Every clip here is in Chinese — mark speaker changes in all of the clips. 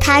Speaker 1: 他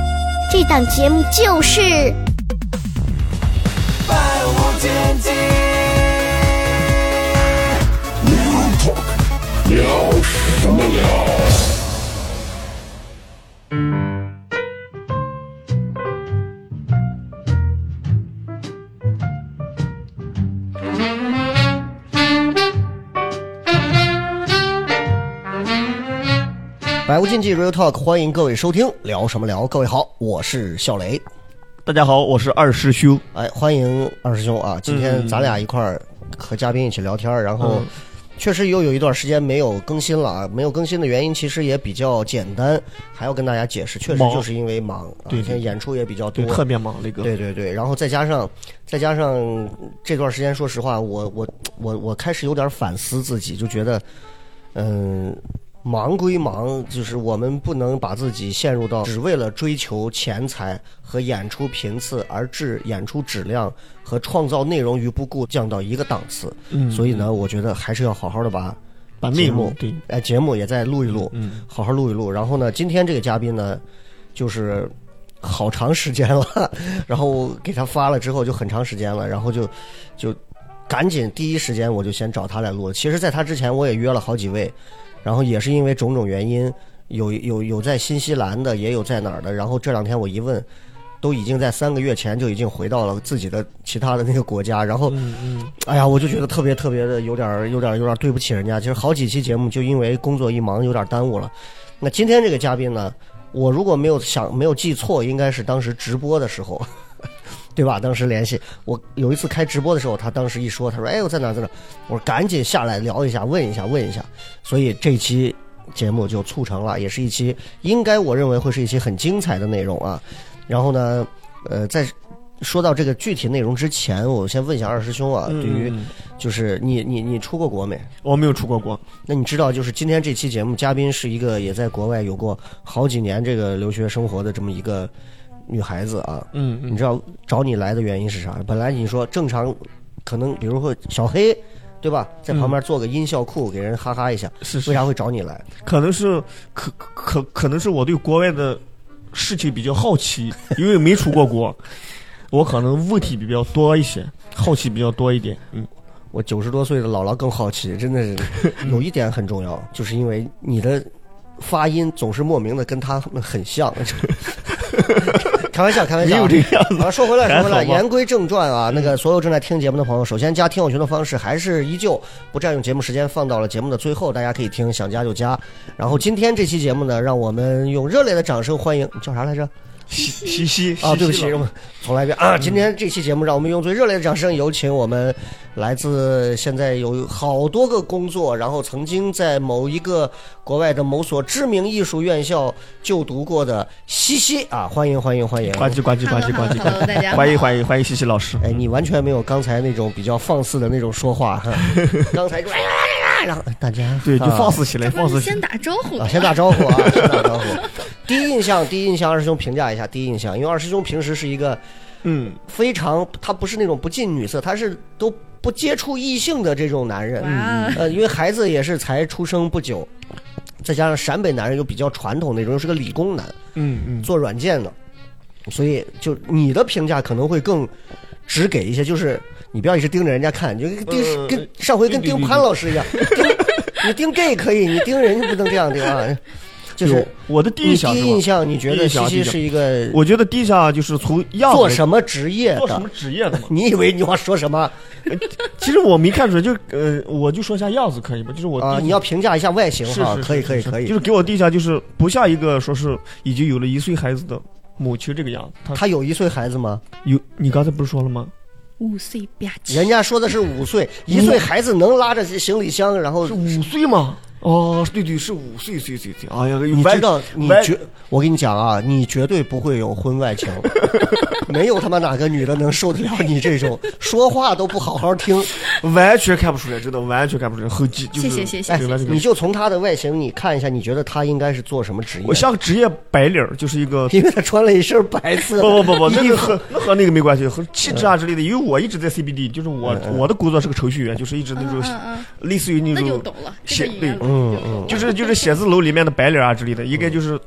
Speaker 1: 这档节目就是《
Speaker 2: 百无禁忌。
Speaker 3: 百无禁忌 Real Talk，欢迎各位收听，聊什么聊？各位好，我是笑雷，
Speaker 4: 大家好，我是二师兄。
Speaker 3: 哎，欢迎二师兄啊！今天咱俩一块儿和嘉宾一起聊天儿，然后
Speaker 4: 嗯
Speaker 3: 确实又有一段时间没有更新了啊，没有更新的原因其实也比较简单，还要跟大家解释，确实
Speaker 4: 忙
Speaker 3: 就是因为忙，啊
Speaker 4: 对对
Speaker 3: 现在演出也比较多
Speaker 4: 对，，特别忙，雷哥。
Speaker 3: 对对对，然后再加上再加上这段时间，说实话，我我我我开始有点反思自己，就觉得，嗯，忙归忙，就是我们不能把自己陷入到只为了追求钱财和演出频次而置演出质量和创造内容于不顾，降到一个档次。
Speaker 4: 嗯
Speaker 3: 所以呢，我觉得还是要好好的把
Speaker 4: 把内
Speaker 3: 节
Speaker 4: 容
Speaker 3: 目
Speaker 4: 对，
Speaker 3: 哎节目也再录一录，
Speaker 4: 嗯，
Speaker 3: 好好录一录。然后呢，今天这个嘉宾呢，就是好长时间了， 然后给他发了之后就很长时间了，然后就就赶紧第一时间我就先找他来录了。其实，在他之前我也约了好几位，然后也是因为种种原因，有有有在新西兰的，也有在哪儿的。然后这两天我一问。都已经在三个月前就已经回到了自己的其他的那个国家，然后
Speaker 4: 嗯嗯，
Speaker 3: 哎呀，我就觉得特别特别的有点儿有点儿有点儿对不起人家。其实好几期节目就因为工作一忙有点儿耽误了。那今天这个嘉宾呢，我如果没有想没有记错，应该是当时直播的时候， 对吧？当时联系我有一次开直播的时候，他当时一说，他说：“哎，我在哪儿在哪儿？”我说：“赶紧下来聊一下，问一下问一下。”所以这期节目就促成了，也是一期应该我认为会是一期很精彩的内容啊。然后呢，呃，在说到这个具体内容之前，我先问一下二师兄啊，对于
Speaker 4: 嗯嗯
Speaker 3: 就是你你你出过国没？
Speaker 4: 我没有出过国，
Speaker 3: 那你知道，就是今天这期节目嘉宾是一个也在国外有过好几年这个留学生活的这么一个女孩子啊。
Speaker 4: 嗯
Speaker 3: 你
Speaker 4: 嗯，
Speaker 3: 知道找你来的原因是啥？本来你说正常，可能比如说小黑，对吧，在旁边做个音效库给人哈哈一下，
Speaker 4: 是是
Speaker 3: 为，啥会找你来？
Speaker 4: 可能是可可可能是我对国外的事情比较好 奇，因为没出过国，我可能问题比较多一些，好奇比较多一点。嗯，
Speaker 3: 我九十多岁的姥姥更好奇，真的是有一点很重要，就是因为你的发音总是莫名的跟他们很像。开玩笑，开玩
Speaker 4: 没
Speaker 3: 笑啊，
Speaker 4: 有这个样子。
Speaker 3: 好，说回来，说回来，
Speaker 4: 还好吗
Speaker 3: 言归正传啊，那个所有正在听节目的朋友，首先加听友群的方式还是依旧不占用节目时间，放到了节目的最后，大家可以听，想加就加。然后今天这期节目呢，让我们用热烈的掌声欢迎，你叫啥来着？
Speaker 4: 西西西
Speaker 3: 啊，对不起，
Speaker 4: 西西
Speaker 3: 我
Speaker 4: 了
Speaker 3: 们重来一遍啊！今天这期节目，让我们用最热烈的掌声，有请我们来自现在有好多个工作，然后曾经在某一个国外的某所知名艺术院校就读过的西西啊，欢迎欢迎欢迎！
Speaker 4: 呱唧呱唧呱
Speaker 5: Hello
Speaker 4: 唧呱唧呱
Speaker 5: Hello，大家
Speaker 4: 唧，
Speaker 5: 好
Speaker 4: 欢迎欢迎欢迎西西老师。
Speaker 3: 哎，你完全没有刚才那种比较放肆的那种说话哈，刚才就哎然后大家
Speaker 4: 对，就
Speaker 3: 啊
Speaker 4: 放肆起来，
Speaker 5: 这
Speaker 4: 放
Speaker 5: 不
Speaker 4: 肆
Speaker 5: 是
Speaker 4: 起来
Speaker 5: 先。打招呼的
Speaker 3: 啊，先打招呼啊，先打招呼。第一印象，第一印象，二师兄评价一下第一印象，因为二师兄平时是一个
Speaker 4: 嗯，
Speaker 3: 非常，他不是那种不近女色，他是都不接触异性的这种男人。
Speaker 5: 哇，
Speaker 3: 呃，因为孩子也是才出生不久，再加上陕北男人又比较传统那种，又是个理工男，
Speaker 4: 嗯嗯，
Speaker 3: 做软件的，所以就你的评价可能会更只给一些，就是你不要一直盯着人家看，你就盯、
Speaker 4: 嗯
Speaker 3: 跟上回跟盯潘老师一样， 盯你盯 gay 可以，你盯人家不能这样盯啊。就是
Speaker 4: 有我的第一
Speaker 3: 你
Speaker 4: 印象
Speaker 3: 第
Speaker 4: 是
Speaker 3: 一
Speaker 4: 吧
Speaker 3: 印象，你觉
Speaker 4: 第一
Speaker 3: 得
Speaker 4: 印
Speaker 3: 西
Speaker 4: 象
Speaker 3: 西
Speaker 4: 第一
Speaker 3: 是一个
Speaker 4: 我觉得第一印象就是从样子
Speaker 3: 做什么职业
Speaker 4: 做什
Speaker 3: 的
Speaker 4: 么？职业的嘛。
Speaker 3: 你以为你要说什么
Speaker 4: 其实我没看出来，就呃，我就说一下样子可以吗？就是我
Speaker 3: 啊？
Speaker 4: 第一
Speaker 3: 你要评价一下外形
Speaker 4: 是
Speaker 3: 哈
Speaker 4: 是，
Speaker 3: 可以
Speaker 4: 是
Speaker 3: 可以
Speaker 4: 是
Speaker 3: 可
Speaker 4: 就
Speaker 3: 以。
Speaker 4: 是给我第一印象就是不像一个说是已经有了一岁孩子的母亲这个样子。他
Speaker 3: 他有一岁孩子 吗？
Speaker 4: 有你刚才不是说了吗？
Speaker 5: 五岁吧唧，
Speaker 3: 人家说的是五岁，一岁孩子能拉着行李箱，然后
Speaker 4: 是五岁吗？哦，对对，是五岁，岁岁岁，哎呀，
Speaker 3: 你
Speaker 4: 歪
Speaker 3: 知道，你
Speaker 4: 歪
Speaker 3: 绝，我跟你讲啊，你绝对不会有婚 外情，没有他妈哪个女的能受得了你这种说话都不好好听。
Speaker 4: 完全看不出来，真的完全看不出来，很急，就是
Speaker 5: 谢谢谢谢
Speaker 4: 哎
Speaker 5: 谢谢
Speaker 4: 完全看
Speaker 3: 你
Speaker 4: 不出来
Speaker 3: 就从她的外形，你看一下，你觉得她应该是做什么职业？
Speaker 4: 我像个职业白领儿，就是一个
Speaker 3: 因为她穿了一身白色。
Speaker 4: 不不不不，那个和那和那个没关系，和气质啊之类的。因为我一直在 CBD，就是我我的工作是个程序员，就是一直那
Speaker 5: 嗯
Speaker 4: 种类似于那
Speaker 5: 那就
Speaker 4: 种
Speaker 5: 懂了，这
Speaker 4: 写
Speaker 5: 个语
Speaker 4: 对
Speaker 5: 言，嗯嗯，
Speaker 4: 就是就是写字楼里面的白领啊之类的，应该就是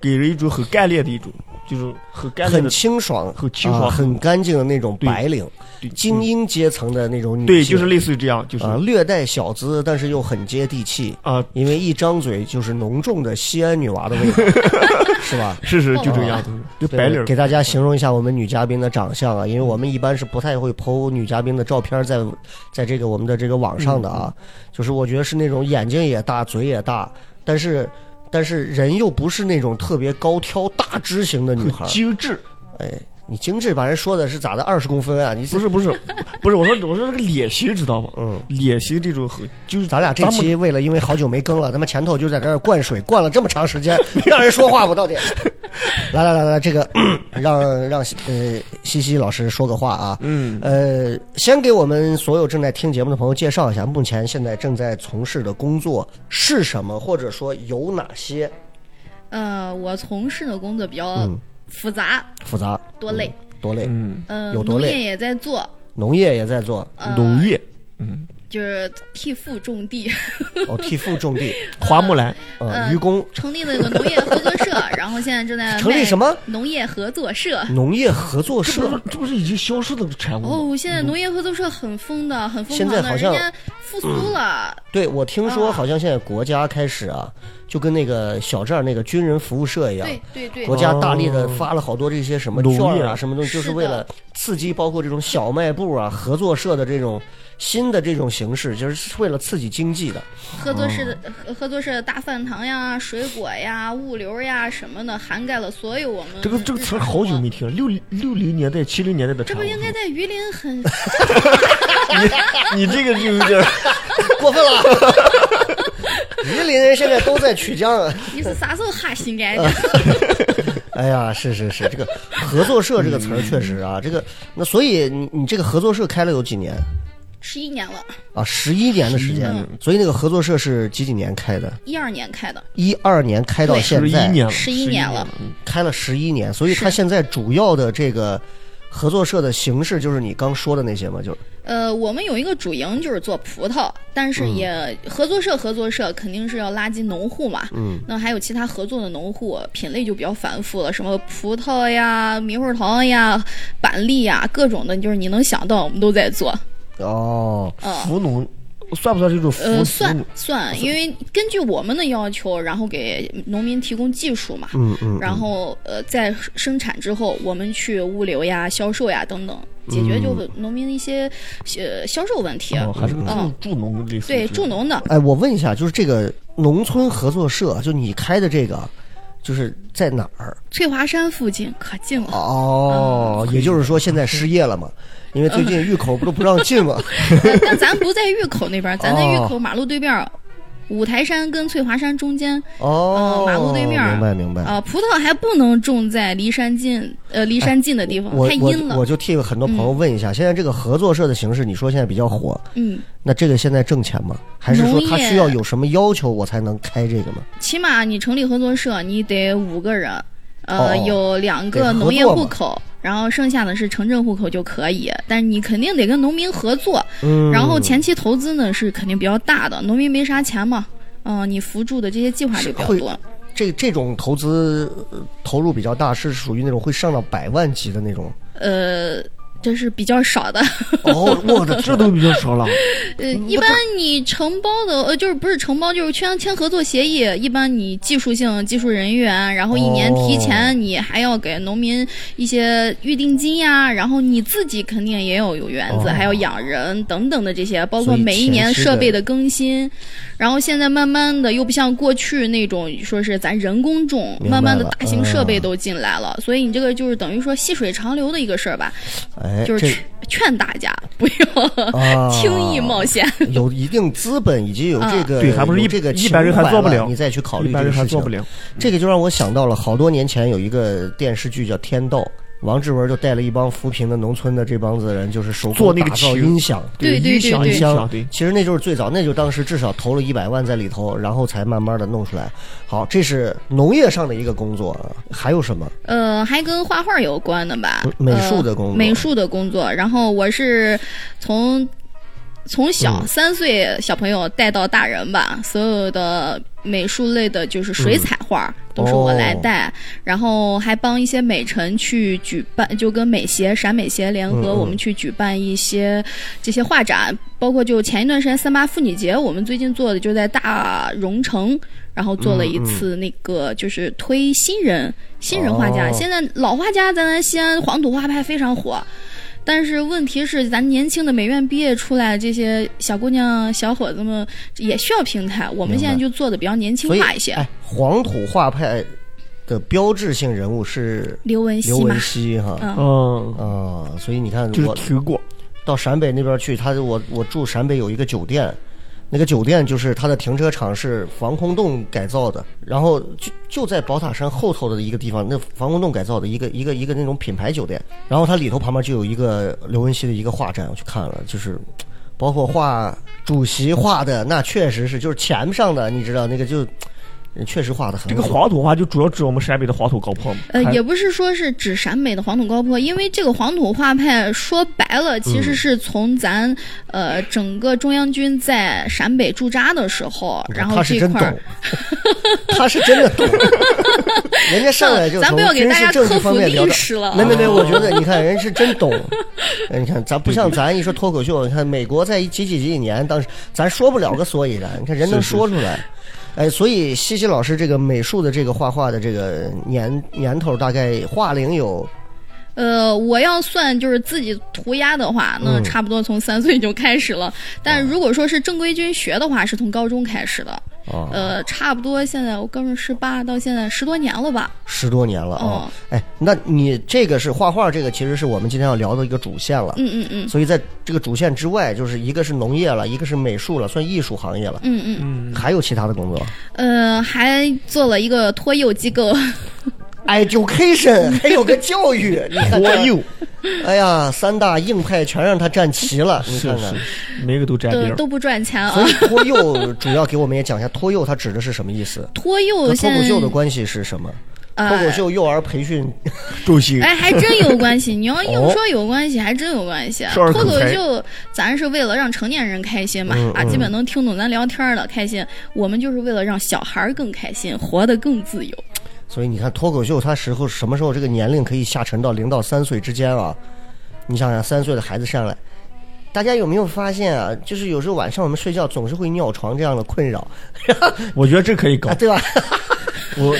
Speaker 4: 给人一种很干练的一种，就是很干练
Speaker 3: 很
Speaker 4: 的。
Speaker 3: 清爽，
Speaker 4: 很清爽
Speaker 3: 啊很干净的那种白领
Speaker 4: 对，
Speaker 3: 精英阶层的那种女性，
Speaker 4: 对，就是类似于这样，就是
Speaker 3: 啊，略带小资，但是又很接地气，
Speaker 4: 啊，
Speaker 3: 因为一张嘴就是浓重的西安女娃的 味道，是吧？
Speaker 4: 是是就这个
Speaker 5: 哦
Speaker 4: 样子，就
Speaker 3: 对
Speaker 4: 白领儿嗯
Speaker 3: 给大家形容一下我们女嘉宾的长相啊，因为我们一般是不太会剖女嘉宾的照片在在这个我们的这个网上的啊，
Speaker 4: 嗯
Speaker 3: 就是我觉得是那种眼睛也大，嘴也大，但是但是人又不是那种特别高挑大只型的女孩
Speaker 4: 很
Speaker 3: 儿，
Speaker 4: 精致。
Speaker 3: 哎，你精致把人说的是咋的二十公分啊？你
Speaker 4: 不是不是不是，我说我说这个脸型知道吗？
Speaker 3: 嗯，
Speaker 4: 脸型这种很就是
Speaker 3: 咱俩这
Speaker 4: 们
Speaker 3: 期为了因为好久没更了，他妈前头就在这儿灌水，灌了这么长时间，让人说话不到点。 来来来来，这个 让让呃西西老师说个话啊。
Speaker 4: 嗯
Speaker 3: 呃，先给我们所有正在听节目的朋友介绍一下，目前现在正在从事的工作是什么，或者说有哪些
Speaker 5: 呃，我从事的工作比较
Speaker 3: 嗯
Speaker 5: 复杂
Speaker 3: 复杂
Speaker 5: 多累，
Speaker 3: 多累？
Speaker 4: 嗯
Speaker 5: 嗯，
Speaker 3: 有多
Speaker 5: 农
Speaker 3: 累
Speaker 5: 业也在做，
Speaker 3: 农业也在做，
Speaker 5: 呃，
Speaker 4: 农业
Speaker 5: 就是替父种地，
Speaker 3: 哦，替父种地，
Speaker 4: 花木兰。
Speaker 3: 呃，愚公。
Speaker 5: 成立了一个农业合作 社，然后现在正在
Speaker 3: 成立
Speaker 5: 卖
Speaker 3: 什么
Speaker 5: 农业合作社。
Speaker 3: 农业合作
Speaker 4: 这不
Speaker 3: 社
Speaker 4: 是这不是已经消失的产物吗？
Speaker 5: 哦，现在农业合作社很疯的，很
Speaker 3: 嗯
Speaker 5: 疯
Speaker 3: 现在
Speaker 5: 狂
Speaker 3: 好
Speaker 5: 的，
Speaker 3: 像
Speaker 5: 人家复苏了。
Speaker 3: 对，我听说
Speaker 5: 啊
Speaker 3: 好像现在国家开始啊，就跟那个小寨儿那个军人服务社一样，
Speaker 5: 对对对，
Speaker 3: 国家大力的发了好多这些什么
Speaker 4: 农
Speaker 3: 券儿
Speaker 4: 业
Speaker 3: 啊，什么东西，就是是
Speaker 5: 的
Speaker 3: 为了刺激包括这种小卖部啊、合作社的这种新的这种形式，就是为了刺激经济的。
Speaker 5: 合作社的
Speaker 4: 嗯
Speaker 5: 合合作社的大饭堂呀、水果呀、物流呀什么的，涵盖了所有我们
Speaker 4: 这个这个词儿好久没听了，六六零年代、七零年代的
Speaker 5: 这
Speaker 4: 产物
Speaker 5: 不
Speaker 4: 是吧。
Speaker 5: 应该在榆林很
Speaker 4: 你这个就有点儿
Speaker 3: 过分了。 榆林人现在都在曲江啊，
Speaker 5: 你是啥时候哈 新干
Speaker 4: 嗯
Speaker 5: 的？
Speaker 3: 哎呀，是是是，这个合作社这个词儿确实啊，这个那所以你你这个合作社开了有几年
Speaker 5: 十一年了，
Speaker 3: 啊？十一年的时间，所以那个合作社是几几年开的？
Speaker 5: 一二年开的，
Speaker 3: 一二年开到
Speaker 5: 对
Speaker 3: 现
Speaker 4: 11
Speaker 3: 在，
Speaker 4: 年了，
Speaker 5: 11
Speaker 4: 11
Speaker 5: 年了
Speaker 4: 了。嗯
Speaker 3: 开了十一年，所以它现在主要的这个合作社的形式就是你刚说的那些嘛，就是
Speaker 5: 呃，我们有一个主营就是做葡萄，但是也
Speaker 4: 嗯
Speaker 5: 合作社合作社肯定是要拉近农户嘛。嗯。那还有其他合作的农户，品类就比较繁复了，什么葡萄呀、猕猴桃呀、板栗呀，各种的，就是你能想到，我们都在做。
Speaker 3: 哦，
Speaker 4: 扶农算不算这种扶
Speaker 5: 呃，
Speaker 4: 农？
Speaker 5: 算算，因为根据我们的要求，然后给农民提供技术嘛。
Speaker 3: 嗯嗯，
Speaker 5: 然后呃，在生产之后，我们去物流呀、销售呀等等，解决就
Speaker 3: 嗯
Speaker 5: 农民的一些呃销售问题。
Speaker 4: 哦还是个助
Speaker 5: 嗯
Speaker 4: 助农类似于
Speaker 5: 对
Speaker 4: 这
Speaker 5: 助
Speaker 4: 种。
Speaker 5: 农的，
Speaker 3: 哎，我问一下，就是这个农村合作社，就你开的这个，就是在哪儿？
Speaker 5: 翠华山附近可近 了。嗯
Speaker 3: 哦，也就是说现在失业了嘛，因为最近峪口不都不让进嘛，
Speaker 5: 但咱不在峪 口那边，咱在
Speaker 3: 哦
Speaker 5: 峪口马路对面儿，五台山跟翠华山中间，
Speaker 3: 哦，
Speaker 5: 嗯马路对面
Speaker 3: 明白明白。
Speaker 5: 啊，葡萄还不能种在离山近，呃，离山近的地方，
Speaker 3: 我
Speaker 5: 太
Speaker 3: 我
Speaker 5: 阴了
Speaker 3: 我。就替很多朋友问一下，现在这个合作社的形式，你说现在比较火，
Speaker 5: 嗯，
Speaker 3: 那这个现在挣钱吗？还是说
Speaker 5: 农
Speaker 3: 他
Speaker 5: 业
Speaker 3: 需要有什么要求，我才能开这个吗？
Speaker 5: 起码你成立合作社，你得五个人，呃，
Speaker 3: 哦
Speaker 5: 有两
Speaker 3: 得
Speaker 5: 个
Speaker 3: 合
Speaker 5: 农业
Speaker 3: 作嘛
Speaker 5: 户口，然后剩下的是城镇户口就可以。但你肯定得跟农民合作，
Speaker 3: 嗯，
Speaker 5: 然后前期投资呢是肯定比较大的，农民没啥钱嘛，嗯、你扶助的这些计划就比较
Speaker 3: 会
Speaker 5: 多。
Speaker 3: 这这种投资呃投入比较大，是属于那种会上到百万级的那 种。
Speaker 5: 呃，这是比较少的。
Speaker 3: 哦，我的
Speaker 4: 这都比较少了，
Speaker 5: 呃，一般你承包的，呃，就是不是承包，就是签签合作协议。一般你技术性、技术人员，然后一年
Speaker 3: 哦
Speaker 5: 提前，你还要给农民一些预定金呀，然后你自己肯定也有有园子，
Speaker 3: 哦
Speaker 5: 还要养人等等的这些，包
Speaker 3: 所
Speaker 5: 括
Speaker 3: 以
Speaker 5: 每一
Speaker 3: 前
Speaker 5: 年
Speaker 3: 期
Speaker 5: 设备
Speaker 3: 的
Speaker 5: 的更新。然后现在慢慢的又不像过去那种说是咱人工种，
Speaker 3: 明白
Speaker 5: 慢慢的
Speaker 3: 了
Speaker 5: 大型设备
Speaker 3: 嗯
Speaker 5: 都进来了，所以你这个就是等于说细水长流的一个事儿吧。
Speaker 3: 哎哎，
Speaker 5: 就是
Speaker 3: 这
Speaker 5: 劝劝大家不要
Speaker 3: 啊，
Speaker 5: 轻易冒险。
Speaker 3: 有一定资本以及有
Speaker 5: 嗯
Speaker 3: 这个、
Speaker 4: 啊对还不是一
Speaker 3: 有这个
Speaker 4: 一般人还
Speaker 3: 情怀
Speaker 4: 做不了
Speaker 3: 你再去考虑这
Speaker 4: 一般
Speaker 3: 个
Speaker 4: 人
Speaker 3: 事
Speaker 4: 还
Speaker 3: 情
Speaker 4: 做不。了。
Speaker 3: 这个就让我想到了好多年前有一个电视剧叫《天斗》，王志文就带了一帮扶贫的农村的这帮子人，就是手工
Speaker 4: 做那个
Speaker 3: 打造
Speaker 4: 琴
Speaker 3: 音响，
Speaker 5: 对对
Speaker 4: 音
Speaker 5: 对
Speaker 4: 响
Speaker 5: 对
Speaker 4: 音响对。
Speaker 3: 其实那就是最早，那就当时至少投了一百万在里头，然后才慢慢的弄出来。好，这是农业上的一个工作，啊，还有什么
Speaker 5: 呃，还跟画画有关的吧？
Speaker 3: 美术的工作
Speaker 5: 呃美术的工作。然后我是从从
Speaker 3: 嗯
Speaker 5: 小、三岁小朋友带到大人吧，所有的美术类的，就是水彩画、
Speaker 3: 嗯
Speaker 5: 都是我来带，
Speaker 3: 哦
Speaker 5: 然后还帮一些美城去举办，就跟美协、陕美协联
Speaker 3: 嗯
Speaker 5: 合，我们去举办一些这些画展，包括就前一段时间三八妇女节，我们最近做的就在大荣城。然后做了
Speaker 3: 嗯
Speaker 5: 一次那个，就是推新人、新人画家。
Speaker 3: 哦
Speaker 5: 现在老画家在咱西安黄土画派非常火，但是问题是，咱年轻的美院毕业出来这些小姑娘、小伙子们也需要平台。我们现在就做的比较年轻
Speaker 3: 所以
Speaker 5: 化一些。
Speaker 3: 哎，黄土画派的标志性人物是
Speaker 5: 刘文
Speaker 3: 刘
Speaker 5: 熙嘛
Speaker 3: 文，熙哈。
Speaker 5: 嗯
Speaker 4: 嗯，
Speaker 3: 啊，所以你看，
Speaker 4: 就是
Speaker 3: 我
Speaker 4: 听过，
Speaker 3: 到陕北那边去，他我我住陕北有一个酒店，那个酒店就是它的停车场是防空洞改造的，然后就就在宝塔山后头的一个地方，那防空洞改造的一个一个一个那种品牌酒店，然后它里头旁边就有一个刘文熙的一个画展，我去看了，就是。包括画主席画的，那确实是就是钱上的，你知道那个就，确实画的很
Speaker 4: 这个
Speaker 3: 好
Speaker 4: 黄土画就主要指我们陕北的黄土高坡嘛。
Speaker 5: 呃，
Speaker 4: 还
Speaker 5: 也不是说是指陕北的黄土高坡，因为这个黄土画派说白了，其实是从咱、呃整个中央军在陕北驻扎的时候，然后
Speaker 3: 嗯他
Speaker 5: 这
Speaker 3: 是真
Speaker 5: 块儿
Speaker 3: 懂，他是真的 懂，人家上来就
Speaker 5: 咱
Speaker 3: 从
Speaker 5: 不要给
Speaker 3: 军
Speaker 5: 大
Speaker 3: 事
Speaker 5: 家
Speaker 3: 政治
Speaker 5: 科
Speaker 3: 方
Speaker 5: 普
Speaker 3: 面聊
Speaker 5: 历
Speaker 3: 到。
Speaker 5: 史了。
Speaker 3: 没没没，我觉得你看人是真懂，哎你看咱不像咱一说脱口秀，你看美国在几几几几年，当时咱说不了个所以然，你看人能
Speaker 4: 是是
Speaker 3: 说出来，哎，所以西西老师这个美术的这个画画的这个年年头大概画龄有
Speaker 5: 呃，我要算就是自己涂鸦的话，那
Speaker 3: 嗯哦
Speaker 5: 差不多从三岁就开始了。但如果说是正规军学的话，是从高中开始的。
Speaker 3: 啊、
Speaker 4: 哦
Speaker 5: 呃，差不多现在我高中十八到现在十多年了吧。
Speaker 3: 十多年了啊、
Speaker 5: 哦
Speaker 3: 哎，那你这个是画画，这个其实是我们今天要聊的一个主线了，
Speaker 5: 嗯嗯嗯
Speaker 3: 所以在这个主线之外，就是一个是农业了，一个是美术了，算艺术行业了，
Speaker 5: 嗯嗯，
Speaker 3: 还有其他的工作
Speaker 5: 呃，还做了一个托幼 机构。
Speaker 3: ，education 还有个教 育，你看
Speaker 4: 多
Speaker 3: 这
Speaker 4: 硬，
Speaker 3: 哎呀，三大硬派全让他占齐了，你看
Speaker 4: 是
Speaker 3: 看。
Speaker 4: 是，每个都沾边
Speaker 5: 都
Speaker 4: 儿。
Speaker 5: 都不赚钱啊
Speaker 3: 所！以脱幼主要给我们也讲一下，脱幼它指的是什么意思？
Speaker 5: 脱
Speaker 3: 和
Speaker 5: 幼
Speaker 3: 脱
Speaker 5: 现
Speaker 3: 口
Speaker 5: 在
Speaker 3: 秀的关系是什么？脱口
Speaker 5: 呃
Speaker 3: 秀幼儿培训
Speaker 4: 周星
Speaker 5: 哎，还真有关系。你 要硬
Speaker 4: 哦
Speaker 5: 说有关系，还真有关系。
Speaker 4: 少儿
Speaker 5: 脱
Speaker 4: 口
Speaker 5: 口
Speaker 4: 才
Speaker 5: 秀咱是为了让成年人开心嘛，
Speaker 3: 嗯
Speaker 5: 啊，
Speaker 3: 嗯
Speaker 5: 基本能听懂咱聊天儿的开心。我们就是为了让小孩儿更开心，活得更自由。
Speaker 3: 所以你看，脱口秀它时候什么时候这个年龄可以下沉到零到三岁之间啊？你想想，三岁的孩子上来，大家有没有发现啊？就是有时候晚上我们睡觉总是会尿床这样的困 扰
Speaker 4: 我觉得这可以搞
Speaker 3: 啊，。对吧？
Speaker 4: 我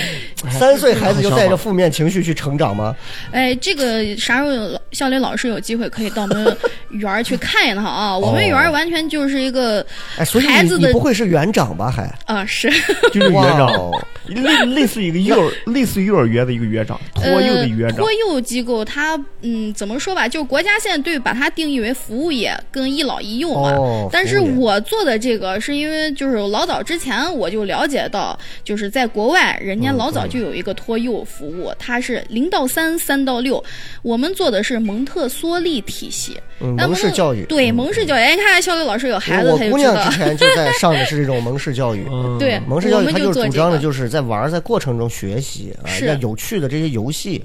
Speaker 3: 三岁孩子就带着负面情绪去成长吗？
Speaker 5: 哎，这个啥时候有老校里老师有机会可以到我们园儿去看一趟啊？我们园
Speaker 4: 哦
Speaker 5: 儿完全就是一个
Speaker 3: 哎，所以
Speaker 5: 孩
Speaker 3: 你
Speaker 5: 子
Speaker 3: 你
Speaker 5: 的
Speaker 3: 不会是园长吧？还
Speaker 5: 啊，是
Speaker 4: 就是园
Speaker 3: 哇
Speaker 4: 长，
Speaker 3: 哦
Speaker 4: 类类似一个幼儿，类似于幼儿园的一个园长， 托幼的园
Speaker 5: 呃、
Speaker 4: 长
Speaker 5: 托。幼机构它，嗯，怎么说吧，就是国家现在对把它定义为服务业跟一老一幼嘛。
Speaker 3: 哦
Speaker 5: 但是
Speaker 3: 服务业
Speaker 5: 我做的这个是因为就是老早之前我就了解到，就是在国外人
Speaker 3: 嗯
Speaker 5: 家老早就有一个托幼服务，它是零到三、三到六，我们做的是蒙特梭利体系。
Speaker 3: 嗯
Speaker 5: 那
Speaker 3: 蒙氏教育
Speaker 5: 对
Speaker 3: 嗯
Speaker 5: 蒙氏教育，哎，看看肖磊老师有孩子，
Speaker 3: 我
Speaker 5: 他就
Speaker 3: 姑
Speaker 5: 知
Speaker 3: 娘
Speaker 5: 道。
Speaker 3: 之前就在上的是这种蒙氏教育，
Speaker 4: 嗯，
Speaker 5: 对，
Speaker 3: 蒙氏
Speaker 5: 我
Speaker 3: 教育
Speaker 5: 们
Speaker 3: 它就是
Speaker 5: 做
Speaker 3: 主
Speaker 5: 这
Speaker 3: 张的
Speaker 5: 个。
Speaker 3: 就是在玩儿，在过程中学习啊，
Speaker 5: 是
Speaker 3: 要有趣的这些游戏，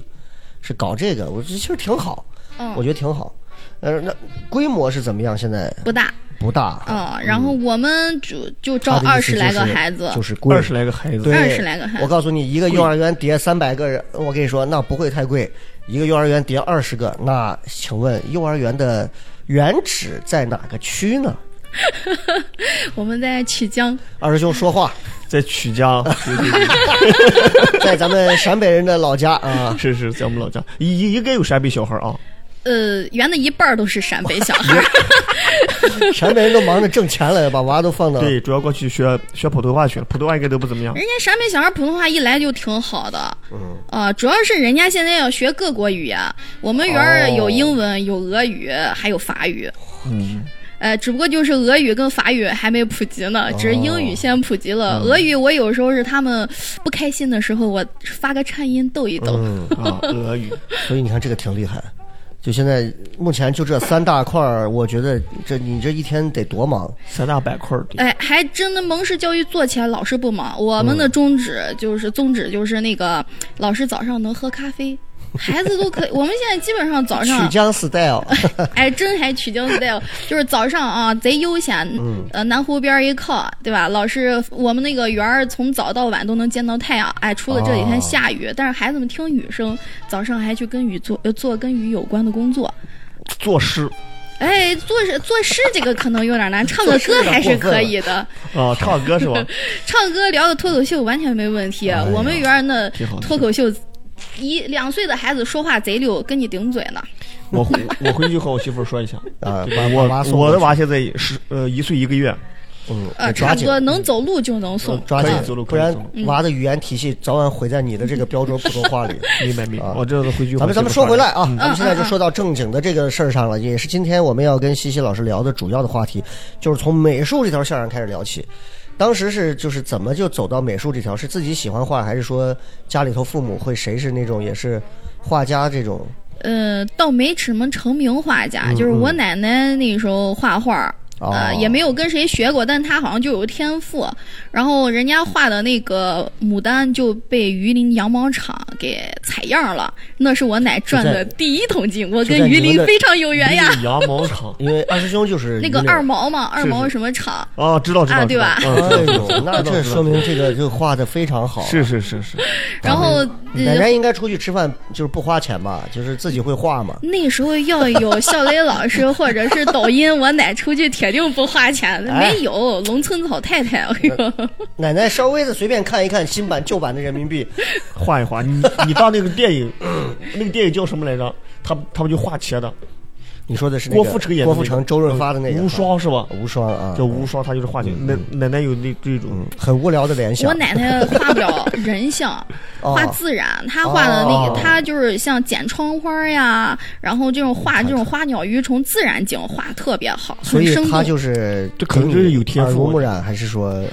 Speaker 3: 是搞这个，我觉得其实挺好，
Speaker 5: 嗯
Speaker 3: 我觉得挺好。呃，那规模是怎么样？现在
Speaker 5: 不大，
Speaker 3: 不大，
Speaker 5: 嗯，然后我们就就招
Speaker 3: 它啊的
Speaker 5: 二
Speaker 3: 意思
Speaker 5: 十
Speaker 3: 就
Speaker 5: 来个
Speaker 3: 是
Speaker 5: 孩子，
Speaker 3: 就是贵
Speaker 4: 二十来个孩子
Speaker 3: 对，
Speaker 5: 20来个孩子
Speaker 3: 我告诉你，一个幼儿园叠三百个人，我跟你说，那不会太贵。一个幼儿园叠二十个，那请问幼儿园的原址在哪个区呢？
Speaker 5: 我们在曲江，
Speaker 3: 二师兄说 话，
Speaker 4: 在曲江，对对对
Speaker 3: 在咱们陕北人的老家啊，
Speaker 4: 是是，在我们老家，应应应该有陕北小孩啊。
Speaker 5: 呃，园的一半儿都是陕北小孩儿，
Speaker 3: 陕北人都忙着挣钱了，把娃都放到
Speaker 4: 对，主要过去学学普通话去了，普通话应该都不怎么样。
Speaker 5: 人家陕北小孩普通话一来就挺好的，嗯，啊，主要是人家现在要学各国语言，我们园儿
Speaker 3: 哦嗯
Speaker 5: 有英文、有俄语，还有法语，呃，只不过就是俄语跟法语还没普及呢，只是英
Speaker 3: 哦
Speaker 5: 语先普及
Speaker 3: 嗯
Speaker 5: 了。俄语我有时候是他们不开心的时候，我发个颤音逗一逗。
Speaker 3: 嗯，
Speaker 4: 啊，俄语，
Speaker 3: 所以你看这个挺厉害。就现在目前就这三大块儿，我觉得这你这一天得多忙。
Speaker 4: 三大板块儿。对
Speaker 5: 哎，还真的蒙氏教育做起来老师不忙，我们
Speaker 3: 嗯
Speaker 5: 的宗旨就是、宗旨就是那个老师早上能喝咖啡，孩子都可以。我们现在基本上早
Speaker 3: 曲
Speaker 5: 上，
Speaker 3: 江哦 style，
Speaker 5: 哎，真还取经 style，就是早上啊贼悠闲，
Speaker 3: 嗯
Speaker 5: 呃，南湖边儿一靠，对吧？老师，我们那个园儿从早到晚都能见到太阳，哎，除了这几天
Speaker 3: 哦
Speaker 5: 下雨，但是孩子们听雨声，早上还去跟雨做呃做跟雨有关的工作。
Speaker 4: 作诗
Speaker 5: 哎，作诗作诗这个可能有点难，唱个
Speaker 3: 有
Speaker 5: 歌
Speaker 3: 点
Speaker 5: 还是
Speaker 3: 过分
Speaker 5: 可
Speaker 3: 了
Speaker 5: 以的。
Speaker 4: 啊，唱歌是吧？
Speaker 5: 唱歌聊个脱口秀完全没问题。
Speaker 4: 哎呀
Speaker 5: 我们园儿那
Speaker 4: 挺好的
Speaker 5: 脱口秀，一两岁的孩子说话贼溜，跟你顶嘴呢。
Speaker 4: 我回我回去和我媳妇儿说 一下。
Speaker 3: 啊
Speaker 4: 对
Speaker 3: 把把娃
Speaker 4: 我
Speaker 3: 送
Speaker 4: 我
Speaker 3: 过
Speaker 4: 的
Speaker 3: 去
Speaker 4: 娃啊现在十呃一岁一个月，
Speaker 3: 嗯，
Speaker 5: 呃，
Speaker 3: 得
Speaker 5: 差
Speaker 3: 抓
Speaker 5: 不
Speaker 3: 紧
Speaker 5: 多能走路就能送。
Speaker 3: 抓
Speaker 4: 嗯可以走
Speaker 3: 紧，
Speaker 4: 路
Speaker 3: 不
Speaker 4: 可以
Speaker 3: 然
Speaker 4: 走路
Speaker 3: 娃的语言体系早晚毁在你的这个标准普通话 里。
Speaker 4: 明白明白。
Speaker 3: 啊
Speaker 4: 我这次回去
Speaker 3: 咱
Speaker 4: 和我媳妇儿一下。
Speaker 3: 们咱们说回来啊，咱们现在
Speaker 5: 嗯
Speaker 3: 就
Speaker 5: 嗯
Speaker 3: 说到正经的这个事儿上了，也是今天我们要跟西西老师聊的主要的话题，就是从美术这条线上开始聊起。当时是就是怎么就走到美术这条，是自己喜欢画，还是说家里头父母会谁是那种也是画家这种？
Speaker 5: 呃，倒没什么成名画家，就是我奶奶那时候画画。
Speaker 3: 嗯哦
Speaker 5: 呃，也没有跟谁学过，但她好像就有天赋。然后人家画的那个牡丹就被榆林羊毛厂给采样了，那是我奶赚的
Speaker 3: 就
Speaker 5: 第一桶金，我
Speaker 3: 就在
Speaker 5: 跟
Speaker 3: 你
Speaker 5: 榆
Speaker 3: 们
Speaker 5: 林
Speaker 3: 的
Speaker 5: 非常有缘呀。
Speaker 4: 绿羊毛厂
Speaker 3: 因为二师兄就是
Speaker 5: 那个
Speaker 3: 榆林
Speaker 5: 二毛嘛，二
Speaker 4: 是
Speaker 5: 毛
Speaker 4: 是
Speaker 5: 什么厂？
Speaker 4: 啊，知道知道知
Speaker 5: 啊
Speaker 4: 道
Speaker 5: 对吧
Speaker 4: 嗯
Speaker 3: 哎
Speaker 4: 知道
Speaker 3: 呦，那这说明这个就画的非常好。
Speaker 4: 是是是是，
Speaker 5: 然后
Speaker 3: 奶
Speaker 5: 呃，
Speaker 3: 奶应该出去吃饭就是不花钱吧，就是自己会画 嘛。
Speaker 5: 那时候要有校雷老师或者是抖音，我奶出去铁定不花钱，
Speaker 3: 哎
Speaker 5: 没有农村老太太，哎 呦，
Speaker 3: 奶奶稍微的随便看一看新版旧版的人民币，
Speaker 4: 画一画。你你到那个电影，那个电影叫什么来着？他们他们就画茄的，
Speaker 3: 你说的是、那个、
Speaker 4: 郭富城演的那
Speaker 3: 郭
Speaker 4: 个嗯
Speaker 3: 富城、周润发的那个
Speaker 4: 无双是吧？
Speaker 3: 无双啊，
Speaker 4: 叫无双，他就是画茄。奶奶奶有那这种
Speaker 3: 嗯很无聊的联想。
Speaker 5: 我奶奶画不了人像，
Speaker 3: 哦
Speaker 5: 画自然，她画的那
Speaker 3: 哦
Speaker 5: 个，她就是像剪窗花呀，然后这种画这种花鸟鱼虫自然景画特别好，
Speaker 3: 嗯所以
Speaker 5: 很生
Speaker 3: 他
Speaker 5: 动。
Speaker 3: 就是
Speaker 4: 这可能就是有天赋
Speaker 3: 耳濡目染，还是说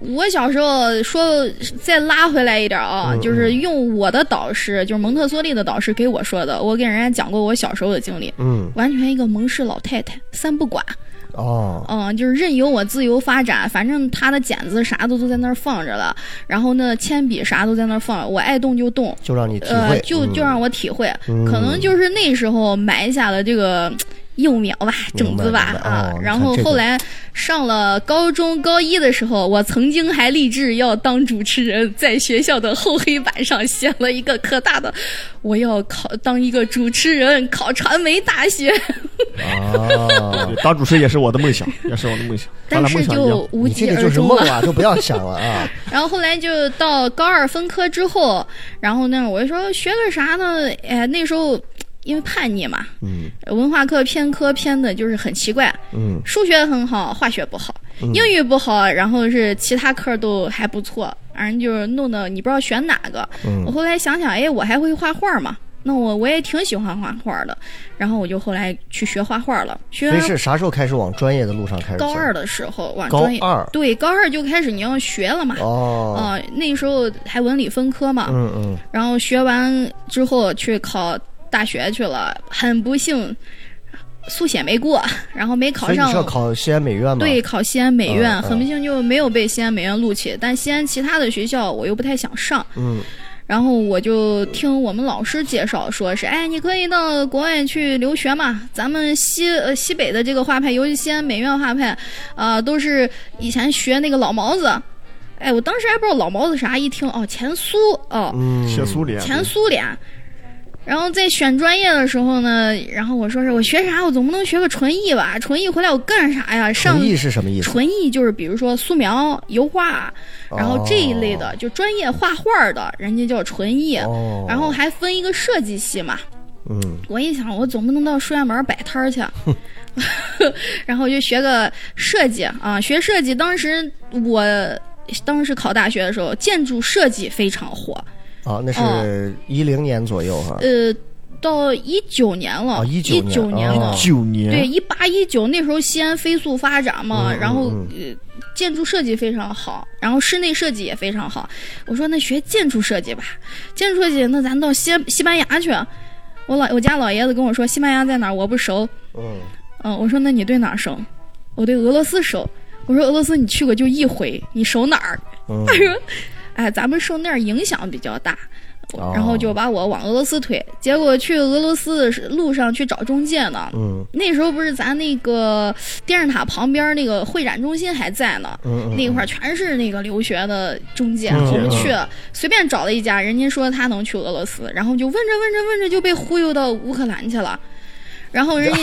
Speaker 5: 我小时候说再拉回来一点啊，
Speaker 3: 嗯
Speaker 5: 就是用我的导师，就是蒙特梭利的导师给我说的，我给人家讲过我小时候的经历，
Speaker 3: 嗯
Speaker 5: 完全一个蒙氏老太太，三不管，
Speaker 3: 哦
Speaker 5: 嗯，就是任由我自由发展，反正她的剪子啥的都在那儿放着了，然后呢铅笔啥都在那儿放着，我爱动就动，
Speaker 3: 就让你体
Speaker 5: 呃
Speaker 3: 会，，
Speaker 5: 就就让我体会，
Speaker 3: 嗯
Speaker 5: 可能就是那时候埋下了这个幼苗吧，种子吧
Speaker 3: 明白
Speaker 5: 啊
Speaker 3: 哦。
Speaker 5: 然后
Speaker 3: 你看这个
Speaker 5: 后来上了高中高一的时候，我曾经还立志要当主持人，在学校的厚黑板上写了一个可大的“我要考当一个主持人，考传媒大学
Speaker 3: 啊哦
Speaker 4: 对，当主持也是我的梦想，也是我的梦想”，，咱
Speaker 5: 但
Speaker 4: 俩梦
Speaker 5: 是
Speaker 4: 想一样
Speaker 5: 就。无
Speaker 3: 你这
Speaker 5: 疾
Speaker 3: 个就
Speaker 5: 而
Speaker 3: 是
Speaker 5: 终
Speaker 3: 梦
Speaker 5: 了。
Speaker 3: 啊，就不要想了啊。
Speaker 5: 然后后来就到高二分科之后，然后那我就说学个啥呢？哎，那时候因为叛逆嘛，
Speaker 3: 嗯
Speaker 5: 文化课偏科偏的就是很奇怪，
Speaker 3: 嗯，
Speaker 5: 数学很好，化学不好，英语不好，然后是其他科都还不错，反正就是弄得你不知道选哪个。
Speaker 3: 嗯
Speaker 5: 我后来想想，哎，我还会画画嘛，那我我也挺喜欢画画的，然后我就后来去学画画了，学
Speaker 3: 所以是啥时候开始往专业的路上开始走？
Speaker 5: 高二的时候往
Speaker 3: 高
Speaker 5: 专业，
Speaker 3: 二
Speaker 5: 对，高二就开始你要学了嘛，啊、
Speaker 3: 哦，
Speaker 5: 那时候还文理分科嘛，
Speaker 3: 嗯嗯，
Speaker 5: 然后学完之后去考大学去了，很不幸，速写没过，然后没
Speaker 3: 所
Speaker 5: 考
Speaker 3: 以你是要
Speaker 5: 上。
Speaker 3: 考西安美院嘛？
Speaker 5: 对，，考西安美院，
Speaker 3: 嗯嗯
Speaker 5: 很不幸就没有被西安美院录取。但西安其他的学校我又不太想上，
Speaker 3: 嗯
Speaker 5: 然后我就听我们老师介绍，说是，哎，你可以到国外去留学嘛。咱们西呃西北的这个画派，尤其西安美院画派，啊，都是以前学那个老毛子。哎，我当时还不知道老毛子啥，一听哦，前苏哦，
Speaker 3: 嗯，
Speaker 4: 写苏联，
Speaker 5: 前苏联。然后在选专业的时候呢，然后我说是我学啥，我总不能学个纯艺吧？纯艺回来我干啥呀？上
Speaker 3: 纯艺是什么意思？
Speaker 5: 纯艺就是比如说素描、油画，
Speaker 3: 哦
Speaker 5: 然后这一类的，就专业画画的，人家叫纯艺。
Speaker 3: 哦，
Speaker 5: 然后还分一个设计系嘛，
Speaker 3: 嗯，
Speaker 5: 我一想，我总不能到书院门摆 摊儿去，然后就学个设计啊，学设计。当时我当时考大学的时候，建筑设计非常火，
Speaker 3: 啊，那是一零年左右哈，
Speaker 5: 嗯呃，到一九年了，
Speaker 3: 啊
Speaker 5: 一
Speaker 3: 19年
Speaker 5: 年
Speaker 3: 哦
Speaker 5: 了，
Speaker 4: 九年，
Speaker 5: 对，一八一九那时候西安飞速发展嘛，
Speaker 3: 嗯
Speaker 5: 然后、
Speaker 3: 嗯
Speaker 5: 呃、建筑设计非常好，然后室内设计也非常好。我说那学建筑设计吧，建筑设计那咱到西安西班牙去。我老我家老爷子跟我说西班牙在哪儿，我不熟。
Speaker 3: 嗯，
Speaker 5: 嗯，我说那你对哪儿熟？我对俄罗斯熟。我说俄罗斯你去过就一回，你熟哪儿？
Speaker 3: 嗯
Speaker 5: 他说，哎，咱们受那儿影响比较大。
Speaker 3: 哦
Speaker 5: 然后就把我往俄罗斯推，结果去俄罗斯的是路上去找中介呢，
Speaker 3: 嗯
Speaker 5: 那时候不是咱那个电视塔旁边那个会展中心还在呢，
Speaker 3: 嗯嗯，
Speaker 5: 那块儿全是那个留学的中介，
Speaker 3: 嗯
Speaker 5: 我们
Speaker 3: 嗯
Speaker 5: 去随便找了一家，人家说他能去俄罗斯，然后就问着问着问着就被忽悠到乌克兰去了。然后人家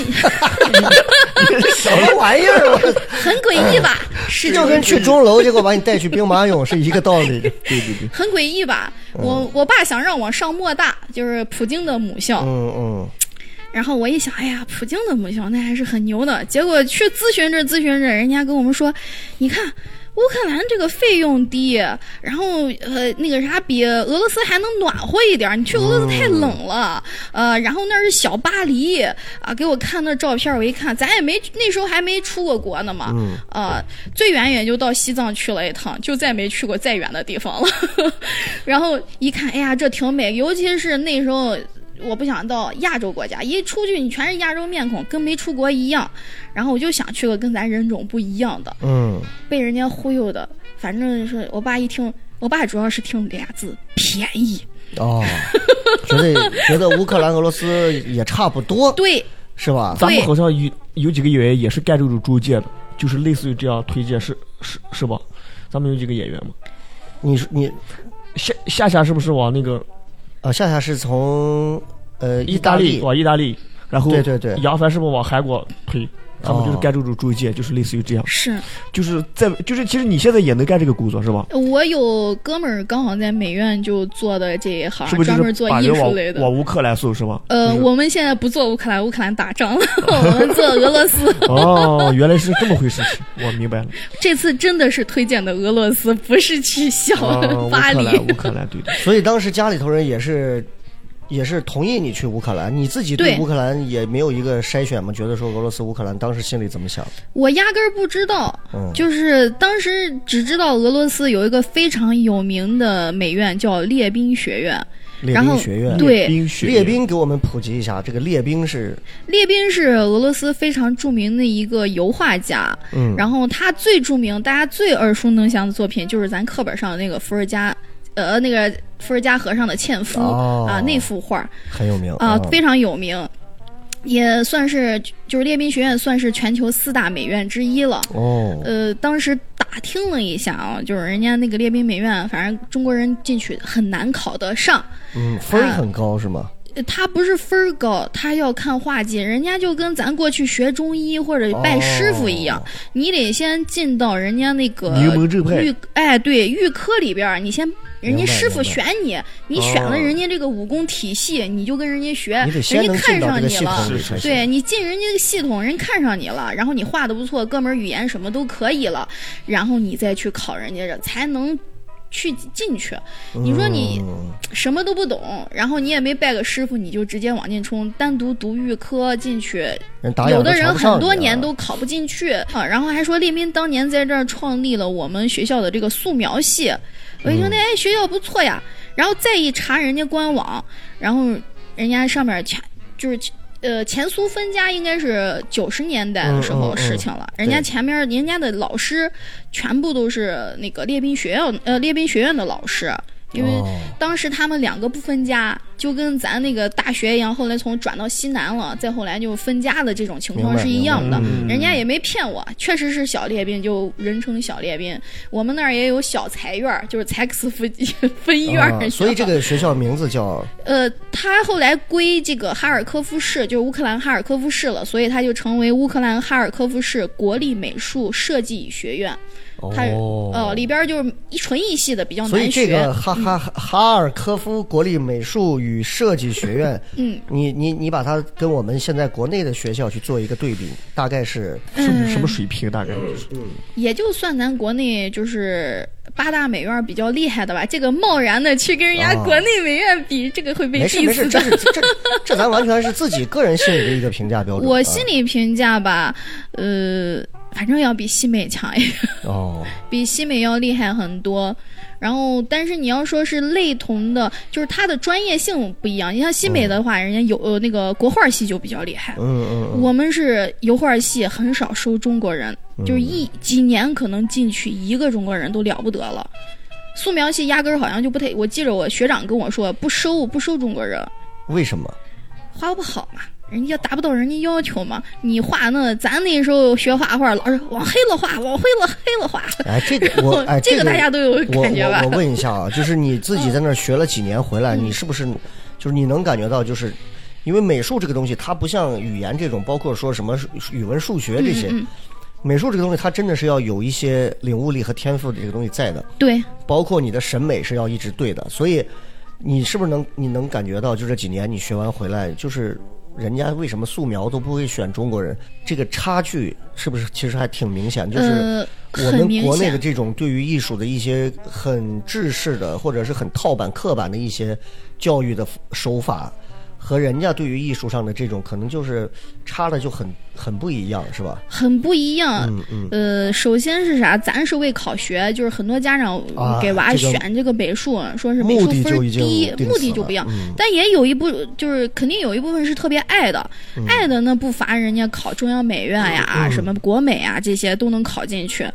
Speaker 3: 什么玩意儿？我
Speaker 5: 很诡异 吧， 是
Speaker 3: 就跟去钟楼，结果把你带去兵马俑是一个道理。
Speaker 4: 对对对，
Speaker 5: 很诡异吧。
Speaker 3: 嗯
Speaker 5: 我我爸想让我上莫大，就是普京的母校，
Speaker 3: 嗯
Speaker 5: 然后我一想，哎呀，普京的母校那还是很牛的。结果去咨询着咨询着，人家跟我们说，你看乌克兰这个费用低，然后呃那个啥比俄罗斯还能暖和一点，你去俄罗斯太冷了，呃，然后那是小巴黎啊，给我看那照片，我一看，咱也没那时候还没出过国呢嘛，
Speaker 3: 嗯
Speaker 5: 呃，最远也就到西藏去了一趟，就再没去过再远的地方了。 然后一看，哎呀，这挺美，尤其是那时候。我不想到亚洲国家，一出去你全是亚洲面孔，跟没出国一样。然后我就想去个跟咱人种不一样的，
Speaker 3: 嗯嗯，
Speaker 5: 被人家忽悠的。反正是我爸一听，我爸主要是听俩字便宜。
Speaker 3: 哦，觉得觉得乌克兰、俄罗斯也差不多，
Speaker 5: 对，
Speaker 3: 是吧？
Speaker 4: 咱们
Speaker 5: 对
Speaker 4: 好像有有几个演员也是干这种中介的，就是类似于这样推荐，是是是吧？咱们有几个演员嘛？
Speaker 3: 你是你
Speaker 4: 夏夏夏是不是往那个
Speaker 3: 啊，夏夏是从呃意
Speaker 4: 大
Speaker 3: 大利
Speaker 4: 往意大利，然后
Speaker 3: 对对对哦
Speaker 4: 杨帆是不是往韩国推？他们就是干这种中介，就是类似于这样，
Speaker 5: 是
Speaker 4: 就是在就是其实你现在也能干这个工作是吧？
Speaker 5: 我有哥们儿刚好在美院就做的这一行，
Speaker 4: 是不是
Speaker 5: 啊专
Speaker 4: 就
Speaker 5: 门
Speaker 4: 是
Speaker 5: 做
Speaker 4: 把
Speaker 5: 艺
Speaker 4: 人
Speaker 5: 术类
Speaker 4: 往
Speaker 5: 的
Speaker 4: 往。乌克兰送是吧？
Speaker 5: 呃，
Speaker 4: 就是
Speaker 5: 我们现在不做乌克兰，乌克兰打仗了， 我们做俄罗斯。
Speaker 4: 哦，原来是这么回事情，我明 白了。
Speaker 5: 这次真的是推荐的俄罗斯，不是去小
Speaker 4: 哦，乌
Speaker 5: 巴
Speaker 4: 克
Speaker 5: 黎。
Speaker 4: 兰，乌克兰，对对。
Speaker 3: 所以当时家里头人也是。也是同意你去乌克兰，你自己对
Speaker 5: 对
Speaker 3: 乌克兰也没有一个筛选吗？觉得说俄罗斯、乌克兰当时心里怎么想？
Speaker 5: 我压根儿不知道，
Speaker 3: 嗯
Speaker 5: 就是当时只知道俄罗斯有一个非常有名的美院叫列宾学院，
Speaker 3: 列
Speaker 5: 然后
Speaker 3: 宾学院，
Speaker 5: 对
Speaker 4: 冰雪
Speaker 3: 列宾给我们普及一下，这个列宾是
Speaker 5: 列宾是俄罗斯非常著名的一个油画家，
Speaker 3: 嗯
Speaker 5: 然后他最著名、大家最耳熟能详的作品就是咱课本上的那个伏尔加，呃，那个伏尔加河上的纤夫、
Speaker 3: 哦
Speaker 5: 啊，那幅画。
Speaker 3: 很有名
Speaker 5: 啊、
Speaker 3: 嗯
Speaker 5: 非常有名，也算是就是列宾学院算是全球四大美院之一了。
Speaker 3: 哦，
Speaker 5: 呃，当时打听了一下啊，就是人家那个列宾美院，啊反正中国人进去很难考得上。
Speaker 3: 嗯，分儿
Speaker 5: 啊
Speaker 3: 很高是吗？
Speaker 5: 呃他不是分儿高，他要看画技，人家就跟咱过去学中医或者拜师傅一样，
Speaker 3: 哦
Speaker 5: 你得先进到人家那个
Speaker 4: 名门正派
Speaker 5: 预哎对预科里边儿，你先人
Speaker 3: 明
Speaker 5: 家
Speaker 3: 白
Speaker 5: 师傅
Speaker 3: 明白
Speaker 5: 选你，你选了
Speaker 4: 哦
Speaker 5: 人家这个武功体系，你就跟人家学，
Speaker 3: 你得
Speaker 5: 呃人
Speaker 3: 先
Speaker 5: 家
Speaker 3: 能
Speaker 5: 看
Speaker 3: 进到
Speaker 5: 上
Speaker 3: 这个
Speaker 5: 你
Speaker 3: 系统
Speaker 5: 了。
Speaker 4: 是
Speaker 3: 里
Speaker 4: 是
Speaker 3: 才行。
Speaker 5: 对你进人家这个系统，人看上你了，然后你画的不错，哥们儿语言什么都可以了，然后你再去考人家这才能去进去。你说你
Speaker 3: 嗯
Speaker 5: 什么都不懂，然后你也没拜个师傅，你就直接往进冲，单独读预科进去，
Speaker 3: 人打眼
Speaker 5: 有
Speaker 3: 都
Speaker 5: 的
Speaker 3: 瞧
Speaker 5: 人
Speaker 3: 不上
Speaker 5: 很多
Speaker 3: 你啊
Speaker 5: 年都考不进去啊。然后还说列宾当年在这儿创立了我们学校的这个素描系，我
Speaker 3: 嗯
Speaker 5: 一听那哎学校不错呀，然后再一查人家官网，然后人家上面前就是。呃，前苏分家应该是九十年代的时候
Speaker 3: 嗯嗯嗯
Speaker 5: 事情了。人家
Speaker 3: 对
Speaker 5: 前面人家的老师全部都是那个列宾学院呃列宾学院的老师，因为
Speaker 3: 哦
Speaker 5: 当时他们两个不分家，就跟咱那个大学一样，后来从转到西南了，再后来就分家的这种情
Speaker 3: 明
Speaker 5: 况
Speaker 3: 白
Speaker 5: 是一样的嗯
Speaker 3: 明白。嗯
Speaker 5: 人家也没骗我，确实是小列宾，就人称小列宾。我们那儿也有小裁院儿，就是柴可夫斯基分院儿、
Speaker 3: 啊所以这个学校名字叫
Speaker 5: 呃，他后来归这个哈尔科夫市，就是乌克兰哈尔科夫市了，所以他就成为乌克兰哈尔科夫市国立美术设计学院。它
Speaker 4: 哦
Speaker 5: 呃里边儿就是一纯艺系的比较
Speaker 3: 所以
Speaker 5: 哦难
Speaker 3: 这
Speaker 5: 学。嗯
Speaker 3: 个哈哈哈尔科夫国立美术与设计学院，
Speaker 5: 嗯，
Speaker 3: 你你你把它跟我们现在国内的学校去做一个对比，大概是
Speaker 5: 嗯
Speaker 4: 是什么水平？大概就是
Speaker 5: 也就算咱国内就是八大美院比较厉害的吧，这个贸然的去跟人家
Speaker 3: 哦
Speaker 5: 国内美院比，这个会被
Speaker 3: 没事没
Speaker 5: diss
Speaker 3: 事，
Speaker 5: 的。
Speaker 3: 这是这这咱完全是自己个人心里的一个评价标准啊。
Speaker 5: 我心里评价吧，呃，反正要比西美强一点，
Speaker 3: 哦，
Speaker 5: 比西美要厉害很多。然后，但是你要说是类同的，就是它的专业性不一样。你像西美的话，人家有呃那个国画系就比较厉害，
Speaker 3: 嗯嗯嗯，
Speaker 5: 我们是油画系很少收中国人，就是一几年可能进去一个中国人都了不得了。素描系压根儿好像就不太，我记着我学长跟我说不收不收中国人，
Speaker 3: 为什么？
Speaker 5: 画不好嘛，人家达不到人家要求嘛。你画那咱那时候学画画，老是往黑了画，往灰了黑了画，
Speaker 3: 哎，这个我哎，
Speaker 5: 这个大家都有
Speaker 3: 我
Speaker 5: 感觉吧嗯
Speaker 3: 我我问一下啊，就是你自己在那儿学了几年回来，你是不是就是你能感觉到就是？因为美术这个东西，它不像语言这种，包括说什么数语文、数学
Speaker 5: 嗯
Speaker 3: 这些，美术这个东西，它真的是要有一些领悟力和天赋的这个东西在的，
Speaker 5: 对，
Speaker 3: 包括你的审美是要一直对的。所以，你是不是能你能感觉到，就这几年你学完回来，就是人家为什么素描都不会选中国人，这个差距是不是其实还挺明显？就是、
Speaker 5: 呃，
Speaker 3: 我
Speaker 5: 很
Speaker 3: 们
Speaker 5: 明
Speaker 3: 国内的
Speaker 5: 显。
Speaker 3: 这种对于艺术的一些很制式的，或者是很套板、刻板的一些教育的手法，和人家对于艺术上的这种，可能就是差的就很很不一样，是吧？
Speaker 5: 很不一样，呃，首先是啥？咱是为考学，就是很多家长
Speaker 3: 啊
Speaker 5: 给娃
Speaker 3: 这个
Speaker 5: 选这个美术，说是美
Speaker 3: 目
Speaker 5: 术
Speaker 3: 的
Speaker 5: 分儿
Speaker 3: 就已经
Speaker 5: 低，
Speaker 3: 定
Speaker 5: 目的
Speaker 3: 死
Speaker 5: 就
Speaker 3: 了嗯
Speaker 5: 不一样。但也有一部，就是肯定有一部分是特别爱的，
Speaker 3: 嗯
Speaker 5: 爱的那不乏人家考中央美院呀、什么国美啊这些都能考进去。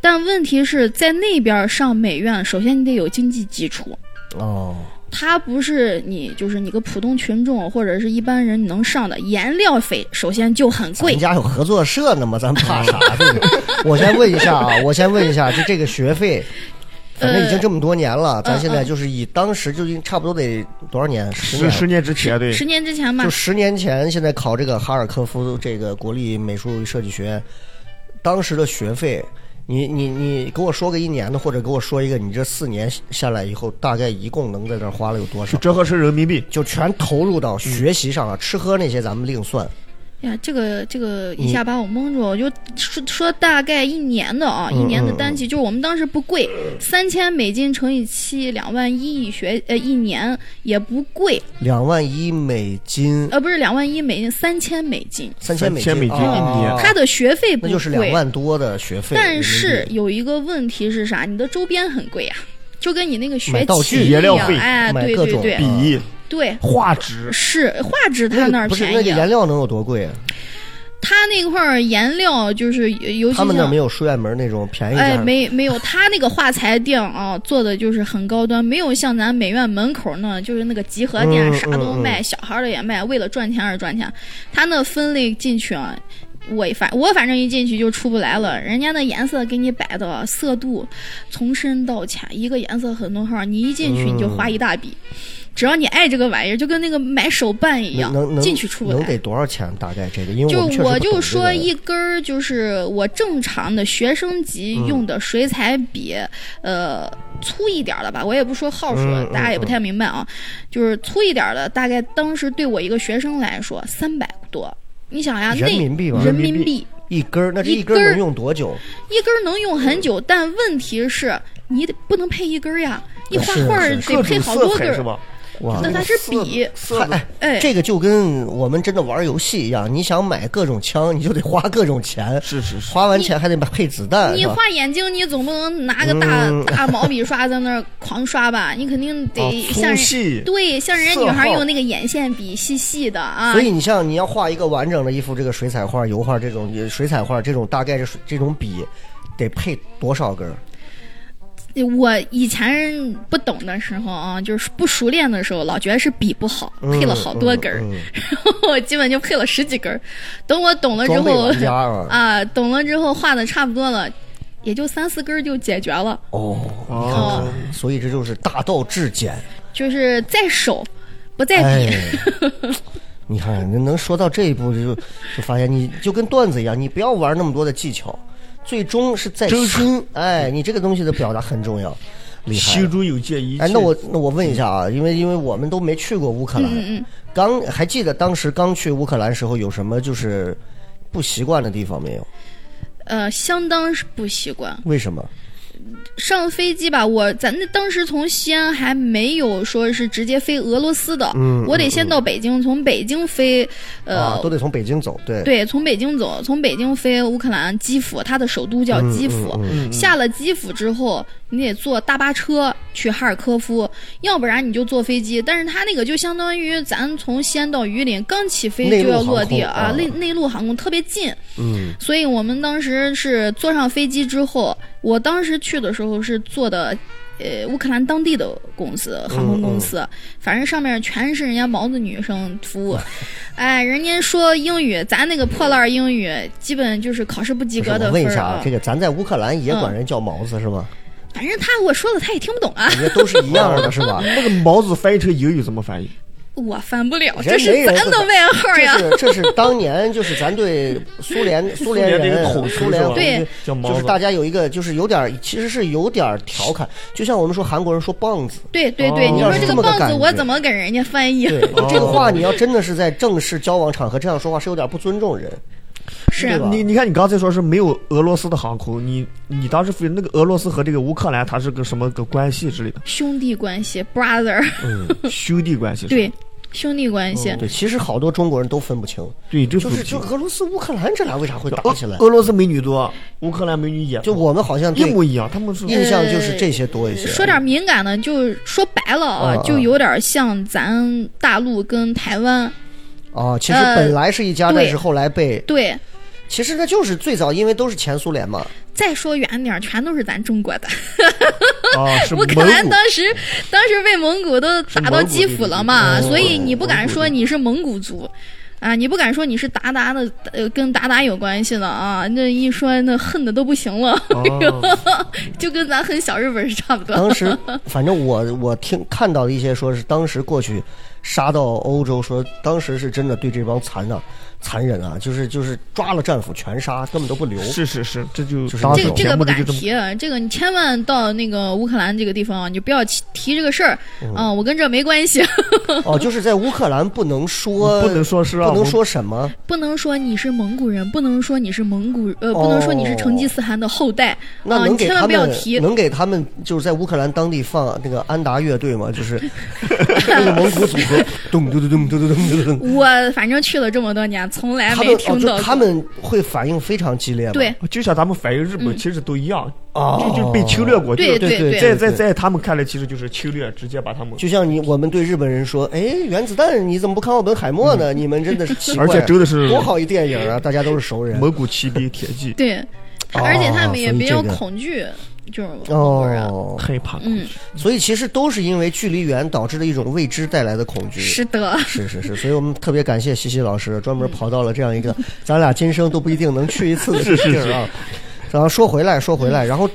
Speaker 5: 但问题是在那边儿上美院，首先你得有经济基础，
Speaker 3: 哦，
Speaker 5: 它不是你就是你个普通群众或者是一般人能上的，颜料费首先就很贵
Speaker 3: 人。家有合作社呢嘛，咱怕啥？对不对？我先问一下啊，我先问一下，就这个学费。反正已经这么多年
Speaker 5: 呃
Speaker 3: 了，咱
Speaker 5: 嗯
Speaker 3: 现在就是以当时就已经差不多得多少年？十
Speaker 4: 十
Speaker 3: 年
Speaker 4: 十年之前对
Speaker 5: 十年之前吧，
Speaker 3: 就十年前，现在考这个哈尔科夫这个国立美术与设计学院，当时的学费，你你你给我说个一年的，或者给我说一个你这四年下来以后，大概一共能在这儿花了有多少？
Speaker 4: 折合成人民币，
Speaker 3: 就全投入到学习上了，吃喝那些咱们另算。
Speaker 5: 呀，这个这个
Speaker 3: 嗯
Speaker 5: 一下把我蒙住了，我就说说大概一年的啊，一
Speaker 3: 嗯
Speaker 5: 年的单期，就是我们当时不贵，三千美金乘以七，两万一一学呃一年也不贵，
Speaker 3: 两万一美金，
Speaker 5: 呃不是两万一美金，三千美金，
Speaker 3: 三千美金，
Speaker 4: 3000美金一年
Speaker 3: 啊
Speaker 5: 它的学费哦不
Speaker 3: 那
Speaker 5: 贵，
Speaker 3: 就是两万多的学费。
Speaker 5: 但是
Speaker 3: 人民币
Speaker 5: 有一个问题是啥？你的周边很贵啊，就跟你那个
Speaker 3: 买
Speaker 5: 学
Speaker 3: 道具
Speaker 5: 旗一
Speaker 4: 颜料
Speaker 5: 样，
Speaker 4: 费
Speaker 5: 哎，
Speaker 3: 买
Speaker 5: 对
Speaker 3: 各
Speaker 5: 对
Speaker 3: 种
Speaker 5: 对
Speaker 3: 笔
Speaker 4: 笔
Speaker 5: 对，
Speaker 4: 画质
Speaker 5: 是画质
Speaker 3: 那
Speaker 5: 它
Speaker 3: 个
Speaker 5: 那儿
Speaker 3: 不是
Speaker 5: 便
Speaker 3: 那个
Speaker 5: 宜，
Speaker 3: 颜料能有多贵啊？
Speaker 5: 它那块儿颜料就是尤其
Speaker 3: 他们那儿
Speaker 5: 像
Speaker 3: 没有书院门那种便宜点
Speaker 5: 哎，
Speaker 3: 儿的
Speaker 5: 没没有，他那个画材店啊，做的就是很高端，没有像咱美院门口那，就是那个集合店，
Speaker 3: 嗯
Speaker 5: 啥都卖，小孩儿的也卖，为了赚钱而赚钱。他那分类进去啊，我反我反正一进去就出不来了，人家那颜色给你摆的色度，从深到浅，一个颜色很多号，你一进去你就
Speaker 3: 嗯
Speaker 5: 花一大笔。只要你爱这个玩意儿，就跟那个买手办一样
Speaker 3: 能能，
Speaker 5: 进去出不来。
Speaker 3: 能给多少钱？大概这个，因为
Speaker 5: 就
Speaker 3: 们确实
Speaker 5: 我
Speaker 3: 不懂
Speaker 5: 就
Speaker 3: 这个
Speaker 5: 说一根儿，就是我正常的学生级
Speaker 3: 嗯
Speaker 5: 用的水彩笔，呃，粗一点儿的吧，我也不说号数，
Speaker 3: 嗯嗯
Speaker 5: 大家也不太明白啊。就是粗一点儿的，大概当时对我一个学生来说，三百多。你想呀，那
Speaker 3: 人民币吧
Speaker 4: 人
Speaker 5: 人
Speaker 4: 民
Speaker 5: 民币
Speaker 3: 一根儿，那这
Speaker 5: 一
Speaker 3: 一根儿
Speaker 5: 根儿
Speaker 3: 能用多久？
Speaker 5: 一根儿能用很久，但问题是你得不能配一根儿呀，你画画儿
Speaker 3: 是啊
Speaker 5: 得
Speaker 4: 各
Speaker 5: 配
Speaker 4: 种
Speaker 5: 好多
Speaker 4: 色
Speaker 5: 根
Speaker 4: 彩是
Speaker 5: 儿。
Speaker 4: 吧？
Speaker 3: 哇
Speaker 5: 那它是笔，
Speaker 4: 色
Speaker 3: 它哎，
Speaker 5: 哎，
Speaker 3: 这个就跟我们真的玩游戏一样，你想买各种枪，你就得花各种钱，
Speaker 4: 是是是，
Speaker 3: 花完钱还得买配子弹，
Speaker 5: 你
Speaker 3: 是吧？
Speaker 5: 画眼睛，你总不能拿个大、
Speaker 3: 嗯
Speaker 5: 大毛笔刷在那儿狂刷吧？你 肯定
Speaker 4: 啊
Speaker 5: 得像
Speaker 4: 粗
Speaker 5: 人、
Speaker 4: 细
Speaker 5: 对，像人家女孩
Speaker 4: 色号
Speaker 5: 用那个眼线笔，细细的啊
Speaker 3: 所。以你像你要画一个完整的一幅这个水彩画、油画这种也水彩画这种大概是水这种笔，得配多少根儿？
Speaker 5: 我以前不懂的时候啊，就是不熟练的时候，老觉得是笔不好，配了好多根儿，
Speaker 3: 嗯嗯
Speaker 5: 然后我基本就配了十几根儿。等我懂了之
Speaker 3: 装备
Speaker 5: 后
Speaker 3: 玩家啊，
Speaker 5: 啊，懂了之后画的差不多了，也就三四根儿就解决了。
Speaker 3: 哦，你看
Speaker 5: 哦
Speaker 3: 看，所以这就是大道至简。
Speaker 5: 就是在手，不在 笔。
Speaker 3: 哎，你看，能能说到这一步，就就发现你就跟段子一样，你不要玩那么多的技巧。最终是在
Speaker 4: 真
Speaker 3: 心。哎，你这个东西的表达很重要，厉害
Speaker 4: 心
Speaker 3: 了。
Speaker 4: 中有戒，一切
Speaker 3: 哎，那我那我问一下啊，因为因为我们都没去过乌克兰，
Speaker 5: 嗯嗯
Speaker 3: 刚还记得当时刚去乌克兰时候有什么就是不习惯的地方没有？
Speaker 5: 呃，相当是不习惯
Speaker 3: 为什么？
Speaker 5: 上飞机吧。我咱那当时从西安还没有说是直接飞俄罗斯的，我得先到北京，从北京飞，呃
Speaker 3: 嗯啊，，都得从北京走，对，
Speaker 5: 对，从北京走，从北京飞乌克兰基辅，它的首都叫
Speaker 3: 嗯
Speaker 5: 基辅。
Speaker 4: 嗯
Speaker 5: 下了基辅之后，你得坐大巴车去哈尔科夫，要不然你就坐飞机。但是它那个就相当于咱从西安到榆林，刚起飞
Speaker 3: 内
Speaker 5: 就
Speaker 3: 陆
Speaker 5: 要
Speaker 3: 航
Speaker 5: 落地
Speaker 3: 空啊
Speaker 5: 内内陆航空特别近。嗯，所以我们当时是坐上飞机之后，我当时去的时候是坐的。呃，乌克兰当地的公司，航空公司，
Speaker 3: 嗯
Speaker 5: 反正上面全是人家毛子女生 服务，哎，人家说英语，咱那个破烂儿英语，基本就是考试不及
Speaker 3: 不是
Speaker 5: 格的
Speaker 3: 我问
Speaker 5: 分
Speaker 3: 一
Speaker 5: 儿
Speaker 3: 下
Speaker 5: 啊
Speaker 3: 啊，。这个咱在乌克兰也
Speaker 5: 嗯
Speaker 3: 管人叫毛子是吗？
Speaker 5: 反正他我说了，他也听不懂啊，
Speaker 3: 人家都是一样的是吧？
Speaker 4: 那个毛子翻译成英语怎么翻译？
Speaker 5: 我翻不了，
Speaker 3: 嗯人
Speaker 5: 这是
Speaker 3: 没人
Speaker 5: 咱
Speaker 3: 不
Speaker 5: 的
Speaker 3: 懂
Speaker 5: 外号呀。
Speaker 3: 这是这是当年就是咱对苏联苏联
Speaker 4: 这个
Speaker 3: 人
Speaker 4: 统
Speaker 3: 苏
Speaker 4: 称
Speaker 3: 联
Speaker 4: 是吧？
Speaker 5: 对
Speaker 4: 叫毛
Speaker 3: 就是
Speaker 4: 子
Speaker 3: 大家有一个就是有点儿其实是有点儿调侃，就像我们说韩国人说棒子，
Speaker 5: 对对对，
Speaker 4: 哦
Speaker 5: 你
Speaker 4: 要
Speaker 5: 说
Speaker 4: 是
Speaker 5: 这个
Speaker 3: 这么个
Speaker 5: 棒
Speaker 3: 感
Speaker 5: 子，
Speaker 3: 觉
Speaker 5: 我怎么给人家翻译？
Speaker 3: 对
Speaker 4: 哦
Speaker 3: 这个话你要真的是在正式交往场合这样说话是有点不尊重人，
Speaker 5: 是？
Speaker 3: 对吧
Speaker 4: 你你看，你刚才说是没有俄罗斯的航空，你你当时飞那个俄罗斯和这个乌克兰，它是个什么个关系之类的
Speaker 5: 兄弟关系，brother，
Speaker 4: 兄弟关系是吧？
Speaker 5: 对，兄弟关系。
Speaker 3: 对，其实好多中国人都分不清，
Speaker 4: 对，这
Speaker 3: 就
Speaker 4: 不
Speaker 3: 是就
Speaker 4: 行
Speaker 3: 俄罗斯乌克兰这俩为啥会打起来
Speaker 4: 俄？俄罗斯美女多，乌克兰美女也多
Speaker 3: 就我们好像
Speaker 4: 一
Speaker 3: 对
Speaker 4: 模一样，他们是
Speaker 3: 印象就是这些多一
Speaker 4: 呃
Speaker 3: 些。
Speaker 5: 说点敏感的，就说白了啊
Speaker 3: 嗯，嗯
Speaker 5: 就有点像咱大陆跟台湾。
Speaker 3: 啊，其实
Speaker 5: 呃
Speaker 3: 本来是一家，
Speaker 5: 对
Speaker 3: 但是后来被
Speaker 5: 对，
Speaker 3: 其实那就是最早因为都是前苏联嘛，
Speaker 5: 再说远点儿，全都是咱中国的。
Speaker 4: 啊，是
Speaker 5: 乌
Speaker 4: 蒙
Speaker 5: 克兰
Speaker 4: 古
Speaker 5: 当时当时被蒙古都打到基辅了嘛，
Speaker 4: 是蒙古
Speaker 5: 所
Speaker 4: 地区嗯
Speaker 5: 以你不敢说
Speaker 4: 蒙古
Speaker 5: 你是蒙古族。啊，你不敢说你是鞑靼的，呃，跟鞑靼有关系的啊？那一说那恨的都不行了，
Speaker 4: 哦
Speaker 5: 就跟咱恨小日本是差不多。
Speaker 3: 当 时反正我我听看到的一些说是当时过去杀到欧洲，说当时是真的对这帮残啊残忍啊，就是就是抓了战俘全杀，根本都不留。
Speaker 4: 是是是，这就
Speaker 3: 就是
Speaker 4: 当
Speaker 5: 这
Speaker 4: 时
Speaker 5: 个这个
Speaker 4: 全部
Speaker 5: 不
Speaker 4: 都
Speaker 5: 敢
Speaker 4: 就这么
Speaker 5: 提，啊这个你千万到那个乌克兰这个地方，啊你不要提提这个事儿
Speaker 3: 嗯
Speaker 5: 啊，我跟这没关系，
Speaker 3: 哦，就是在乌克兰不能说
Speaker 4: 不能说是啊，
Speaker 3: 不能
Speaker 4: 我
Speaker 3: 说什么
Speaker 5: 不能说你是蒙古人，不能说你是蒙古，呃，不能说你是成
Speaker 3: 哦
Speaker 5: 吉思汗的后代
Speaker 3: 那
Speaker 5: 啊，
Speaker 3: 能
Speaker 5: 你
Speaker 3: 给
Speaker 5: 千
Speaker 3: 他
Speaker 5: 万
Speaker 3: 们
Speaker 5: 不要提。
Speaker 3: 能给他们就是在乌克兰当地放那个安达乐队吗？就是 那个蒙古组合，咚咚咚咚咚咚咚 咚。
Speaker 5: 我反正去了这么多年，从来
Speaker 3: 他
Speaker 5: 没
Speaker 3: 们哦，
Speaker 5: 听到
Speaker 3: 就
Speaker 5: 过。
Speaker 3: 他们会反应非常激烈吗？
Speaker 5: 对
Speaker 4: 就像咱们反映日本，其实都一样，
Speaker 3: 哦
Speaker 4: 就就是被侵略过，
Speaker 5: 对
Speaker 4: 就是
Speaker 5: 对对
Speaker 4: 在在在他们看来，其实就是侵略，直接把他们，
Speaker 3: 就像你我们对日本人说，哎，原子弹你怎么不看奥本海默呢？
Speaker 5: 嗯
Speaker 3: 你们真的是奇怪，
Speaker 4: 而且真的是
Speaker 3: 多好一电影啊！大家都是熟人。
Speaker 4: 蒙古骑兵铁骑，
Speaker 5: 对，
Speaker 3: 哦
Speaker 5: 而且他们也
Speaker 3: 所以
Speaker 5: 比较
Speaker 3: 这个
Speaker 5: 恐惧，就是蒙古人。
Speaker 3: 哦，
Speaker 4: 害怕，
Speaker 5: 嗯，
Speaker 3: 所以其实都是因为距离远导致的一种未知带来的恐惧。
Speaker 5: 是的，
Speaker 3: 是是是，所以我们特别感谢西西老师，专门跑到了这样一个咱俩今生都不一定能去一次的地
Speaker 4: 是是
Speaker 3: 儿啊。然后说回来，说回来，然后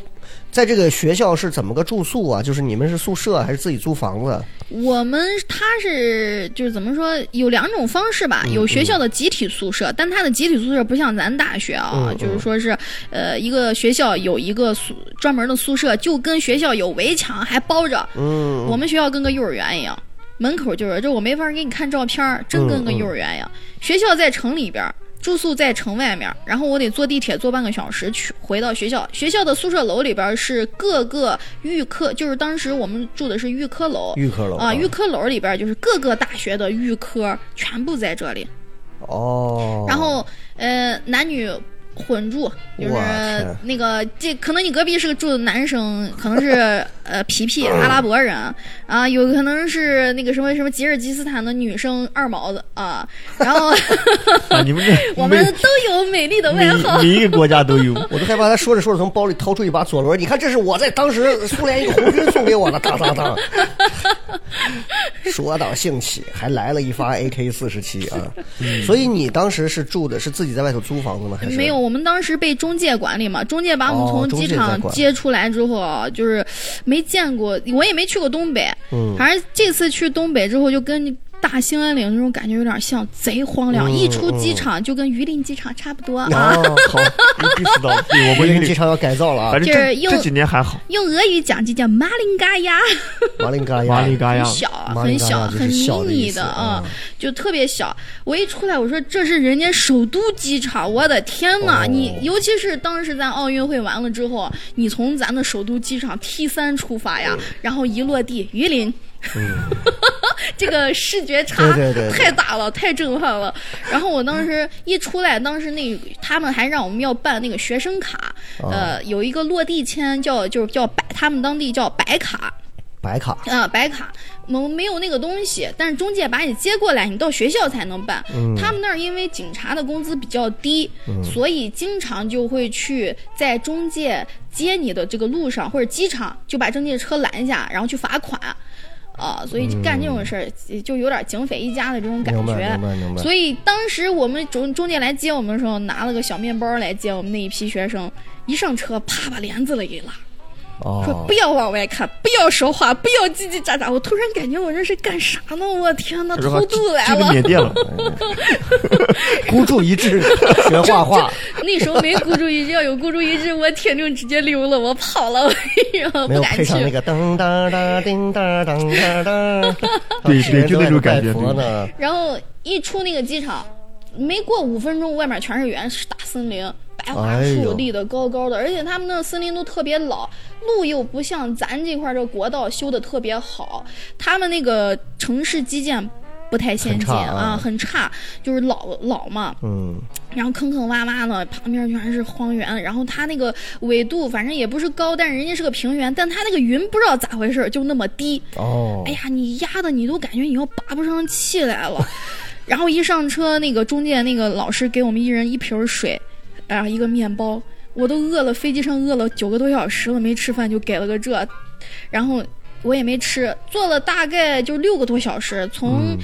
Speaker 3: 在这个学校是怎么个住宿啊？就是你们是宿舍还是自己租房子？
Speaker 5: 我们他是就是怎么说，有两种方式吧，有学校的集体宿舍，但他的集体宿舍不像咱大学啊，就是说是呃一个学校有一个宿专门的宿舍，就跟学校有围墙还包着。嗯，我们学校跟个幼儿园一样。门口就是，这我没法给你看照片儿，真跟个幼儿园一样。学校在城里边儿，住宿在城外面儿，然后我得坐地铁坐半个小时去回到学校。学校的宿舍楼里边儿是各个预科，就是当时我们住的是预科楼，
Speaker 3: 预科楼
Speaker 5: 啊，预科楼里边儿就是各个大学的预科全部在这里，
Speaker 3: 哦，
Speaker 5: 然后呃男女。混住就是
Speaker 3: 我天
Speaker 5: 那个，这可能你隔壁是个住的男生，可 能是呃皮皮阿拉伯人啊，有可能是那个什么什么吉尔吉斯坦的女生二毛子啊，然后
Speaker 4: 啊你们这
Speaker 5: 我们都有美丽的
Speaker 4: 每
Speaker 5: 外号
Speaker 4: 每，每一个国家都 有，
Speaker 3: 我都害怕他说着说着从包里掏出一把左轮，你看这是我在当时苏联一个红军送给我的，当当当。说到兴起，还来了一发 AK 四十七啊！所以你当时是住的是自己在外头租房子吗？还是
Speaker 5: 嗯没有，？我们当时被中介管理嘛，中介把我们
Speaker 3: 哦
Speaker 5: 从
Speaker 3: 中
Speaker 5: 机
Speaker 3: 介在
Speaker 5: 场
Speaker 3: 管
Speaker 5: 接出来之后，啊，
Speaker 3: 嗯
Speaker 5: 就是没见过，我也没去过东北，反正这次去东北之后就跟大兴安岭那种感觉有点像，贼荒凉，
Speaker 3: 嗯
Speaker 5: 一出机场就跟榆林机场差不多啊。
Speaker 3: 哦，好，
Speaker 4: 你必须到，对我
Speaker 3: 柏
Speaker 4: 们
Speaker 3: 林
Speaker 4: 印
Speaker 3: 机
Speaker 4: 尼，
Speaker 3: 场要改造了啊
Speaker 4: 反，正
Speaker 5: 就是
Speaker 4: 这
Speaker 5: 用
Speaker 4: 这几年还好。
Speaker 5: 用俄语讲就叫马林嘎呀，
Speaker 3: 马林嘎呀，
Speaker 4: 马里嘎呀
Speaker 5: 很，哎小，啊
Speaker 3: 马里
Speaker 5: 很
Speaker 3: 嘎
Speaker 5: 小，
Speaker 3: 呀就是
Speaker 5: 很迷
Speaker 3: 小的意
Speaker 5: 你
Speaker 3: 思
Speaker 5: 的啊
Speaker 3: 嗯，
Speaker 5: 就特别小。我一出来，我说这是人家首都机场，我的天呐！
Speaker 3: 哦
Speaker 5: 你尤其是当时咱奥运会完了之后，你从咱的首都机场 T 三出发呀，
Speaker 3: 嗯
Speaker 5: 然后一落地榆林。 这个视觉差
Speaker 3: 对对对对
Speaker 5: 太大了，太震撼了。然后我当时一出来，当时那他们还让我们要办那个学生卡，
Speaker 3: 啊
Speaker 5: 呃，有一个落地签叫就是叫白，他们当地叫白卡，
Speaker 3: 白卡，
Speaker 5: 啊，白卡，我没有那个东西，但是中介把你接过来，你到学校才能办。
Speaker 3: 嗯
Speaker 5: 他们那儿因为警察的工资比较低，所以经常就会去在中介接你的这个路上或者机场就把中介车拦下，然后去罚款。啊，所以就干这种事儿、就有点警匪一家的这种感
Speaker 3: 嗯明白
Speaker 5: 觉
Speaker 3: 明白明。白
Speaker 5: 所以当时我们中中介来接我们的时候，拿了个小面包来接我们那一批学生，一上车啪把帘子了一拉。说
Speaker 3: 哦
Speaker 5: 不，要往外看，不要说话，不要叽叽喳喳。我突然感觉我这是干啥呢？我天呐，
Speaker 4: 他说
Speaker 5: 偷渡来
Speaker 4: 这个缅
Speaker 5: 了！
Speaker 4: 甸 了，
Speaker 3: 孤注一掷学画画，
Speaker 5: 那时候没孤注一掷，要有孤注一掷，我铁定直接溜了，我跑了，我 然后
Speaker 3: 没
Speaker 5: 不
Speaker 3: 有
Speaker 5: 敢
Speaker 3: 配
Speaker 5: 去
Speaker 3: 上。那个噔哒哒叮哒噔哒哒，
Speaker 4: 对对就那种感觉
Speaker 3: 学生都在那拜佛呢，
Speaker 5: 然后一出那个机场，没过五分钟，外面全是原始大森林，白桦
Speaker 3: 哎呦
Speaker 5: 树立得高高的，而且他们那个森林都特别老，路又不像咱这块儿这国道修的特别好，他们那个城市基建不太先
Speaker 3: 很
Speaker 5: 进
Speaker 3: 差啊
Speaker 5: 很差，就是老老嘛，
Speaker 3: 嗯，
Speaker 5: 然后坑坑洼洼的，旁边全是荒原。然后它那个纬度反正也不是高，但是人家是个平原，但它那个云不知道咋回事儿就那么低。
Speaker 3: 哦
Speaker 5: 哎，呀，你压的你都感觉你要拔不上气来了。然后一上车，那个中介那个老师给我们一人一瓶水，然后一个面包，我都饿了，飞机上饿了九个多小时了，没吃饭就给了个这，然后我也没吃，坐了大概就六个多小时，
Speaker 3: 嗯
Speaker 5: 从、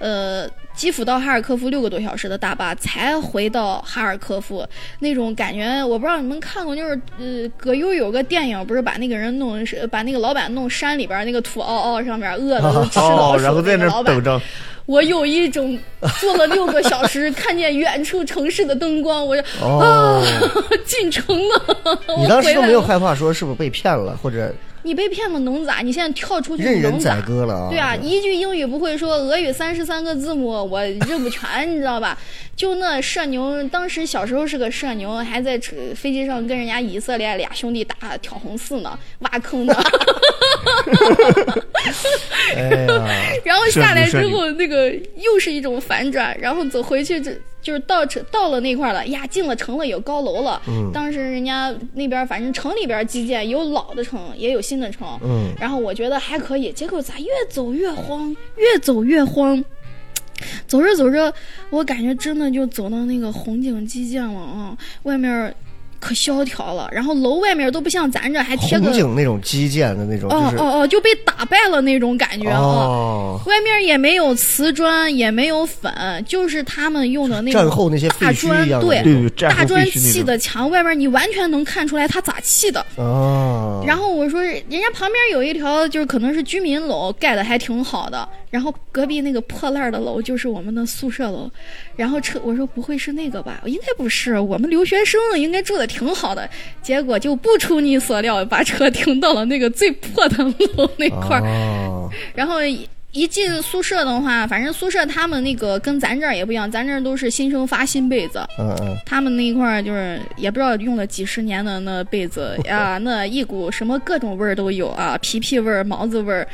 Speaker 5: 呃基辅到哈尔科夫六个多小时的大巴才回到哈尔科夫，那种感觉我不知道你们看过，就是呃葛优有个电影，不是把那个人弄是把那个老板弄山里边儿那个土坳坳上面儿饿的都 吃老
Speaker 4: 哦，
Speaker 5: 鼠
Speaker 4: 然后在
Speaker 5: 那
Speaker 4: 那
Speaker 5: 个
Speaker 4: 儿
Speaker 5: 老板
Speaker 4: 等着，
Speaker 5: 我有一种坐了六个小时，看见远处城市的灯光，我就、啊， 进城了。
Speaker 3: 哦你当
Speaker 5: 我
Speaker 3: 时
Speaker 5: 回
Speaker 3: 都
Speaker 5: 来
Speaker 3: 没有
Speaker 5: 了
Speaker 3: 害怕说是不是被骗了或者
Speaker 5: 你被骗了能咋？你现在跳出去
Speaker 3: 任人
Speaker 5: 能咋
Speaker 3: 宰？割了啊？
Speaker 5: 对啊，一句英语不会说，俄语三十三个字母我认不全，你知道吧？ 就那社牛，当时小时候是个社牛，还在车飞机上跟人家以色列俩兄弟打挑红四呢，挖坑呢。
Speaker 3: 哎呀，
Speaker 5: 然后下来之后，那个又是一种反转，然后走回去这。就是到城到了那块儿了呀，进了城了，有高楼了。当时人家那边儿反正城里边儿基建有老的城，也有新的城。
Speaker 3: 嗯
Speaker 5: 然后我觉得还可以，结果咋越走越荒，越走越荒。走着走着，我感觉真的就走到那个红警基建了啊，外面儿可萧条了，然后楼外面儿都不像咱这还贴个
Speaker 3: 红警那种基建的那种，就
Speaker 5: 哦
Speaker 3: 是
Speaker 5: 哦哦，就被打败了那种感觉啊。
Speaker 3: 哦，
Speaker 5: 外面也没有瓷砖，也没有粉，就是他们用的那
Speaker 3: 战
Speaker 5: 种
Speaker 3: 后那些废
Speaker 5: 大
Speaker 3: 墟
Speaker 5: 砖
Speaker 3: 一样的
Speaker 5: 对
Speaker 3: 那
Speaker 4: 对
Speaker 3: 种，
Speaker 4: 对，战
Speaker 5: 大
Speaker 4: 后
Speaker 5: 砖
Speaker 4: 必须
Speaker 5: 砌
Speaker 4: 那种。嗯
Speaker 5: 的墙，外面你完全能看出来他咋砌的。
Speaker 3: 哦，
Speaker 5: 然后我说，人家旁边有一条就是可能是居民楼，盖的还挺好的。然后隔壁那个破烂的楼就是我们的宿舍楼。然后车我说不会是那个吧？应该不是，我们留学生应该住的挺好的。结果就不出你所料，把车停到了那个最破的楼那块 儿。
Speaker 3: 哦，
Speaker 5: 然后一一进宿舍的话，反正宿舍他们那个跟咱这儿也不一样，咱这儿都是新生发新被子，
Speaker 3: 嗯嗯，
Speaker 5: 他们那一块儿就是也不知道用了几十年的那 被子啊，那一股什么各种味儿都有啊，皮皮味儿、毛子味儿。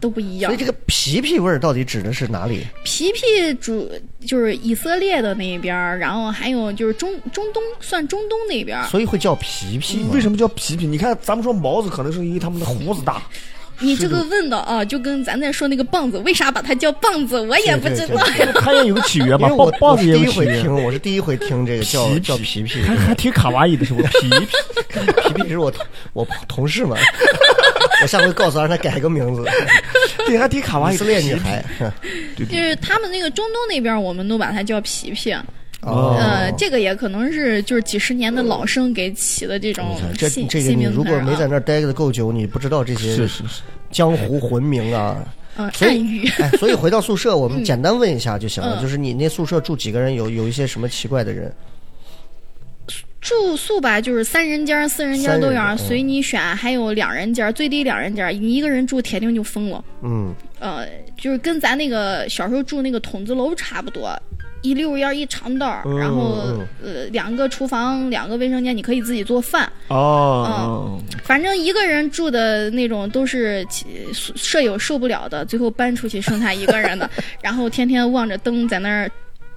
Speaker 5: 都不一样
Speaker 3: 所以，这个皮皮味儿到底指的是哪里？
Speaker 5: 皮皮主就是以色列的那边儿，然后还有就是中中东，算中东那边儿。
Speaker 3: 所以会叫皮皮吗
Speaker 4: 嗯为？什么叫皮皮？你看，咱们说毛子，可能是因为他们的胡 子大，
Speaker 5: 你这个问的啊，就跟咱在说那个棒子，为啥把它叫棒子，我也不
Speaker 3: 对
Speaker 5: 知
Speaker 3: 对
Speaker 5: 道。
Speaker 4: 它也有个起源
Speaker 3: 因
Speaker 4: 嘛
Speaker 3: 为，
Speaker 4: 豹
Speaker 3: 我
Speaker 4: 豹
Speaker 3: 我
Speaker 4: 子
Speaker 3: 是
Speaker 4: 也
Speaker 3: 第一
Speaker 4: 有起
Speaker 3: 回
Speaker 4: 源
Speaker 3: 听，。我是第一回听这个叫
Speaker 4: 皮皮
Speaker 3: 叫皮皮，
Speaker 4: 还还挺卡哇伊的是不？皮皮，
Speaker 3: 皮皮是我同我同事嘛， 我下回告诉他让他改个名字，
Speaker 4: 对，还挺卡 哇伊
Speaker 3: 以
Speaker 4: 的。
Speaker 3: 色列女孩，
Speaker 4: 皮皮，对
Speaker 5: 就
Speaker 4: 对。
Speaker 5: 是他们那个中东那边儿，我们都把它叫皮皮。
Speaker 3: 哦
Speaker 5: 呃，这个也可能是就是几十年的老生给起的这种
Speaker 3: 这
Speaker 5: 新
Speaker 3: 这个
Speaker 5: 新
Speaker 3: 你
Speaker 5: 名
Speaker 3: 如
Speaker 5: 词
Speaker 3: 果
Speaker 5: 儿
Speaker 3: 没在
Speaker 5: 啊。
Speaker 3: 那儿待的够久，你不知道这些
Speaker 4: 是是，
Speaker 3: 江湖魂名啊，
Speaker 5: 嗯，
Speaker 3: 所以
Speaker 5: 暗喻。
Speaker 3: 哎，所以回到宿舍，我们简单问一下就行了，
Speaker 5: 嗯
Speaker 3: 就是你那宿舍住几个人？有有一些什么奇怪的人？
Speaker 5: 住宿吧，就是三人间儿、四人间儿
Speaker 3: 三人
Speaker 5: 都有
Speaker 3: 间
Speaker 5: 啊，
Speaker 3: 嗯
Speaker 5: 随你选。还有两人间儿，最低两人间儿，你一个人住铁定就疯了。
Speaker 3: 嗯，
Speaker 5: 呃，就是跟咱那个小时候住那个筒子楼差不多，一溜烟儿一长道儿，
Speaker 4: 嗯
Speaker 5: 然后
Speaker 3: 嗯
Speaker 5: 呃两个厨房、两个卫生间，你可以自己做饭。
Speaker 4: 嗯哦，
Speaker 5: 反正一个人住的那种都是其舍舍友受不了的，最后搬出去剩他一个 人的，然后天天望着灯在那儿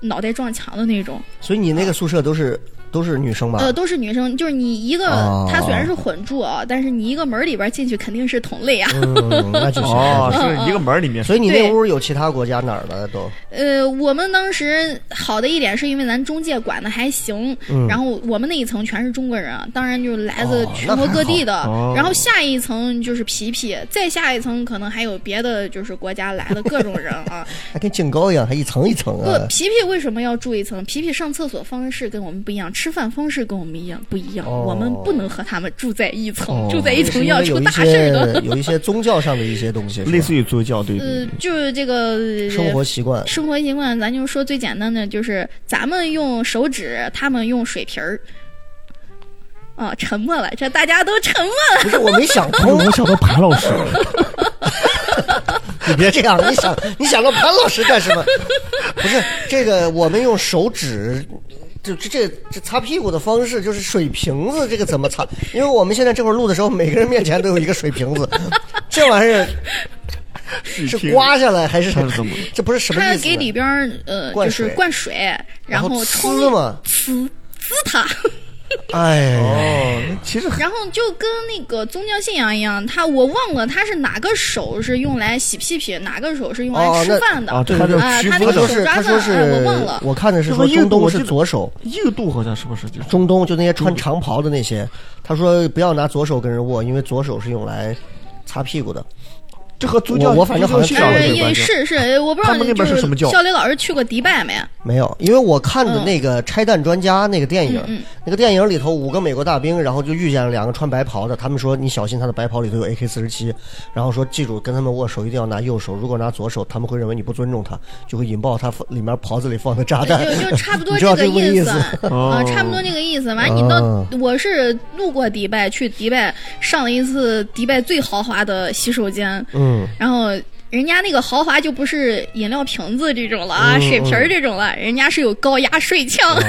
Speaker 5: 脑袋撞墙的那种。
Speaker 3: 所以你那个宿舍都是都是女生吧？
Speaker 5: 呃，都是女生，就是你一个，
Speaker 3: 哦
Speaker 5: 她虽然是混住啊，但是你一个门儿里边进去肯定是同类啊。
Speaker 3: 嗯，那就行。
Speaker 4: 哦，
Speaker 3: 那就行
Speaker 5: 嗯
Speaker 4: 是一个门儿里面，
Speaker 3: 所以你那
Speaker 5: 对
Speaker 3: 屋有其他国家哪儿的都？
Speaker 5: 呃，我们当时好的一点是因为咱中介管的还行，
Speaker 3: 嗯
Speaker 5: 然后我们那一层全是中国人啊，当然就是来自
Speaker 3: 哦
Speaker 5: 全国各地的。
Speaker 4: 哦
Speaker 5: 然后下一层就是皮皮，再下一层可能还有别的就是国家来的各种人 啊。
Speaker 3: 还跟净高一样，还一层一层
Speaker 5: 不，
Speaker 3: 啊。
Speaker 5: 皮皮为什么要住一层？皮皮上厕所方式跟我们不一样，吃饭方式跟我们一样不一样，
Speaker 3: 哦
Speaker 5: 我们不能和他们住在一层，
Speaker 4: 哦
Speaker 5: 住在一
Speaker 3: 是
Speaker 5: 层
Speaker 3: 因
Speaker 5: 要
Speaker 3: 为
Speaker 5: 出
Speaker 3: 有一
Speaker 5: 大事儿
Speaker 3: 些
Speaker 5: 的。
Speaker 3: 有一些宗教上的一些东西，是
Speaker 5: 嗯
Speaker 3: 吧
Speaker 4: 类似于宗教对对
Speaker 5: 呃
Speaker 4: 对，
Speaker 5: 就是这个
Speaker 3: 生活习惯。
Speaker 5: 生活习惯，咱就说最简单的，就是咱们用手指，他们用水瓶儿。啊、沉默了，这大家都沉默了。
Speaker 3: 不是我没想
Speaker 4: 我
Speaker 3: 通，
Speaker 4: 能想到潘老师，
Speaker 3: 你 别这样，你想你想到潘老师干什么？不是这个，我们用手指。就这这这擦屁股的方式就是水瓶子，这个怎么擦？因为我们现在这会儿录的时候，每个人面前都有一个水瓶子，这玩意儿
Speaker 5: 嗯
Speaker 3: 是
Speaker 4: 听
Speaker 3: 刮下来还是
Speaker 4: 他是怎么？
Speaker 3: 这不是什么
Speaker 5: 他
Speaker 3: 意思呢？
Speaker 5: 给里边儿呃，
Speaker 3: 灌
Speaker 5: 就是
Speaker 3: 水
Speaker 5: 灌水，然
Speaker 3: 后
Speaker 5: 冲
Speaker 3: 呲嘛，
Speaker 5: 呲呲它，
Speaker 3: 哎呀，
Speaker 4: 哦，那其实
Speaker 5: 然后就跟那个宗教信仰一样，他我忘了他是哪个手是用来洗屁屁，哪个手是用来
Speaker 3: 哦
Speaker 5: 吃
Speaker 3: 那
Speaker 5: 饭的。
Speaker 4: 啊，
Speaker 3: 对
Speaker 4: 他叫
Speaker 3: 对
Speaker 5: 啊
Speaker 4: 屈
Speaker 5: 他那
Speaker 3: 他
Speaker 4: 服
Speaker 3: 说
Speaker 4: 的
Speaker 5: 个手
Speaker 3: 是
Speaker 5: 抓
Speaker 3: 他
Speaker 5: 饭
Speaker 3: 说是
Speaker 5: 哎我忘了
Speaker 3: 我看的是
Speaker 4: 这
Speaker 3: 说
Speaker 4: 个印
Speaker 3: 中
Speaker 4: 度
Speaker 3: 东
Speaker 4: 我
Speaker 3: 是
Speaker 4: 记得
Speaker 3: 左手，
Speaker 4: 印度好像是不是就是
Speaker 3: 中东就那些穿长袍的那些，他说不要拿左手跟人握，因为左手是用来擦屁股的。
Speaker 4: 这和宗
Speaker 3: 我
Speaker 4: 教
Speaker 3: 我反正好像
Speaker 4: 信
Speaker 3: 知道
Speaker 4: 仰
Speaker 3: 了啊这个
Speaker 4: 有
Speaker 5: 呃，也
Speaker 4: 关系。
Speaker 5: 是是，我不知道
Speaker 4: 他们那
Speaker 5: 就
Speaker 4: 边是什么教
Speaker 5: 肖磊老师去过迪拜没？啊
Speaker 3: 没有，因为我看的
Speaker 5: 嗯
Speaker 3: 那个《拆弹专家》那个电影，
Speaker 5: 嗯嗯
Speaker 3: 那个电影里头五个美国大兵，然后就遇见了两个穿白袍的，他们说你小心他的白袍里头有 AK 四十七，然后说记住跟他们握手一定要拿右手，如果拿左手，他们会认为你不尊重他，就会引爆他里面袍子里放的炸弹。
Speaker 5: 哎呃就 就差不多
Speaker 3: 啊你知道
Speaker 5: 个
Speaker 3: 这个意
Speaker 5: 思
Speaker 3: 思
Speaker 5: 啊，
Speaker 4: 哦
Speaker 5: 差不多那个意思。完，你
Speaker 3: 哦
Speaker 5: 到我是路过迪拜，去迪拜上了一次迪拜最豪华的洗手间，
Speaker 3: 嗯，
Speaker 5: 然后人家那个豪华就不是饮料瓶子这种了啊，
Speaker 3: 嗯
Speaker 5: 水瓶儿这种了，人家是有高压水枪。
Speaker 3: 哦，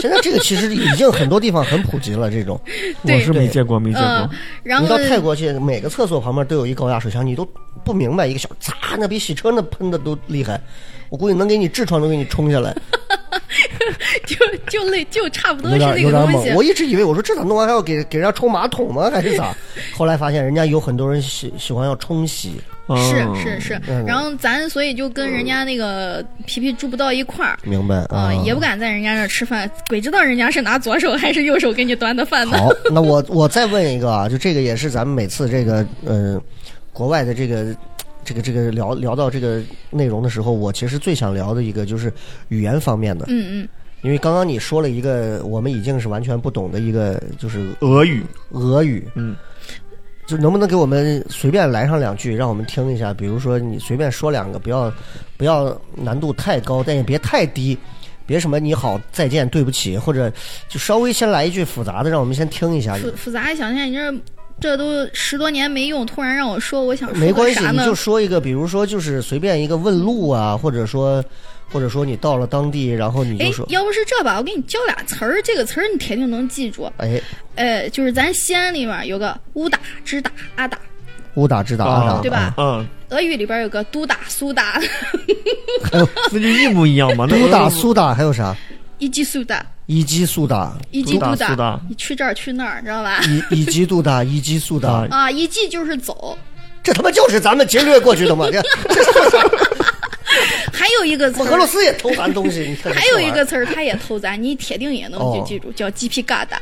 Speaker 3: 现在这个其实已经很多地方很普及了，这种。
Speaker 4: 我
Speaker 5: 对
Speaker 4: 是没见过，没见
Speaker 5: 嗯
Speaker 4: 过。，
Speaker 5: 然
Speaker 3: 你
Speaker 5: 后
Speaker 3: 到泰国去，每个厕所旁边都有一高压水枪，你都不明白一个小，擦，那比洗车那喷的都厉害。我估计能给你痔疮都给你冲下来，
Speaker 5: 就就类就差不多
Speaker 3: 有
Speaker 5: 是
Speaker 3: 点
Speaker 5: 那
Speaker 3: 有
Speaker 5: 个
Speaker 3: 点
Speaker 5: 东
Speaker 3: 猛
Speaker 5: 西。。
Speaker 3: 我一直以为我说这咋弄完还要给给人家冲马桶吗？还是咋？ 后来发现人家有很多人喜喜欢要冲洗，
Speaker 5: 是
Speaker 4: 嗯
Speaker 5: 是是
Speaker 3: 嗯，
Speaker 5: 然后咱所以就跟人家那个皮皮住不到一块儿，
Speaker 3: 明白
Speaker 5: 啊、
Speaker 3: 啊？
Speaker 5: 也不敢在人家那儿吃饭，鬼知道人家是拿左手还是右手给你端的饭呢。
Speaker 3: 好，那我我再问一个啊，就这个也是咱们每次这个呃，国外的这个这个这个聊聊到这个内容的时候，我其实最想聊的一个就是语言方面的，
Speaker 5: 嗯嗯，
Speaker 3: 因为刚刚你说了一个我们已经是完全不懂的一个就是
Speaker 4: 俄语，
Speaker 3: 俄语，
Speaker 4: 嗯，
Speaker 3: 就能不能给我们随便来上两句，让我们听一下？比如说你随便说两个，不要不要难度太高，但也别太低。别什么你好再见对不起，或者就稍微先来一句复杂的，让我们先听一下。
Speaker 5: 复复杂想想你这这都十多年没用，突然让我说我想
Speaker 3: 没
Speaker 5: 说
Speaker 3: 关
Speaker 5: 个
Speaker 3: 系，
Speaker 5: 啥
Speaker 3: 你
Speaker 5: 呢
Speaker 3: 就？说一个，比如说就是随便一个问路啊，或者说，啊或者说你到了当地，然后你
Speaker 5: 哎
Speaker 3: 就说，，
Speaker 5: 要不是这吧，我给你教俩词儿，这个词儿你铁定能记住。
Speaker 3: 哎，
Speaker 5: 呃，就是咱西安里面有个乌打、支打、阿打，
Speaker 3: 乌打支打
Speaker 4: 啊
Speaker 3: 阿打，
Speaker 5: 对吧
Speaker 4: 嗯，
Speaker 5: 俄语里边有个都打、苏打、
Speaker 4: 那就一模一 样嘛。那
Speaker 3: 乌打苏打还有啥？
Speaker 5: 一级苏打、
Speaker 3: 一基苏打，
Speaker 5: 一级
Speaker 4: 都打
Speaker 5: 都
Speaker 4: 苏打
Speaker 5: 你去这儿去那儿，知道吧？
Speaker 3: 一一基杜打，一基苏打
Speaker 4: 啊，
Speaker 5: 啊，一级就是走，
Speaker 3: 这他妈就是咱们劫掠过去的嘛！这这
Speaker 5: 还有一个词
Speaker 3: 我
Speaker 5: 儿
Speaker 3: 们俄罗斯也 偷咱东西，你看这
Speaker 5: 还有一
Speaker 3: 玩意
Speaker 5: 个
Speaker 3: 儿啊
Speaker 5: 词儿，他也偷咱，你铁定也能
Speaker 3: 哦
Speaker 5: 就记住，叫鸡皮疙瘩。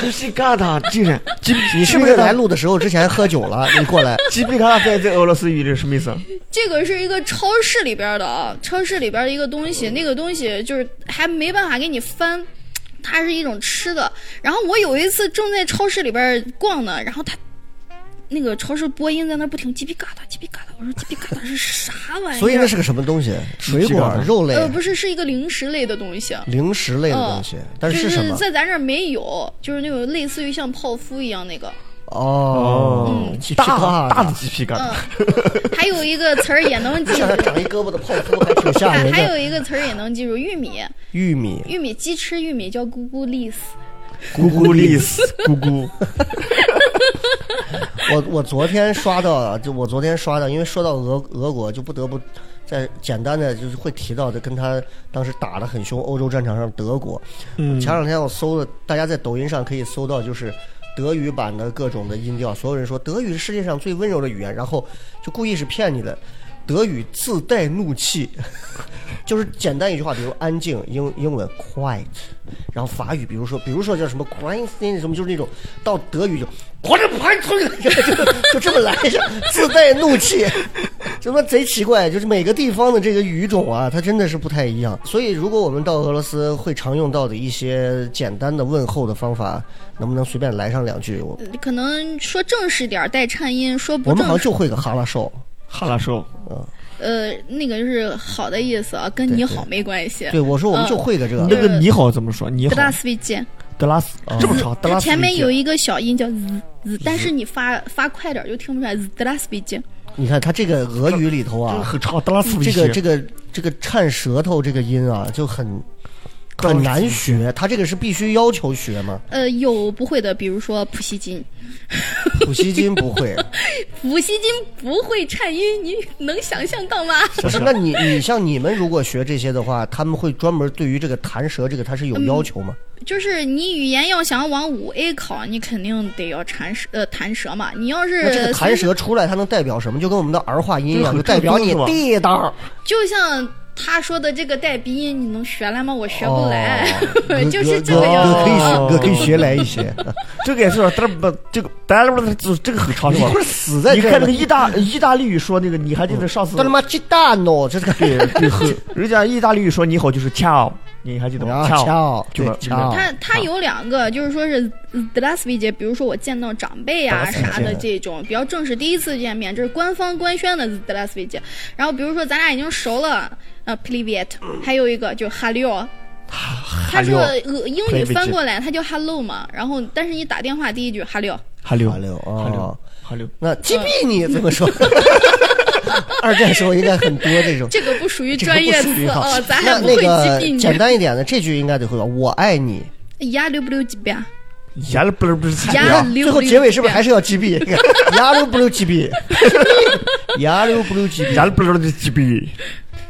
Speaker 4: 真是嘎达，竟然鸡皮，
Speaker 3: 你是不是来录的时候之前喝酒了？你 过来，
Speaker 4: 鸡皮疙瘩在在俄罗斯语里是什么意思？
Speaker 5: 这个是一个超市里边儿的啊，超市里边儿的一个东
Speaker 3: 嗯
Speaker 5: 西，那个东西就是还没办法给你翻。它是一种吃的，然后我有一次正在超市里边儿逛呢，然后它那个超市播音在那不停叽皮嘎哒叽皮嘎哒，我说叽皮嘎哒是啥玩意儿？
Speaker 3: 所以那是个什么东西？水
Speaker 4: 鸡
Speaker 3: 果
Speaker 4: 蛋、
Speaker 3: 肉类、
Speaker 5: 哎呃不是是一个零食类的东西，啊
Speaker 3: 零食类的东西，但
Speaker 5: 就是
Speaker 3: 什么？
Speaker 5: 在咱这儿没有，就是那种类似于像泡芙一样 那个。
Speaker 3: 哦，鸡皮疙瘩
Speaker 4: 大 大的鸡皮疙瘩
Speaker 5: 嗯，还有一个词儿也能记
Speaker 3: 现在
Speaker 5: 住，
Speaker 3: 长一胳膊的泡芙还挺吓
Speaker 5: 还
Speaker 3: 人
Speaker 5: 还
Speaker 3: 的。
Speaker 5: 有一个词儿也能记住，玉米，
Speaker 3: 玉米、
Speaker 5: 玉米鸡吃玉米叫咕咕栗丝。
Speaker 4: 咕咕栗丝，咕咕，
Speaker 3: 我我昨天刷到啊，就我昨天刷到，因为说到俄俄国，就不得不在简单的就是会提到的，跟他当时打得很凶欧洲战场上德国。
Speaker 4: 嗯
Speaker 3: 前两天我搜了，大家在抖音上可以搜到，就是德语版的各种的音调，所有人说德语是世界上最温柔的语言，然后就故意是骗你的。德语自带怒气，就是简单一句话，比如安静，英英文 quiet，然后法语，比如说，比如说叫什么 c r i s t i n 什么，就是那种到德语就我这不还吹，就就这么来着，自带怒气， 什么贼奇怪，就是每个地方的这个语种啊，它真的是不太一样。所以，如果我们到俄罗斯会常用到的一些简单的问候的方法，能不能随便来上两句？我
Speaker 5: 可能说正式点儿带颤音，说
Speaker 3: 我
Speaker 5: 不
Speaker 3: 们好
Speaker 5: 正
Speaker 3: 像就会个哈拉兽，
Speaker 4: 哈拉兽，
Speaker 5: 呃那个是好的意思啊，跟你好没关系。
Speaker 3: 对我说我们就会个这个。
Speaker 4: 那个你好怎么说？你好
Speaker 5: 呃德，拉斯维杰，
Speaker 4: 德拉斯，这么长，德拉斯
Speaker 5: 前面有
Speaker 4: 一
Speaker 5: 一个小音叫滋滋，但是你发发快点儿就听不出来。滋德拉斯维杰，
Speaker 3: 你看它这个俄语里头
Speaker 4: 节这个
Speaker 3: 啊，
Speaker 4: 很长，德拉斯
Speaker 5: 嗯
Speaker 4: 维
Speaker 3: 这
Speaker 4: 奇
Speaker 3: 个这个这个颤舌头这个音啊，就很很难学。它这个是必须要求学嘛？
Speaker 5: 呃，有不会的，比如说普希金，
Speaker 3: 普希金不 会，
Speaker 5: 普希金不会颤音，你能想象到吗？
Speaker 3: 不是？那你你像你们如果学这些的话，他们会专门对于这个弹舌这个它是
Speaker 5: 嗯
Speaker 3: 有要求吗？
Speaker 5: 就是你语言要想往五 A 考，你肯定得要弹舌，呃，弹舌嘛。你要
Speaker 3: 那这个
Speaker 5: 是
Speaker 3: 弹舌出来，它能代表什么？就跟我们的儿化音一样，就
Speaker 4: 就是很
Speaker 3: 代表你
Speaker 4: 正宗是吧
Speaker 3: 地道。
Speaker 5: 就像他说的这个带鼻音，你能学来吗？我学不来，
Speaker 3: 哦
Speaker 5: 就是这个样
Speaker 3: 我可以学，
Speaker 5: 子。啊
Speaker 3: 我可以学来一 些。
Speaker 4: 这个也是，但是不，这个，但是不，这这个很长是
Speaker 3: 你
Speaker 4: 吧
Speaker 3: 不？是死在
Speaker 4: 你
Speaker 3: 这儿
Speaker 4: 看那
Speaker 3: 吗
Speaker 4: 个？意大意大利语说那个，你还记得上次
Speaker 3: 他他妈鸡蛋哦，这是个
Speaker 4: 对对，很人家意大利语说你好就是 ciao，你还记得吗
Speaker 3: 啊，翘
Speaker 4: 就是
Speaker 3: 对翘。
Speaker 5: 他他有两个，就是说是呃 d l a s v i j 比如说我见到长辈啊
Speaker 3: Здравствуйте
Speaker 5: 啥的这种比较正式，第一次见面，这是官方官宣的 d l a s v i j 然后比如说咱俩已经熟了，呃 p l i v i e t 还有一个就是 hello，他
Speaker 4: Hello
Speaker 5: 说呃英语翻过来，他叫 hello 嘛，然后但是你打电话第一句 hello，
Speaker 4: 哈六
Speaker 3: 哈六
Speaker 4: 哈
Speaker 3: 哦
Speaker 4: 六哈六，
Speaker 3: 那
Speaker 5: 嗯
Speaker 3: 击毙你这么说。 二战时候应该很多这种。
Speaker 5: 这个不属于
Speaker 3: 这个
Speaker 5: 专业
Speaker 3: 不属于
Speaker 5: 词
Speaker 3: 哈
Speaker 5: 哦，咱
Speaker 3: 那
Speaker 5: 还不
Speaker 3: 那
Speaker 5: 会
Speaker 3: 个
Speaker 5: 记
Speaker 3: 简
Speaker 5: 病
Speaker 3: 单一点的这句应该得会吧？我爱你。
Speaker 5: 你，呀溜不溜几遍？
Speaker 4: 牙了不是不是
Speaker 5: 呀溜
Speaker 3: 最后结尾是不是还是要击 毙？牙溜不溜击 毙？牙溜不溜击
Speaker 4: 牙
Speaker 3: 毙？
Speaker 4: 了不是这几逼。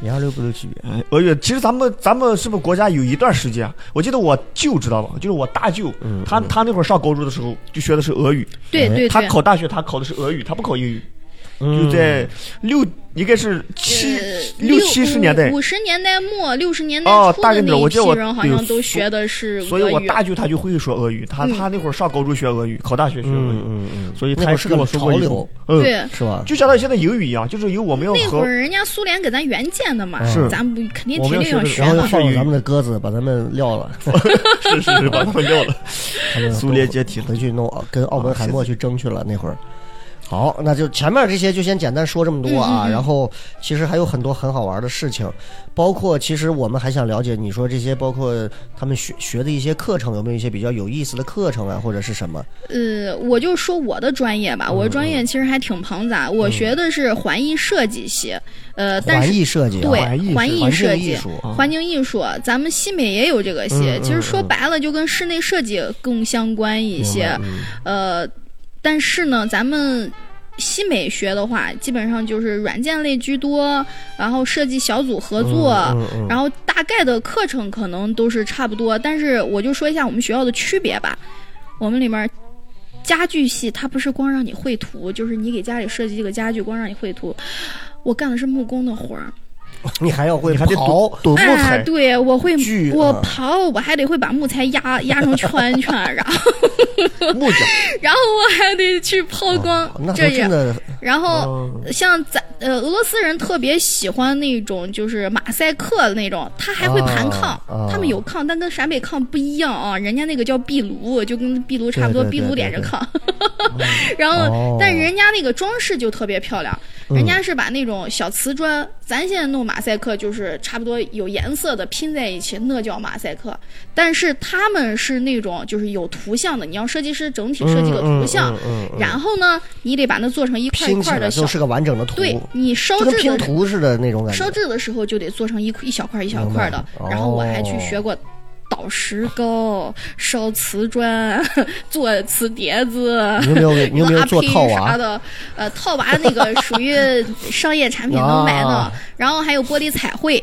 Speaker 3: 牙溜不溜击毙？
Speaker 4: 哎，俄语其实咱们咱们是不是国家有一段时间啊？我记得我舅知道吧，就是我大舅，他他那会儿上高中的时候就学的是俄语，
Speaker 3: 哎
Speaker 5: 对对
Speaker 4: 他
Speaker 5: 对，
Speaker 4: 考大学他考的是俄语，他不考英语，就在六应该是七
Speaker 5: 呃
Speaker 4: 六七十年代
Speaker 5: 五，五十年代末六十年代
Speaker 4: 哦
Speaker 5: 初
Speaker 4: 大
Speaker 5: 的
Speaker 4: 概
Speaker 5: 那
Speaker 4: 那我
Speaker 5: 一
Speaker 4: 记得
Speaker 5: 批
Speaker 4: 我
Speaker 5: 人，好
Speaker 4: 对
Speaker 5: 像都
Speaker 4: 所
Speaker 5: 学的是
Speaker 4: 所以
Speaker 5: 俄
Speaker 4: 我
Speaker 5: 语。
Speaker 4: 大舅他就会说俄语，他
Speaker 5: 嗯
Speaker 4: 他那会儿上高中学俄语，考大学学俄语，
Speaker 3: 嗯嗯，
Speaker 4: 所以
Speaker 3: 那会
Speaker 4: 他
Speaker 3: 儿是个
Speaker 4: 跟我说过
Speaker 3: 潮
Speaker 4: 一句
Speaker 3: 流，
Speaker 4: 嗯，
Speaker 5: 对，
Speaker 3: 是吧？
Speaker 4: 就相当于现在英语一样，就是由我们要
Speaker 5: 那会
Speaker 4: 和
Speaker 5: 儿人家苏联给咱援建的嘛，
Speaker 4: 嗯是
Speaker 5: 咱不肯定
Speaker 4: 我
Speaker 5: 铁
Speaker 4: 们
Speaker 5: 定
Speaker 4: 要学
Speaker 5: 学
Speaker 4: 这
Speaker 3: 然后
Speaker 4: 个
Speaker 3: 又
Speaker 5: 嘛。
Speaker 3: 放了咱们的鸽子，把咱们撂了，
Speaker 4: 是是是把他们撂 了，
Speaker 3: 他们
Speaker 4: 苏联 解体了。
Speaker 3: 回去弄跟奥
Speaker 5: 啊
Speaker 3: 本海默去争去了那会儿。好，那就前面这些就先简单说这么多
Speaker 5: 嗯
Speaker 3: 啊，然后其实还有很多很好玩的事情，包括其实我们还想了解你说这些，包括他们学学的一些课程有没有一些比较有意思的课程啊，或者是什么？
Speaker 5: 呃，我就说我的专业吧，
Speaker 4: 嗯
Speaker 5: 我的专业其实还挺庞杂，我学的是环艺设计系，呃，但
Speaker 3: 环
Speaker 5: 是
Speaker 3: 艺设计啊、
Speaker 5: 对
Speaker 4: 环艺
Speaker 5: 环
Speaker 4: 是
Speaker 5: 艺
Speaker 3: 环
Speaker 5: 设
Speaker 3: 境
Speaker 5: 计啊
Speaker 3: 艺。术，嗯
Speaker 5: 环境艺术，咱们西美也有这个系，
Speaker 4: 嗯
Speaker 5: 其实说白了就跟室内设计更相关一些。
Speaker 3: 嗯
Speaker 5: 呃，但是呢，咱们西美学的话，基本上就是软件类居多，然后设计小组合作，
Speaker 3: 嗯
Speaker 5: 然后大概的课程可能都是差不多。但是我就说一下我们学校的区别吧，我们里面。家具系它不是光让你绘图，就是你给家里设计这个家具，光让你绘图。我干的是木工的活儿，
Speaker 3: 你还要会
Speaker 4: 你还得
Speaker 3: 刨
Speaker 4: 躲躲木
Speaker 5: 啊，
Speaker 4: 材，
Speaker 5: 对，我会
Speaker 3: 锯
Speaker 5: 我
Speaker 3: 啊
Speaker 5: 刨，我还得会把木材压压成 圈圈，然后
Speaker 4: 木匠。
Speaker 5: 然后我还得去抛光，
Speaker 3: 那
Speaker 5: 这
Speaker 3: 还
Speaker 5: 也
Speaker 3: 真的
Speaker 5: 然后
Speaker 3: 嗯
Speaker 4: 哦
Speaker 5: 像咱呃俄罗斯人特别喜欢那种就是马赛克那种，他还会盘炕，
Speaker 3: 啊啊
Speaker 5: 他们有炕，但跟陕北炕不一样啊，人家那个叫壁炉，就跟壁炉差不多，
Speaker 3: 对对对
Speaker 5: 壁炉连着炕。 然后，
Speaker 3: 哦嗯
Speaker 5: 但人家那个装饰就特别漂亮，人家是把那种小瓷砖，咱现在弄马赛克就是差不多有颜色的拼在一起，那叫马赛克。但是他们是那种就是有图像的，你要设计师整体设计个
Speaker 3: 嗯嗯
Speaker 5: 图像，
Speaker 3: 嗯嗯
Speaker 5: 然后呢，你得把它做成一块一
Speaker 3: 拼起
Speaker 5: 块
Speaker 3: 来
Speaker 5: 的小
Speaker 3: 就是个完整的图，
Speaker 5: 对你烧
Speaker 3: 就跟
Speaker 5: 制
Speaker 3: 拼
Speaker 5: 的
Speaker 3: 图似的那种感觉
Speaker 5: 烧。制的时候就得做成一块一小块一小
Speaker 3: 明白
Speaker 5: 块的，然后我还去
Speaker 3: 哦
Speaker 5: 学过。倒石膏、烧瓷砖、做瓷碟子，
Speaker 3: 你有没有你有没有
Speaker 5: 拉
Speaker 3: 做
Speaker 5: 坯
Speaker 3: 套
Speaker 5: 啥
Speaker 3: 娃
Speaker 5: 的？呃，套娃那个属 于商业产品能买的
Speaker 3: 啊，
Speaker 5: 然后还有玻璃彩绘，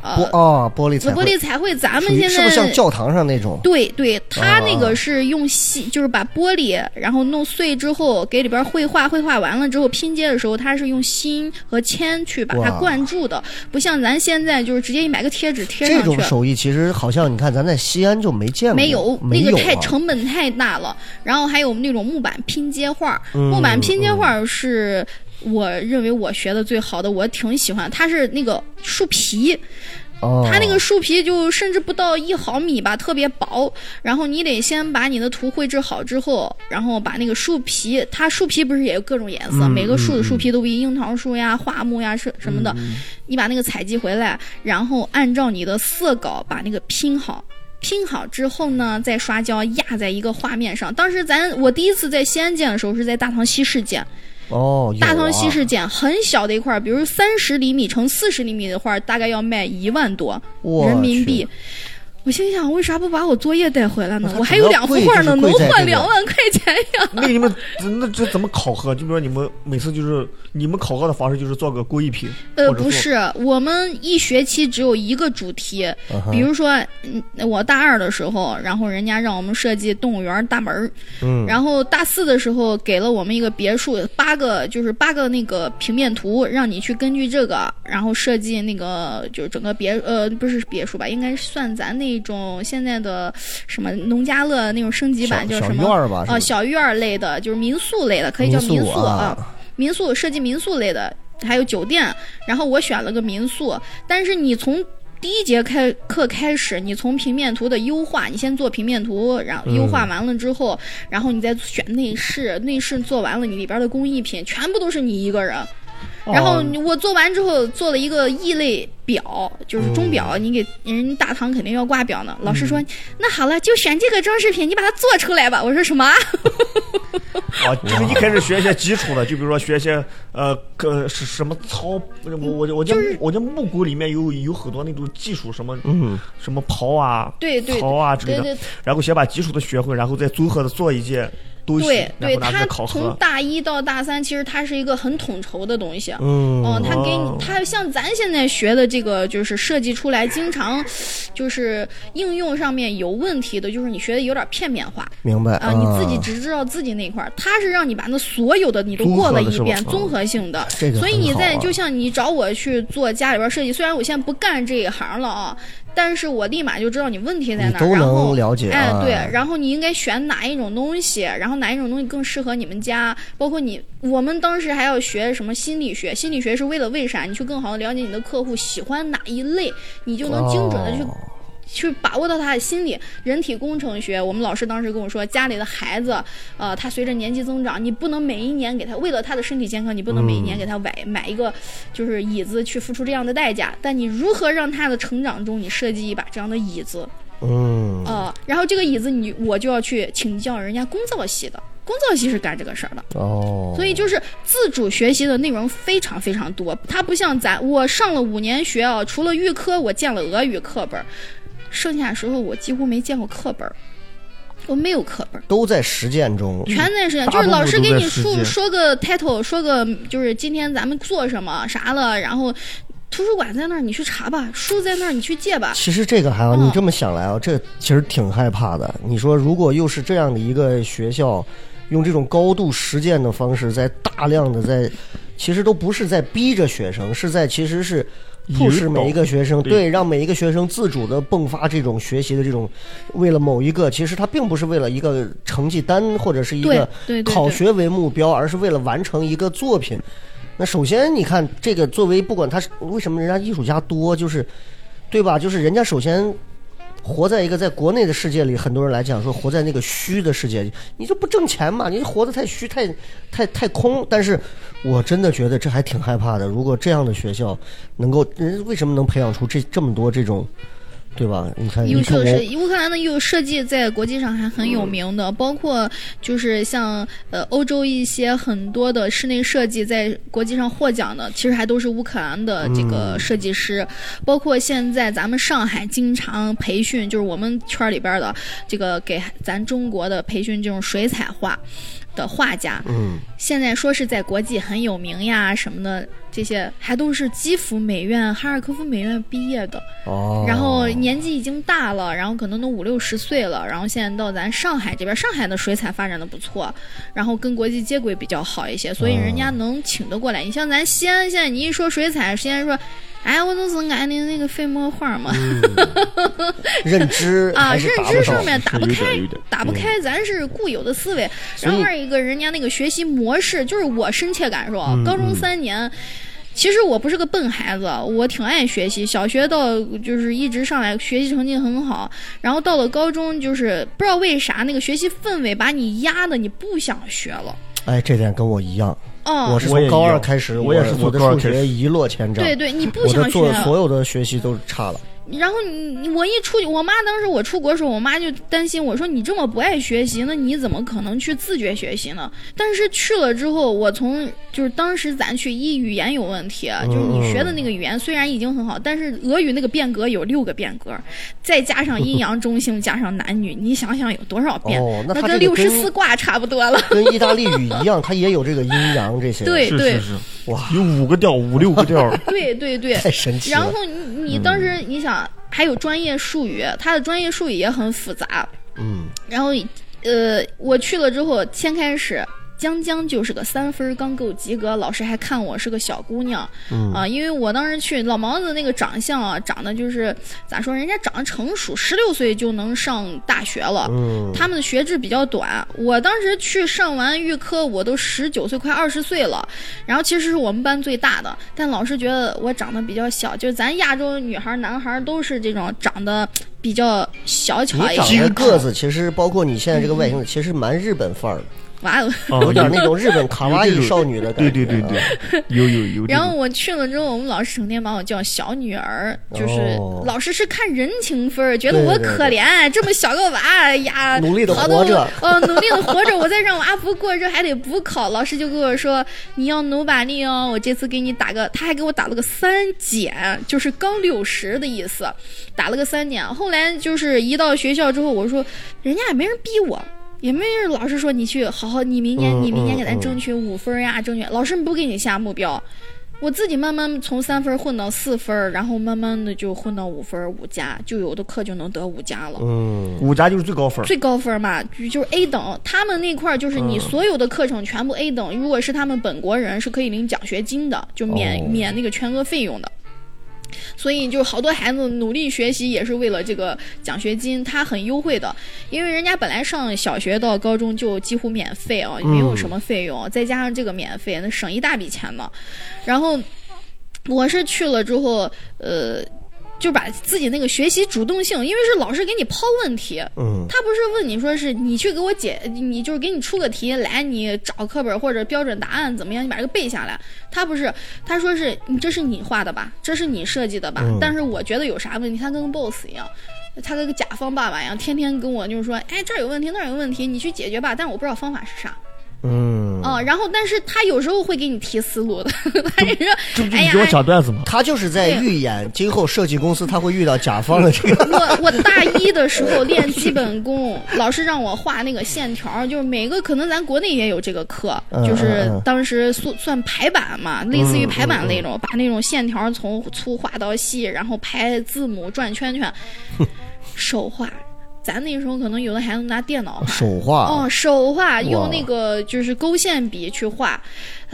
Speaker 3: 玻
Speaker 5: 呃，
Speaker 3: 哦，玻璃彩
Speaker 5: 玻
Speaker 3: 绘
Speaker 5: 璃彩绘咱
Speaker 3: 属
Speaker 5: 们
Speaker 3: 于
Speaker 5: 现
Speaker 3: 是不
Speaker 5: 在
Speaker 3: 是像教堂上那种？
Speaker 5: 对对，它那
Speaker 3: 啊
Speaker 5: 个是用细，就是把玻璃然后弄碎之后，给里边绘画，绘画完了之后拼接的时候，它是用芯和铅去把它
Speaker 3: 哇
Speaker 5: 灌注的，不像咱现在就是直接一买个贴纸贴
Speaker 3: 这
Speaker 5: 上
Speaker 3: 种
Speaker 5: 去。
Speaker 3: 手艺其实好像你看咱在西安就没见过，
Speaker 5: 没
Speaker 3: 没
Speaker 5: 有，
Speaker 3: 没
Speaker 5: 那个
Speaker 3: 有
Speaker 5: 太
Speaker 3: 啊
Speaker 5: 成本太大了。然后还有那种木板拼接画，
Speaker 3: 嗯
Speaker 5: 木板拼接画是我认为我学的最好的，我挺喜欢。它是那个树皮，
Speaker 3: 哦
Speaker 5: 它那个树皮就甚至不到一毫米吧，特别薄。然后你得先把你的图绘制好之后，然后把那个树皮，它树皮不是也有各种颜色，每个树的树皮都不一，樱桃树呀、桦木呀是什么的。你把那个采集回来，然后按照你的色稿把那个拼好。拼好之后呢，再刷胶压在一个画面上。当时咱我第一次在西安见的时候是在大唐西市见，
Speaker 3: 哦，有
Speaker 5: 大唐西
Speaker 3: 啊
Speaker 5: 市见很小的一块儿，比如三十厘米乘四十厘米的画，大概要卖一万多
Speaker 3: 我
Speaker 5: 人民币
Speaker 3: 去。哦
Speaker 5: 我心想，为啥不把我作业带回来呢？
Speaker 3: 它
Speaker 5: 我还
Speaker 3: 主要
Speaker 5: 有两幅
Speaker 3: 贵
Speaker 5: 画
Speaker 3: 就是
Speaker 5: 呢，
Speaker 3: 贵
Speaker 5: 能
Speaker 3: 在
Speaker 5: 换
Speaker 3: 这
Speaker 5: 两
Speaker 3: 个
Speaker 5: 万块钱 呀！
Speaker 4: 那个你们那这怎么考核？就比如说你们每次就是你们考核的方式就是做个工艺品，
Speaker 5: 呃，
Speaker 4: 或者做
Speaker 5: 不是，我们一学期只有一个主题，比如说，嗯，我大二的时候，然后人家让我们设计动物园大门儿，
Speaker 3: 嗯
Speaker 5: 然后大四的时候给了我们一个别墅，八个就是八个那个平面图，让你去根据这个，然后设计那个就是整个别呃不是别墅吧，应该是算咱那种现在的什么农家乐那种升级版
Speaker 3: 小
Speaker 5: 叫
Speaker 3: 小
Speaker 5: 什么
Speaker 3: 院儿吧是
Speaker 5: 啊、
Speaker 3: 不是
Speaker 5: 小院儿类的，就是民宿类的，可以叫
Speaker 3: 民
Speaker 5: 民
Speaker 3: 宿
Speaker 5: 宿
Speaker 3: 啊
Speaker 5: 民宿设计民宿类的，还有酒店。然后我选了个民宿，但是你从第一节开课开始，你从平面图的优化，你先做平面图，然后优化完了之后，然后你再选内饰，内饰做完了，你里边的工艺品全部都是你一个人。
Speaker 3: 哦
Speaker 5: 然
Speaker 4: 哦
Speaker 5: 后你我做完之后做了一个异类表，就是钟
Speaker 3: 嗯
Speaker 5: 表，你给人大堂肯定要挂表呢。老师说，那好了，就选这个装饰品，你把它做出来吧。我说什么啊？
Speaker 4: 啊，就是一开始学一些基础的，就比如说学一些呃，可是什么操，我我我家我家木鼓里面有有很多那种技术，什么嗯什么刨啊、
Speaker 5: 对对
Speaker 4: 刨啊之类
Speaker 5: 对对
Speaker 4: 的，然后先把基础的学会，然后再综合的做一件东西
Speaker 5: 对，
Speaker 4: 然
Speaker 5: 对，
Speaker 4: 后拿出
Speaker 5: 它
Speaker 4: 来考
Speaker 5: 从
Speaker 4: 核。
Speaker 5: 大一到大三，其实它是一个很统筹的东西。嗯，哦，它给你
Speaker 4: 哦，
Speaker 5: 它像咱现在学的这个，就是设计出来，经常就是应用上面有问题的，就是你学的有点片面化。
Speaker 3: 明白
Speaker 5: 啊，你自
Speaker 3: 嗯
Speaker 5: 己只知道自己那块儿，它是让你把那所有的你都过了一遍，
Speaker 4: 综
Speaker 5: 综合性的。
Speaker 3: 这个
Speaker 5: 所以你
Speaker 3: 很好
Speaker 5: 在
Speaker 3: 啊
Speaker 5: 就像你找我去做家里边设计，虽然我现在不干这一行了啊，但是我立马就知道你问题在哪
Speaker 3: 你
Speaker 5: 儿，
Speaker 3: 都
Speaker 5: 然
Speaker 3: 能
Speaker 5: 后
Speaker 3: 了解
Speaker 5: 哎
Speaker 3: 啊，
Speaker 5: 对，然后你应该选哪一种东西，然后哪一种东西更适合你们家，包括你我们当时还要学什么心理学，心理学是为了为啥？你去更好的了解你的客户喜欢哪一类，你就能精准的去
Speaker 3: 哦
Speaker 5: 去把握到他的心理。人体工程学，我们老师当时跟我说，家里的孩子，呃，他随着年纪增长，你不能每一年给他为了他的身体健康，你不能每一
Speaker 3: 嗯
Speaker 5: 年给他买、买一个就是椅子去付出这样的代价。但你如何让他的成长中，你设计一把这样的椅子，
Speaker 3: 嗯，
Speaker 5: 呃，然后这个椅子你我就要去请教人家工造系的。工造系是干这个事儿的，
Speaker 3: 哦，
Speaker 5: 所以就是自主学习的内容非常非常多。它不像咱，我上了五年学啊，除了预科，我见了俄语课本儿，剩下时候我几乎没见过课本儿，我没有课本儿。
Speaker 3: 都在实践中，
Speaker 5: 全在实
Speaker 4: 嗯
Speaker 5: 践，
Speaker 4: 大
Speaker 5: 就是
Speaker 4: 部
Speaker 5: 老
Speaker 4: 分
Speaker 5: 师
Speaker 4: 都
Speaker 5: 给
Speaker 4: 在
Speaker 5: 你
Speaker 4: 实
Speaker 5: 说
Speaker 4: 践
Speaker 5: 说个 title，说个就是今天咱们做什么啥了，然后图书馆在那儿，你去查吧；书在那儿，你去借吧。
Speaker 3: 其实这个还好，
Speaker 5: 嗯
Speaker 3: 你这么想来啊，这其实挺害怕的。你说，如果又是这样的一个学校，用这种高度实践的方式，在大量的在其实都不是在逼着学生，是在其实是
Speaker 4: 引
Speaker 3: 促使
Speaker 4: 导
Speaker 3: 每一个学生
Speaker 4: 对
Speaker 5: 嗯
Speaker 3: 对，让每一个学生自主的迸发这种学习的这种，为了某一个，其实他并不是为了一个成绩单或者是一个
Speaker 5: 对对对
Speaker 3: 考
Speaker 5: 对
Speaker 3: 学为目标，而是为了完成一个作品。那首先，你看这个作为不管他是为什么人家艺术家多，就是对吧？就是人家首先活在一个在国内的世界里，很多人来讲说活在那个虚的世界里，你就不挣钱嘛，你活得太虚、太太太空。但是我真的觉得这还挺害怕的。如果这样的学校能够，人为什么能培养出这这么多这种，对吧？你看，
Speaker 5: 优
Speaker 3: 你看
Speaker 5: 秀设
Speaker 3: 我。
Speaker 5: 计，乌克兰的有设计在国际上还很有名的，包括就是像呃欧洲一些很多的室内设计在国际上获奖的，其实还都是乌克兰的这个设计师，包括现在咱们上海经常培训，就是我们圈里边的这个给咱中国的培训这种水彩画。的画家，嗯，现在说是在国际很有名呀什么的，这些还都是基辅美院、哈尔科夫美院毕业的，
Speaker 3: 哦，
Speaker 5: 然后年纪已经大了，然后可能都五六十岁了，然后现在到咱上海这边，上海的水彩发展的不错，然后跟国际接轨比较好
Speaker 3: 嗯
Speaker 5: 一些，所以人家能请得过来。你像咱西安现在，你一说水彩，西安说，哎，我都是俺的那个飞墨画嘛，
Speaker 3: 认知
Speaker 5: 啊，
Speaker 3: 嗯还是
Speaker 5: 认
Speaker 3: 达
Speaker 5: 知
Speaker 3: 不到
Speaker 5: 上面打不
Speaker 4: 是有
Speaker 5: 开
Speaker 4: 点有点，
Speaker 5: 打不开咱是固有的思维。然后
Speaker 3: 嗯所以
Speaker 5: 二一个，人家那个学习模式，就是我深切感受，
Speaker 3: 嗯
Speaker 5: 啊，高中三年。其实我不是个笨孩子，我挺爱学习。小学到就是一直上来，学习成绩很好。然后到了高中，就是不知道为啥那个学习氛围把你压的，你不想学了。
Speaker 3: 哎，这点跟我一样，
Speaker 5: 哦，
Speaker 3: 我是
Speaker 4: 我
Speaker 3: 从
Speaker 4: 也一
Speaker 3: 高二
Speaker 4: 样
Speaker 3: 开始，
Speaker 4: 我也是从
Speaker 3: 我的
Speaker 4: 高二
Speaker 3: 数
Speaker 4: 开
Speaker 3: 学
Speaker 4: 始
Speaker 3: 一落千丈，
Speaker 5: 对对，你不
Speaker 3: 我的
Speaker 5: 想学啊
Speaker 3: 做。所有的学习都差了。
Speaker 5: 然后你我一出去，我妈当时我出国的时候，我妈就担心我说你这么不爱学习，那你怎么可能去自觉学习呢？但是去了之后，我从就是当时咱去一语言有问题，啊
Speaker 3: 嗯
Speaker 5: 就是你学的那个语言虽然已经很好，但是俄语那个变革有六个变革，再加上阴阳中性，加上男女，你想想有多少变？
Speaker 3: 哦那
Speaker 5: 哎那
Speaker 3: 他
Speaker 5: 跟
Speaker 3: 这
Speaker 5: 六
Speaker 3: 个
Speaker 5: 十
Speaker 3: 跟
Speaker 5: 四卦差不多了。
Speaker 3: 跟意大利语一样，它也有这个阴阳这些。
Speaker 5: 对
Speaker 4: 是
Speaker 5: 对
Speaker 4: 是是，
Speaker 3: 哇，
Speaker 4: 有五个调，五六个 调，
Speaker 5: 对对 对，
Speaker 3: 太神奇
Speaker 5: 然
Speaker 3: 了
Speaker 5: 后。你你当时你想还有专业术语，它的专业术语也很复杂。
Speaker 3: 嗯，
Speaker 5: 然后呃，我去了之后，先开始。将将就是个三分儿刚够及格，老师还看我是个小姑娘，
Speaker 3: 嗯
Speaker 5: 啊，因为我当时去老毛子那个长相啊，长得就是咋说，人家长得成熟，十六岁就能上大学了，
Speaker 3: 嗯
Speaker 5: 他们的学制比较短。我当时去上完预科，我都十九岁快二十岁了，然后其实是我们班最大的，但老师觉得我长得比较小，就是咱亚洲女孩儿、男孩儿都是这种长得比较小
Speaker 3: 你
Speaker 5: 巧一嗯
Speaker 3: 长
Speaker 5: 些
Speaker 3: 这
Speaker 5: 的，
Speaker 3: 个子，其实包括你现在这个外形，其实蛮日本范儿的，
Speaker 5: 哇哦！
Speaker 4: 啊
Speaker 3: 有点那种日本卡哇伊少女的感
Speaker 4: 对
Speaker 3: 觉。
Speaker 4: 对对对，有有有这
Speaker 5: 然后
Speaker 4: 种。
Speaker 5: 我去了之后，我们老师成天把我叫小女儿，就是
Speaker 3: 哦
Speaker 5: 老师是看人情分儿，觉得我
Speaker 3: 对对对
Speaker 5: 可怜，这么小个娃儿呀，
Speaker 3: 努力地
Speaker 5: 好多
Speaker 3: 活着
Speaker 5: 哦，努力的活着，我再让娃不过热还得补考。老师就跟我说，你要努把力哦，我这次给你打个，他还给我打了个三减，就是刚六十的意思，打了个三减。后来就是一到学校之后，我说人家也没人逼我。也没人老师说你去好好，你明年
Speaker 3: 嗯
Speaker 5: 你明年
Speaker 3: 嗯
Speaker 5: 给咱
Speaker 3: 嗯
Speaker 5: 争取五分儿呀，争取老师不给你下目标，我自己慢慢从三分混到四分，然后慢慢的就混到五分五加，就有的课就能得五加了。
Speaker 3: 嗯，
Speaker 4: 五加就是最高分儿，
Speaker 5: 最高分嘛，就就是 A 等，他们那块儿就是你
Speaker 4: 嗯
Speaker 5: 所有的课程全部 A 等，如果是他们本国人是可以领奖学金的，就免、
Speaker 3: 哦
Speaker 5: 免那个全额费用的。所以就好多孩子努力学习也是为了这个奖学金，它很优惠的，因为人家本来上小学到高中就几乎免费啊，没有
Speaker 4: 嗯
Speaker 5: 什么费用，再加上这个免费，那省一大笔钱呢。然后我是去了之后，呃，就把自己那个学习主动性，因为是老师给你抛问题，
Speaker 3: 嗯，
Speaker 5: 他不是问你说是你去给我解，你就是给你出个题来，你找课本或者标准答案怎么样，你把这个背下来。他不是，他说是你这是你画的吧，这是你设计的吧，但是我觉得有啥问题，他跟个 boss 一样。他跟个甲方爸爸一样，天天跟我就是说，哎，这儿有问题，那儿有问题，你去解决吧。但我不知道方法是啥，
Speaker 3: 嗯，
Speaker 5: 啊。然后但是他有时候会给你提思路的， 他也说，
Speaker 4: 这不就
Speaker 5: 哎
Speaker 4: 你
Speaker 5: 呀
Speaker 4: 给，我讲段子吗？
Speaker 3: 他就是在预演今后设计公司他会遇到甲方的这个。
Speaker 5: 我我大一的时候练基本功，老师让我画那个线条，就是每个可能咱国内也有这个课，
Speaker 3: 嗯
Speaker 5: 就是
Speaker 3: 嗯嗯嗯
Speaker 5: 当时算算排版嘛，类似于排版那种，把那种线条从粗画到细，然后排字母转圈圈，手画。咱那时候可能有的孩子拿电脑画，
Speaker 3: 手画，
Speaker 5: 哦，手画
Speaker 3: 哇
Speaker 5: 用那个就是勾线笔去画，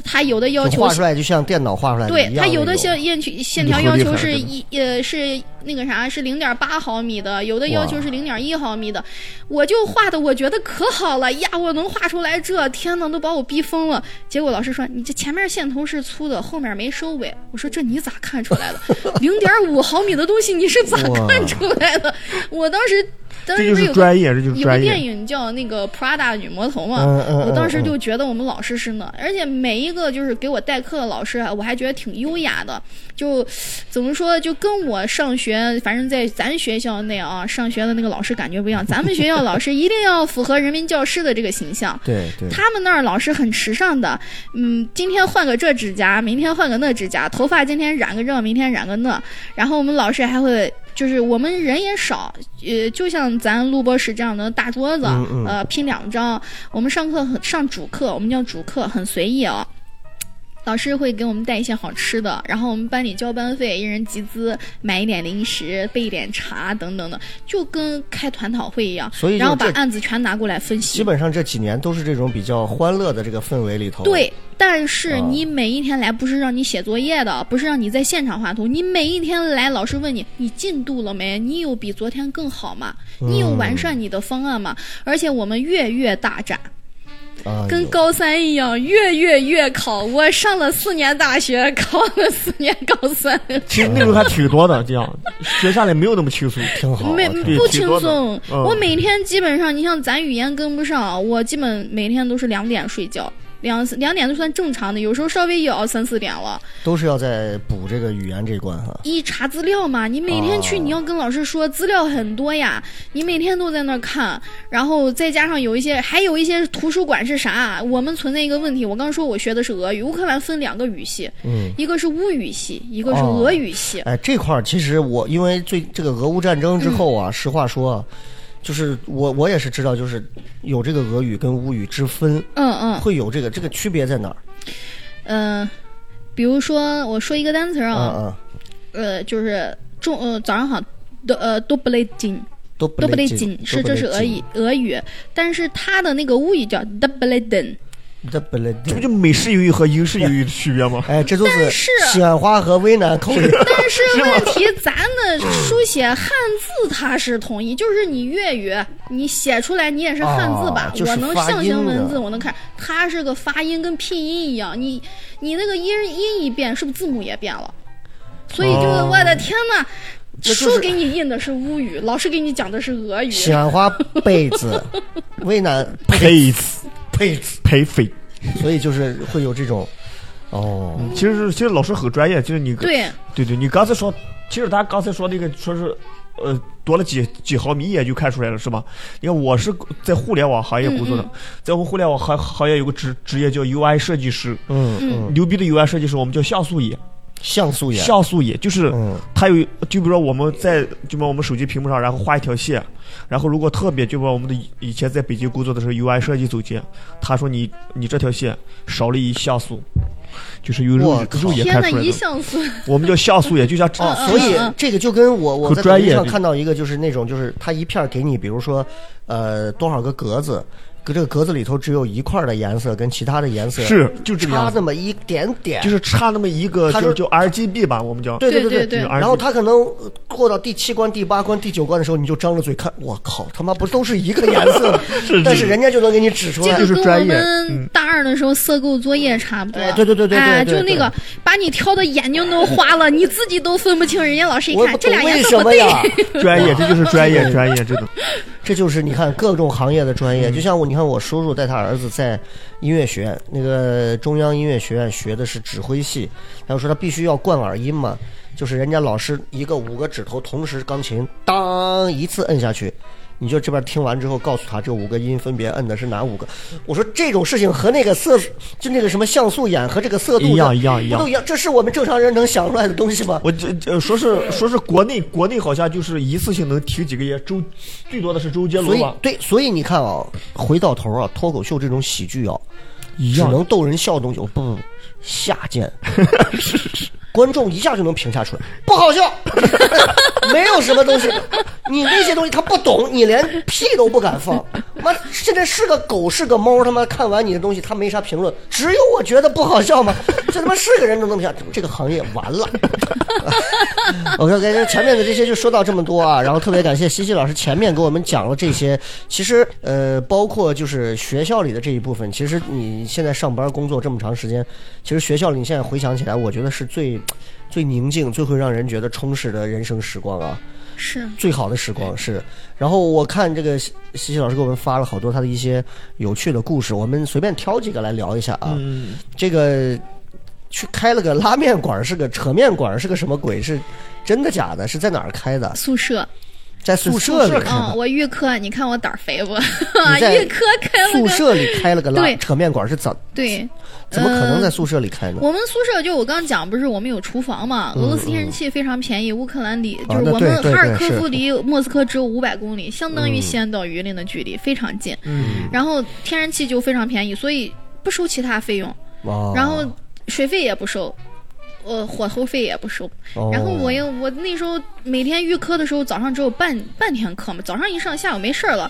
Speaker 5: 他有的要
Speaker 3: 就
Speaker 5: 求
Speaker 3: 画出来就像电脑画出来的
Speaker 5: 对
Speaker 3: 一样
Speaker 5: 它有的
Speaker 3: 呃那种
Speaker 5: 线线条线条
Speaker 3: 你
Speaker 5: 要
Speaker 3: 会厉
Speaker 5: 求
Speaker 3: 害
Speaker 5: 是
Speaker 3: 真的
Speaker 5: 一呃是那个啥是零点八毫米的，有的要求
Speaker 3: 哇
Speaker 5: 是零点一毫米的，我就画的我觉得可好了呀，我能画出来这，天呐，都把我逼疯了。结果老师说你这前面线头是粗的，后面没收尾。我说这你咋看出来的？零点五毫米的东西你是咋
Speaker 3: 哇
Speaker 5: 看出来的？我当时当
Speaker 4: 这
Speaker 5: 时
Speaker 4: 就
Speaker 5: 不
Speaker 4: 是
Speaker 5: 有个
Speaker 4: 专业，这就是
Speaker 5: 哎有个
Speaker 4: 专
Speaker 5: 电
Speaker 4: 业。
Speaker 5: 影叫那个《Prada 女魔头》嘛，
Speaker 3: 嗯嗯嗯
Speaker 5: 我当时就觉得我们老师是呢，而且每一个就是给我代课的老师啊，我还觉得挺优雅的，就怎么说，就跟我上学，反正在咱学校内啊上学的那个老师感觉不一样。咱们学校老师一定要符合人民教师的这个形象，
Speaker 3: 对对，
Speaker 5: 他们那儿老师很时尚的，嗯，今天换个这指甲，明天换个那指甲，头发今天染个这，明天染个那。然后我们老师还会，就是我们人也少，呃，就像咱录播室这样的大桌子，
Speaker 3: 嗯嗯
Speaker 5: 呃，拼两张。我们上课很上主课，我们叫主课，很随意啊、老师会给我们带一些好吃的，然后我们班里交班费，一人集资买一点零食，备一点茶等等的，就跟开团讨会一样。
Speaker 3: 所以就
Speaker 5: 然后把
Speaker 3: 这
Speaker 5: 案子全拿过来分析。
Speaker 3: 基本上这几年都是这种比较欢乐的这个氛围里头。
Speaker 5: 对，但是
Speaker 3: 哦
Speaker 5: 你每一天来不是让你写作业的，不是让你在现场画图。你每一天来，老师问你你进度了没？你有比昨天更好吗？
Speaker 4: 嗯
Speaker 5: 你有完善你的方案吗？而且我们月月大展，
Speaker 3: 啊，
Speaker 5: 跟
Speaker 3: 有
Speaker 5: 高三一样，月月月考。我上了四年大学，考了四年高三，
Speaker 4: 其实那时候还挺多的，这样学下来没有那么轻松。
Speaker 3: 挺好，
Speaker 5: 没
Speaker 4: 对
Speaker 5: 不
Speaker 4: 挺
Speaker 5: 轻
Speaker 4: 多的
Speaker 5: 松。
Speaker 4: 嗯
Speaker 5: 我每天基本上，你像咱语言跟不上，我基本每天都是两点睡觉。两两点就算正常的，有时候稍微也要三四点了。
Speaker 3: 都是要在补这个语言这一关哈。
Speaker 5: 一查资料嘛，你每天去
Speaker 3: 哦
Speaker 5: 你要跟老师说资料很多呀，你每天都在那儿看，然后再加上有一些，还有一些图书馆是啥？啊我们存在一个问题，我刚说我学的是俄语，乌克兰分两个语系，
Speaker 3: 嗯，
Speaker 5: 一个是乌语系，一个是
Speaker 3: 哦
Speaker 5: 俄语系。
Speaker 3: 哎，这块儿其实我因为最这个俄乌战争之后
Speaker 5: 嗯
Speaker 3: 啊，实话说啊，就是我我也是知道，就是有这个俄语跟乌语之分，
Speaker 5: 嗯嗯
Speaker 3: 会有这个这个区别在哪儿？
Speaker 5: 嗯、呃比如说我说一个单词儿
Speaker 3: 啊
Speaker 5: 啊，
Speaker 3: 啊，
Speaker 5: 呃，就是中呃早上好，都呃都不勒紧，
Speaker 3: 都
Speaker 5: 都不
Speaker 3: 得
Speaker 5: 勒紧
Speaker 3: 紧，
Speaker 5: 是这是俄语，俄语，但是它的那个乌语叫 d b l e d e n
Speaker 3: 都不勒
Speaker 4: 这
Speaker 3: 紧。
Speaker 4: 不就美式英语和英式英语的区 别吗？
Speaker 3: 哎，这都
Speaker 5: 但
Speaker 3: 是
Speaker 5: 是啊
Speaker 3: 西安话和渭南口音。
Speaker 5: 但是问题，咱的书写汉字它是统一，就是你粤语你写出来你也是汉字吧？
Speaker 3: 哦就是
Speaker 5: 我能
Speaker 3: 发音
Speaker 5: 象形文
Speaker 3: 的
Speaker 5: 字，我能看，它是个发音跟拼音一样，你你那个音音一变，是不是字母也变了？所以就是
Speaker 3: 哦
Speaker 5: 我的天呐，
Speaker 3: 那就是
Speaker 5: 书给你印的是乌语，老师给你讲的是俄语。
Speaker 3: 西安话被子，渭南
Speaker 4: 配子
Speaker 3: 被子，
Speaker 4: 配费。
Speaker 3: 所以就是会有这种，哦，
Speaker 4: 嗯其实是其实老师很专业，就是你
Speaker 5: 对，
Speaker 4: 对对，你刚才说，其实他刚才说那个说是，呃，多了几几毫米一眼就看出来了，是吧？你看我是在互联网行业工作的，在我们互联网行行业有个职职业叫 UI 设计师，
Speaker 3: 嗯
Speaker 5: 嗯
Speaker 3: 嗯，
Speaker 4: 牛逼的 UI 设计师我们叫像素眼，
Speaker 3: 像素眼，
Speaker 4: 像素眼就是
Speaker 3: 嗯
Speaker 4: 它有，就比如说我们在就把我们手机屏幕上，然后画一条线，然后如果特别就把我们的以以前在北京工作的时候 UI 设计总监，他说你你这条线少了一像素，就是有肉
Speaker 3: 我靠
Speaker 4: 肉眼
Speaker 5: 天
Speaker 4: 看
Speaker 5: 呐，
Speaker 4: 出来
Speaker 5: 一
Speaker 4: 的，
Speaker 5: 像素，
Speaker 4: 我们叫像素眼，就像
Speaker 3: 哦，
Speaker 5: 嗯
Speaker 3: 所以
Speaker 5: 嗯嗯
Speaker 3: 这个就跟我我
Speaker 4: 很
Speaker 3: 在
Speaker 4: 专
Speaker 3: 抖音
Speaker 4: 业
Speaker 3: 上
Speaker 4: 的
Speaker 3: 看到一个，就是那种就是它一片儿给你，比如说，呃，多少个格子，呃格这个格子里头只有一块儿的颜色，跟其他的颜色
Speaker 4: 是就这个样
Speaker 3: 差
Speaker 4: 子，
Speaker 3: 那么一点点，
Speaker 4: 就是差那么一个，
Speaker 3: 他
Speaker 4: 就
Speaker 3: 说
Speaker 4: 是就 RGB 吧，我们叫
Speaker 3: 对
Speaker 5: 对
Speaker 3: 对
Speaker 5: 对
Speaker 4: 对
Speaker 3: 然后它可能呃过到第七关、第八关、第九关的时候，你就张着嘴看，我靠，他妈不都是一个颜色吗？
Speaker 4: 是
Speaker 3: 但是人家就能给你指出
Speaker 5: 这
Speaker 3: 来
Speaker 4: 就。
Speaker 5: 个
Speaker 4: 是
Speaker 5: 跟我
Speaker 4: 专业嗯
Speaker 5: 们大二的时候色购作业差不多。
Speaker 3: 哎对对对对
Speaker 5: 哎，
Speaker 3: 对对
Speaker 5: 就那个把你挑的眼睛都花了，你自己都分不清，人家老师一
Speaker 3: 我也
Speaker 5: 看
Speaker 3: 不
Speaker 5: 这
Speaker 3: 懂
Speaker 5: 俩
Speaker 3: 为
Speaker 5: 颜
Speaker 3: 什
Speaker 5: 色不
Speaker 3: 么
Speaker 5: 对，
Speaker 3: 呀？
Speaker 4: 专业，这就是专 业，专业，真的。
Speaker 3: 这就是你看各种行业的专
Speaker 4: 嗯
Speaker 3: 业，就像我，你看我叔叔带他儿子在音乐学院，那个中央音乐学院学的是指挥系，然后说他必须要贯耳音嘛，就是人家老师一个五个指头同时钢琴当一次摁下去，你就这边听完之后告诉他这五个音分别摁的是哪五个。我说这种事情和那个色就那个什么像素眼和这个色度的
Speaker 4: 一样一样一样
Speaker 3: 不都一样，这是我们正常人能想出来的东西吗？
Speaker 4: 我这这说是说是国内国内好像就是一次性能停几个月，周最多的是周杰
Speaker 3: 所
Speaker 4: 伦
Speaker 3: 以
Speaker 4: 吧，
Speaker 3: 对，所以你看啊，回到头啊，脱口秀这种喜剧啊。
Speaker 4: 一
Speaker 3: 只能逗人笑的东西，我不不不，下贱， 观众一下就能评价出来，不好笑， 没有什么东西，你那些东西他不懂，你连屁都不敢放，妈，现在是个狗是个猫，他妈看完你的东西他没啥评论，只有我觉得不好笑吗？这他妈是个人都能评价，这个行业完了。OK OK，前面的这些就说到这么多啊，然后特别感谢西西老师前面给我们讲了这些。其实呃，包括就是学校里的这一部分，其实你现在上班工作这么长时间，其实学校里你现在回想起来，我觉得是最最宁静、最会让人觉得充实的人生时光啊。
Speaker 5: 是
Speaker 3: 最好的时光是。然后我看这个西西老师给我们发了好多他的一些有趣的故事，我们随便挑几个来聊一下
Speaker 4: 嗯
Speaker 3: 啊。这个去开了个拉面馆，是个扯面馆，是个什么鬼？是真的假的？是在哪儿开的？
Speaker 5: 宿舍。
Speaker 3: 在宿舍里
Speaker 4: 宿舍
Speaker 3: 开
Speaker 5: 嗯，
Speaker 3: 的。
Speaker 5: 我预科，你看我胆儿肥 不？
Speaker 3: 你在
Speaker 5: 预科开了
Speaker 3: 宿
Speaker 5: 个
Speaker 3: 舍里开了个拉
Speaker 5: 对
Speaker 3: 扯面馆是怎
Speaker 5: 对，
Speaker 3: 怎么可能在
Speaker 5: 呃
Speaker 3: 宿舍里开呢？
Speaker 5: 我们宿舍就我刚讲，不是我们有厨房嘛？俄罗斯天然气非常便宜，乌克兰离就
Speaker 3: 嗯啊
Speaker 5: 是
Speaker 3: 那
Speaker 5: 我
Speaker 3: 对
Speaker 5: 们
Speaker 3: 对
Speaker 5: 哈尔
Speaker 3: 对
Speaker 5: 科
Speaker 3: 是嗯
Speaker 5: 夫离莫斯科只有五百公里，相当于西安到榆林的距离，非常近。
Speaker 4: 嗯，
Speaker 5: 然后天然气就非常便宜，所以不收其他费用，
Speaker 3: 哦
Speaker 5: 然后水费也不收。呃，火候费也不收，然后我
Speaker 3: 哦
Speaker 5: 又我那时候每天预科的时候，早上只有半半天课嘛，早上一上，下午没事儿了。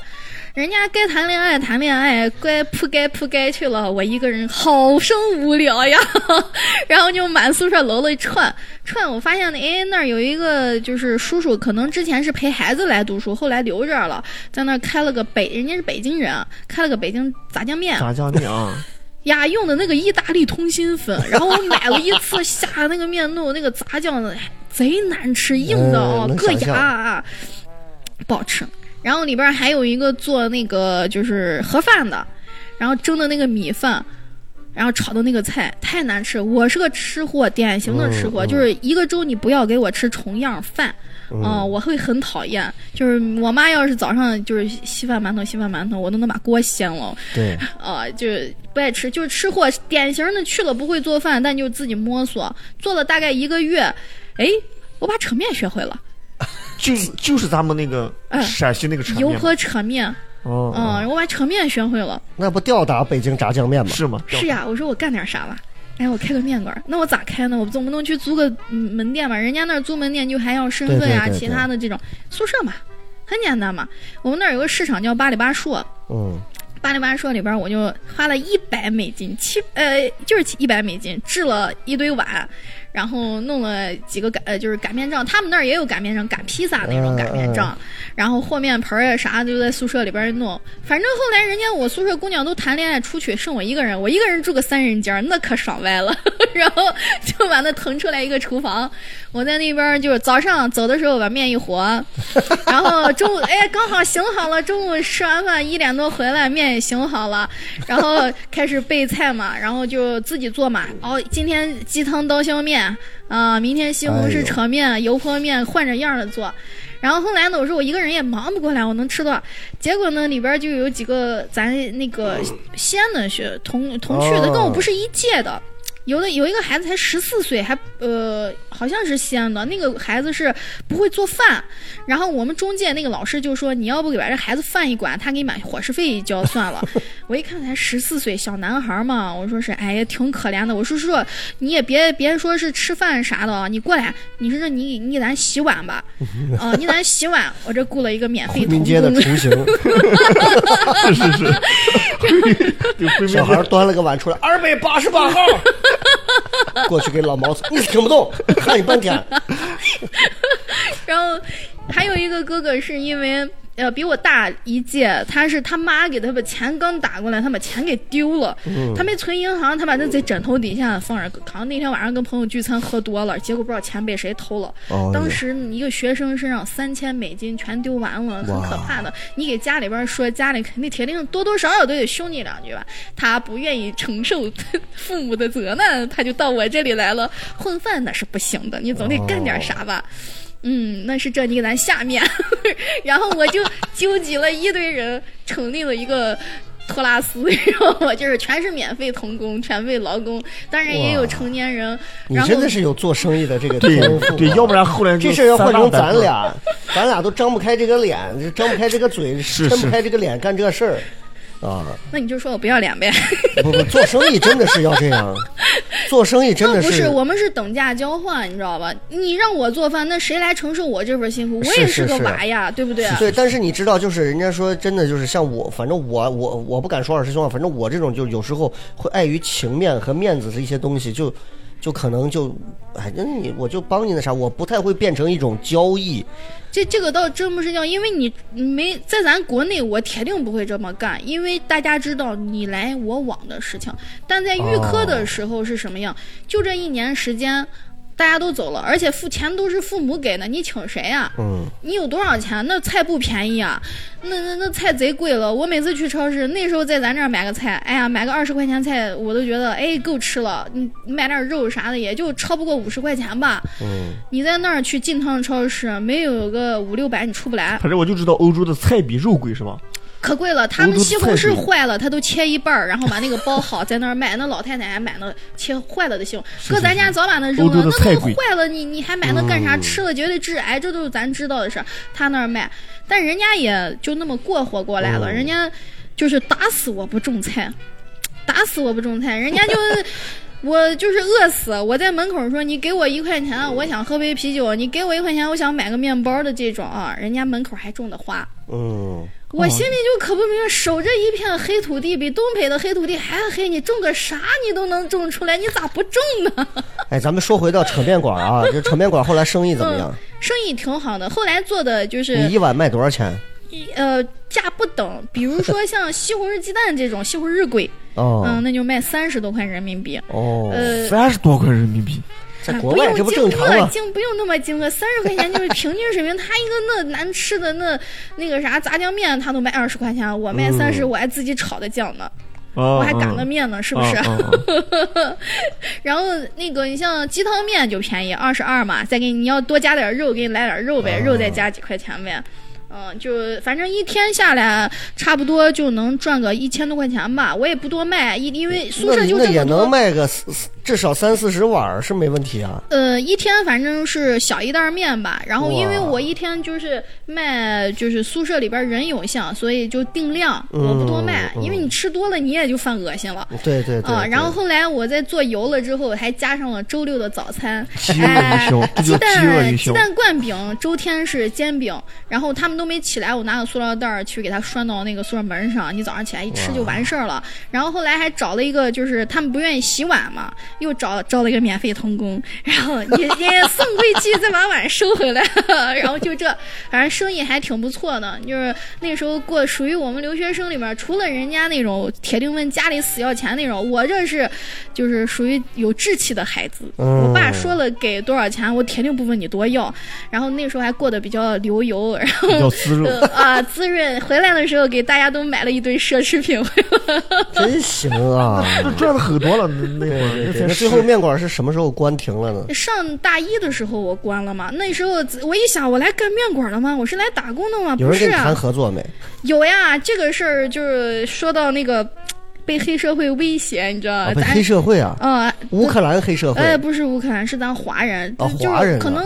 Speaker 5: 人家该谈恋爱谈恋爱，该扑该扑该去了，我一个人好生无聊呀。 然后就满宿舍楼了串串，我发现哎那儿有一个就是叔叔，可能之前是陪孩子来读书，后来留这儿了，在那儿开了个北，人家是北京人，啊开了个北京炸酱面。
Speaker 4: 炸酱面啊，
Speaker 5: 呀，用的那个意大利通 心粉，然后我买了一次，下那个面弄那个炸酱，哎贼难吃，硬的
Speaker 3: 嗯
Speaker 5: 哦，
Speaker 3: 能
Speaker 5: 硌
Speaker 3: 想
Speaker 5: 牙
Speaker 3: 象
Speaker 5: 啊，不好吃。然后里边还有一个做那个就是盒饭的，然后蒸的那个米饭。然后炒的那个菜太难吃，我是个吃货，典型的吃
Speaker 3: 嗯
Speaker 5: 货，就是一个周你不要给我吃重样饭，嗯、我会很讨厌。就是我妈要是早上就是稀饭馒头、稀饭馒头，我都能把锅掀了。
Speaker 3: 对，
Speaker 5: 啊，就是不爱吃，就是吃货，典型的去了不会做饭，但就自己摸索，做了大概一个月，哎，我把扯面学会了，
Speaker 4: 就就是咱们那个
Speaker 5: 嗯
Speaker 4: 陕西那个扯
Speaker 5: 油
Speaker 4: 面嘛，
Speaker 5: 泼扯面，
Speaker 4: 哦
Speaker 5: 嗯，
Speaker 4: 哦
Speaker 5: 我把扯面学会了。
Speaker 3: 那不吊打北京炸酱面吗？
Speaker 4: 是吗？
Speaker 5: 是呀、我说我干点啥吧。哎，我开个面馆儿，那我咋开呢？我总不能去租个嗯门店吧？人家那儿租门店就还要身份呀、
Speaker 3: 对对对
Speaker 5: 其他的这种宿舍嘛，很简单嘛。我们那儿有个市场叫八里八硕，
Speaker 3: 嗯，
Speaker 5: 巴黎巴说里边，我就花了一百美金，七呃就是一百美金，制了一堆碗，然后弄了几个擀呃就是擀面杖，他们那儿也有擀面杖，擀披萨那种擀面杖，嗯然后和面盆儿呀啥就在宿舍里边弄。反正后来人家我宿舍姑娘都谈恋爱出去，剩我一个人，我一个人住个三人间儿，那可爽歪了。 然后就把那腾出来一个厨房，我在那边儿就是早上走的时候把面 一和，然后中午哎刚好醒好了，中午吃完饭一点多回来面也醒好了，然后开始备 菜嘛，然后就自己做嘛。哦，今天鸡汤刀削面啊、明天西红
Speaker 3: 哎呦
Speaker 5: 柿扯面、油泼面，换着样的做。然后后来呢，我说我一个人也忙不过来，我能吃多少？结果呢，里边就有几个咱那个西安的学同同去的，
Speaker 3: 哦
Speaker 5: 跟我不是一届的。有的有一个孩子才十四岁，还呃好像是西安的，那个孩子是不会做饭，然后我们中介那个老师就说你要不给把这孩子饭一管，他给你把伙食费一交算了。 我一看才十四岁小男孩嘛，我说是哎呀挺可怜的，我说叔叔你也别别说是吃饭啥的啊，你过来，你说这你你给咱洗碗 吧，啊、你给咱洗碗，我这雇了一个免费
Speaker 3: 回
Speaker 5: 童
Speaker 3: 民
Speaker 5: 工
Speaker 3: 街的雏形，
Speaker 4: 就闺蜜
Speaker 3: 小孩端了个碗出来，二百八十八 号，过去给老毛子，你嗯听不懂，看你半天。
Speaker 5: 然后还有一个哥哥是因为呃比我大一届，他是他妈给他把钱刚打过来，他把钱给丢了，他没存银行，他把那在枕头底下放着。好像那天晚上跟朋友聚餐喝多了，结果不知道钱被谁偷了。
Speaker 3: 哦
Speaker 5: 当时一个学生身上三千美金全丢完了，很可怕的。你给家里边说，家里肯定铁定多多少少都得凶你两句吧。他不愿意承受父母的责难，他就到我这里来了。混饭那是不行的，你总得干点啥
Speaker 3: 哦
Speaker 5: 吧。嗯，那是这你给咱下面， 然后我就纠集了一堆人，成立了一个托拉斯，然后我就是全是免费童工、全费劳工，当然也有
Speaker 3: 哇
Speaker 5: 成年人。
Speaker 3: 你
Speaker 5: 然后
Speaker 3: 真的是有做生意的这个
Speaker 4: 对
Speaker 3: 天赋啊，
Speaker 4: 对，要不然后来就
Speaker 3: 这事儿要换成
Speaker 4: 三大
Speaker 3: 咱
Speaker 4: 白鸽，
Speaker 3: 俩，咱俩都张不开这个脸，张不开这个嘴，
Speaker 4: 是
Speaker 3: 伸不
Speaker 4: 是
Speaker 3: 开这个脸干这事儿，啊，
Speaker 5: 那你就说我不要脸呗。
Speaker 3: 不不，做生意真的是要这样，做生意真
Speaker 5: 那
Speaker 3: 的
Speaker 5: 不
Speaker 3: 是
Speaker 5: 我们是等价交换，你知道吧？你让我做饭，那谁来承受我这份辛苦？我
Speaker 3: 是
Speaker 5: 也
Speaker 3: 是
Speaker 5: 个
Speaker 3: 是
Speaker 5: 娃呀，对不啊对？
Speaker 3: 对，但是你知道，就是人家说真的，就是像我，反正我我我不敢说二师兄啊，反正我这种就有时候会碍于情面和面子的一些东西，就就可能就，哎，那你我就帮你那啥，我不太会变成一种交易。
Speaker 5: 这这个倒真不是叫，因为你没在咱国内，我铁定不会这么干，因为大家知道你来我往的事情。但在预科的时候是什么样？就这一年时间，大家都走了，而且付钱都是父母给的，你请谁呀、
Speaker 3: 嗯，
Speaker 5: 你有多少钱？那菜不便宜啊，那那那菜贼贵了。我每次去超市，那时候在咱这儿买个菜，哎呀，买个二十块钱菜，我都觉得哎够吃了。你买点肉啥的，也就超不过五十块钱吧。嗯，你在那儿去进趟超市，没有个五六百你出不来，
Speaker 4: 反正我就知道欧洲的菜比肉贵是吧？
Speaker 5: 可贵了。他们
Speaker 4: 欧洲
Speaker 5: 西红
Speaker 4: 菜
Speaker 5: 柿
Speaker 4: 贵
Speaker 5: 坏了，他都切一半儿，然后把那个包好，在那儿卖。那老太太还买那切坏了的西红
Speaker 4: 是
Speaker 5: 搁咱
Speaker 4: 是
Speaker 5: 家早把那扔
Speaker 4: 欧洲
Speaker 5: 了，
Speaker 4: 的
Speaker 5: 啊那
Speaker 4: 菜
Speaker 5: 都
Speaker 4: 贵
Speaker 5: 坏了，你你还买那干啥？吃了绝对致癌，这都是咱知道的事儿。他那儿卖，但人家也就那么过活过来了，
Speaker 4: 哦
Speaker 5: 人家就是打死我不种菜，打死我不种菜，人家就。我就是饿死，我在门口说你给我一块钱，我想喝杯啤酒；你给我一块钱，我想买个面包的这种啊，人家门口还种的花，
Speaker 3: 嗯，
Speaker 5: 我心里就可不明白，守着一片黑土地，比东北的黑土地还黑，你种个啥你都能种出来，你咋不种呢？
Speaker 3: 哎，咱们说回到扯面馆啊，就扯面馆后来生 意怎么样？
Speaker 5: 嗯
Speaker 3: 嗯
Speaker 5: 生意挺好的，后来做的 就是
Speaker 3: 你一碗卖多少钱？
Speaker 5: 呃价不等，比如说像西红柿鸡蛋这种，西红柿贵，
Speaker 3: 哦、
Speaker 5: 嗯，那就卖三十多块人民币。
Speaker 3: 哦，
Speaker 5: 呃，
Speaker 4: 三十多块人民币，
Speaker 3: 在
Speaker 5: 啊
Speaker 3: 国外这
Speaker 5: 不
Speaker 3: 正
Speaker 5: 用惊
Speaker 3: 常啊
Speaker 5: 愕，
Speaker 3: 吗？
Speaker 5: 惊不用那么惊愕，三十块钱就是平均水平。他一个那难吃的那那个啥炸酱面，他都卖二十块钱，我卖三
Speaker 3: 嗯
Speaker 5: 十、我还自己炒的酱呢，
Speaker 4: 我
Speaker 5: 我还擀的面呢，是不是？
Speaker 3: 哦
Speaker 4: 啊啊啊
Speaker 5: 然后那个你像鸡汤面就便宜二十二嘛，再给你你要多加点肉，给你来点肉
Speaker 3: 哦
Speaker 5: 呗，肉再加几块钱呗。嗯，就反正一天下来差不多就能赚个一千多块钱吧，我也不多卖，因因为宿
Speaker 3: 那
Speaker 5: 舍就
Speaker 3: 那
Speaker 5: 这
Speaker 3: 也
Speaker 5: 么
Speaker 3: 能
Speaker 5: 多。
Speaker 3: 卖个四四至少三四十碗儿是没问题啊。
Speaker 5: 呃，一天反正是小一袋儿面吧，然后因为
Speaker 3: 哇
Speaker 5: 我一天就是卖，就是宿舍里边人有限，所以就定量，
Speaker 3: 嗯
Speaker 5: 我不多卖，因为你吃多了你也就犯恶心了。
Speaker 3: 对对对
Speaker 5: 啊，然后
Speaker 3: 对
Speaker 5: 后来我在做油了之后，还加上了周六的早餐，
Speaker 4: 饥饿营销
Speaker 5: 哎
Speaker 4: 这
Speaker 5: 鸡
Speaker 4: 叫啊饥饿
Speaker 5: 蛋
Speaker 4: 营
Speaker 5: 鸡
Speaker 4: 销
Speaker 5: 蛋灌饼，周天是煎饼，然后他们都没起来，我拿个塑料袋儿去给它拴到那个宿舍门上，你早上起来一吃就完事儿了。然后后来还找了一个，就是他们不愿意洗碗嘛，又找招了一个免费童工，然后也也送回去，再把碗收回来，然后就这，反正生意还挺不错的，就是那时候过属于我们留学生里面，除了人家那种铁定问家里死要钱那种，我这是就是属于有志气的孩子。
Speaker 3: 嗯
Speaker 5: 我爸说了给多少钱，我铁定不问你多要。然后那时候还过得比较流油，然后。
Speaker 4: 要滋肉，
Speaker 5: 呃啊，滋润！回来的时候给大家都买了一堆奢侈品回来。
Speaker 3: 真行啊！
Speaker 4: 那赚的很多了，那那会
Speaker 3: 对
Speaker 4: 儿
Speaker 3: 对
Speaker 4: 那
Speaker 3: 对，
Speaker 4: 才
Speaker 3: 那
Speaker 4: 十
Speaker 3: 最后面馆是什么时候关停了呢？
Speaker 5: 上大一的时候我关了嘛，那时候我一想，我来干面馆了吗？我是来打工的吗？
Speaker 3: 有
Speaker 5: 不
Speaker 3: 人跟
Speaker 5: 是
Speaker 3: 你
Speaker 5: 啊，
Speaker 3: 谈合作没？
Speaker 5: 有呀，这个事儿就是说到那个被黑社会威胁，你知道
Speaker 3: 啊，
Speaker 5: 吧？
Speaker 3: 被
Speaker 5: 咱
Speaker 3: 黑社会啊，
Speaker 5: 呃，
Speaker 3: 乌克兰黑社会，
Speaker 5: 哎，不是乌克兰，是咱华人，
Speaker 3: 啊
Speaker 5: 就
Speaker 3: 华人
Speaker 5: 是
Speaker 3: 啊
Speaker 5: 可能。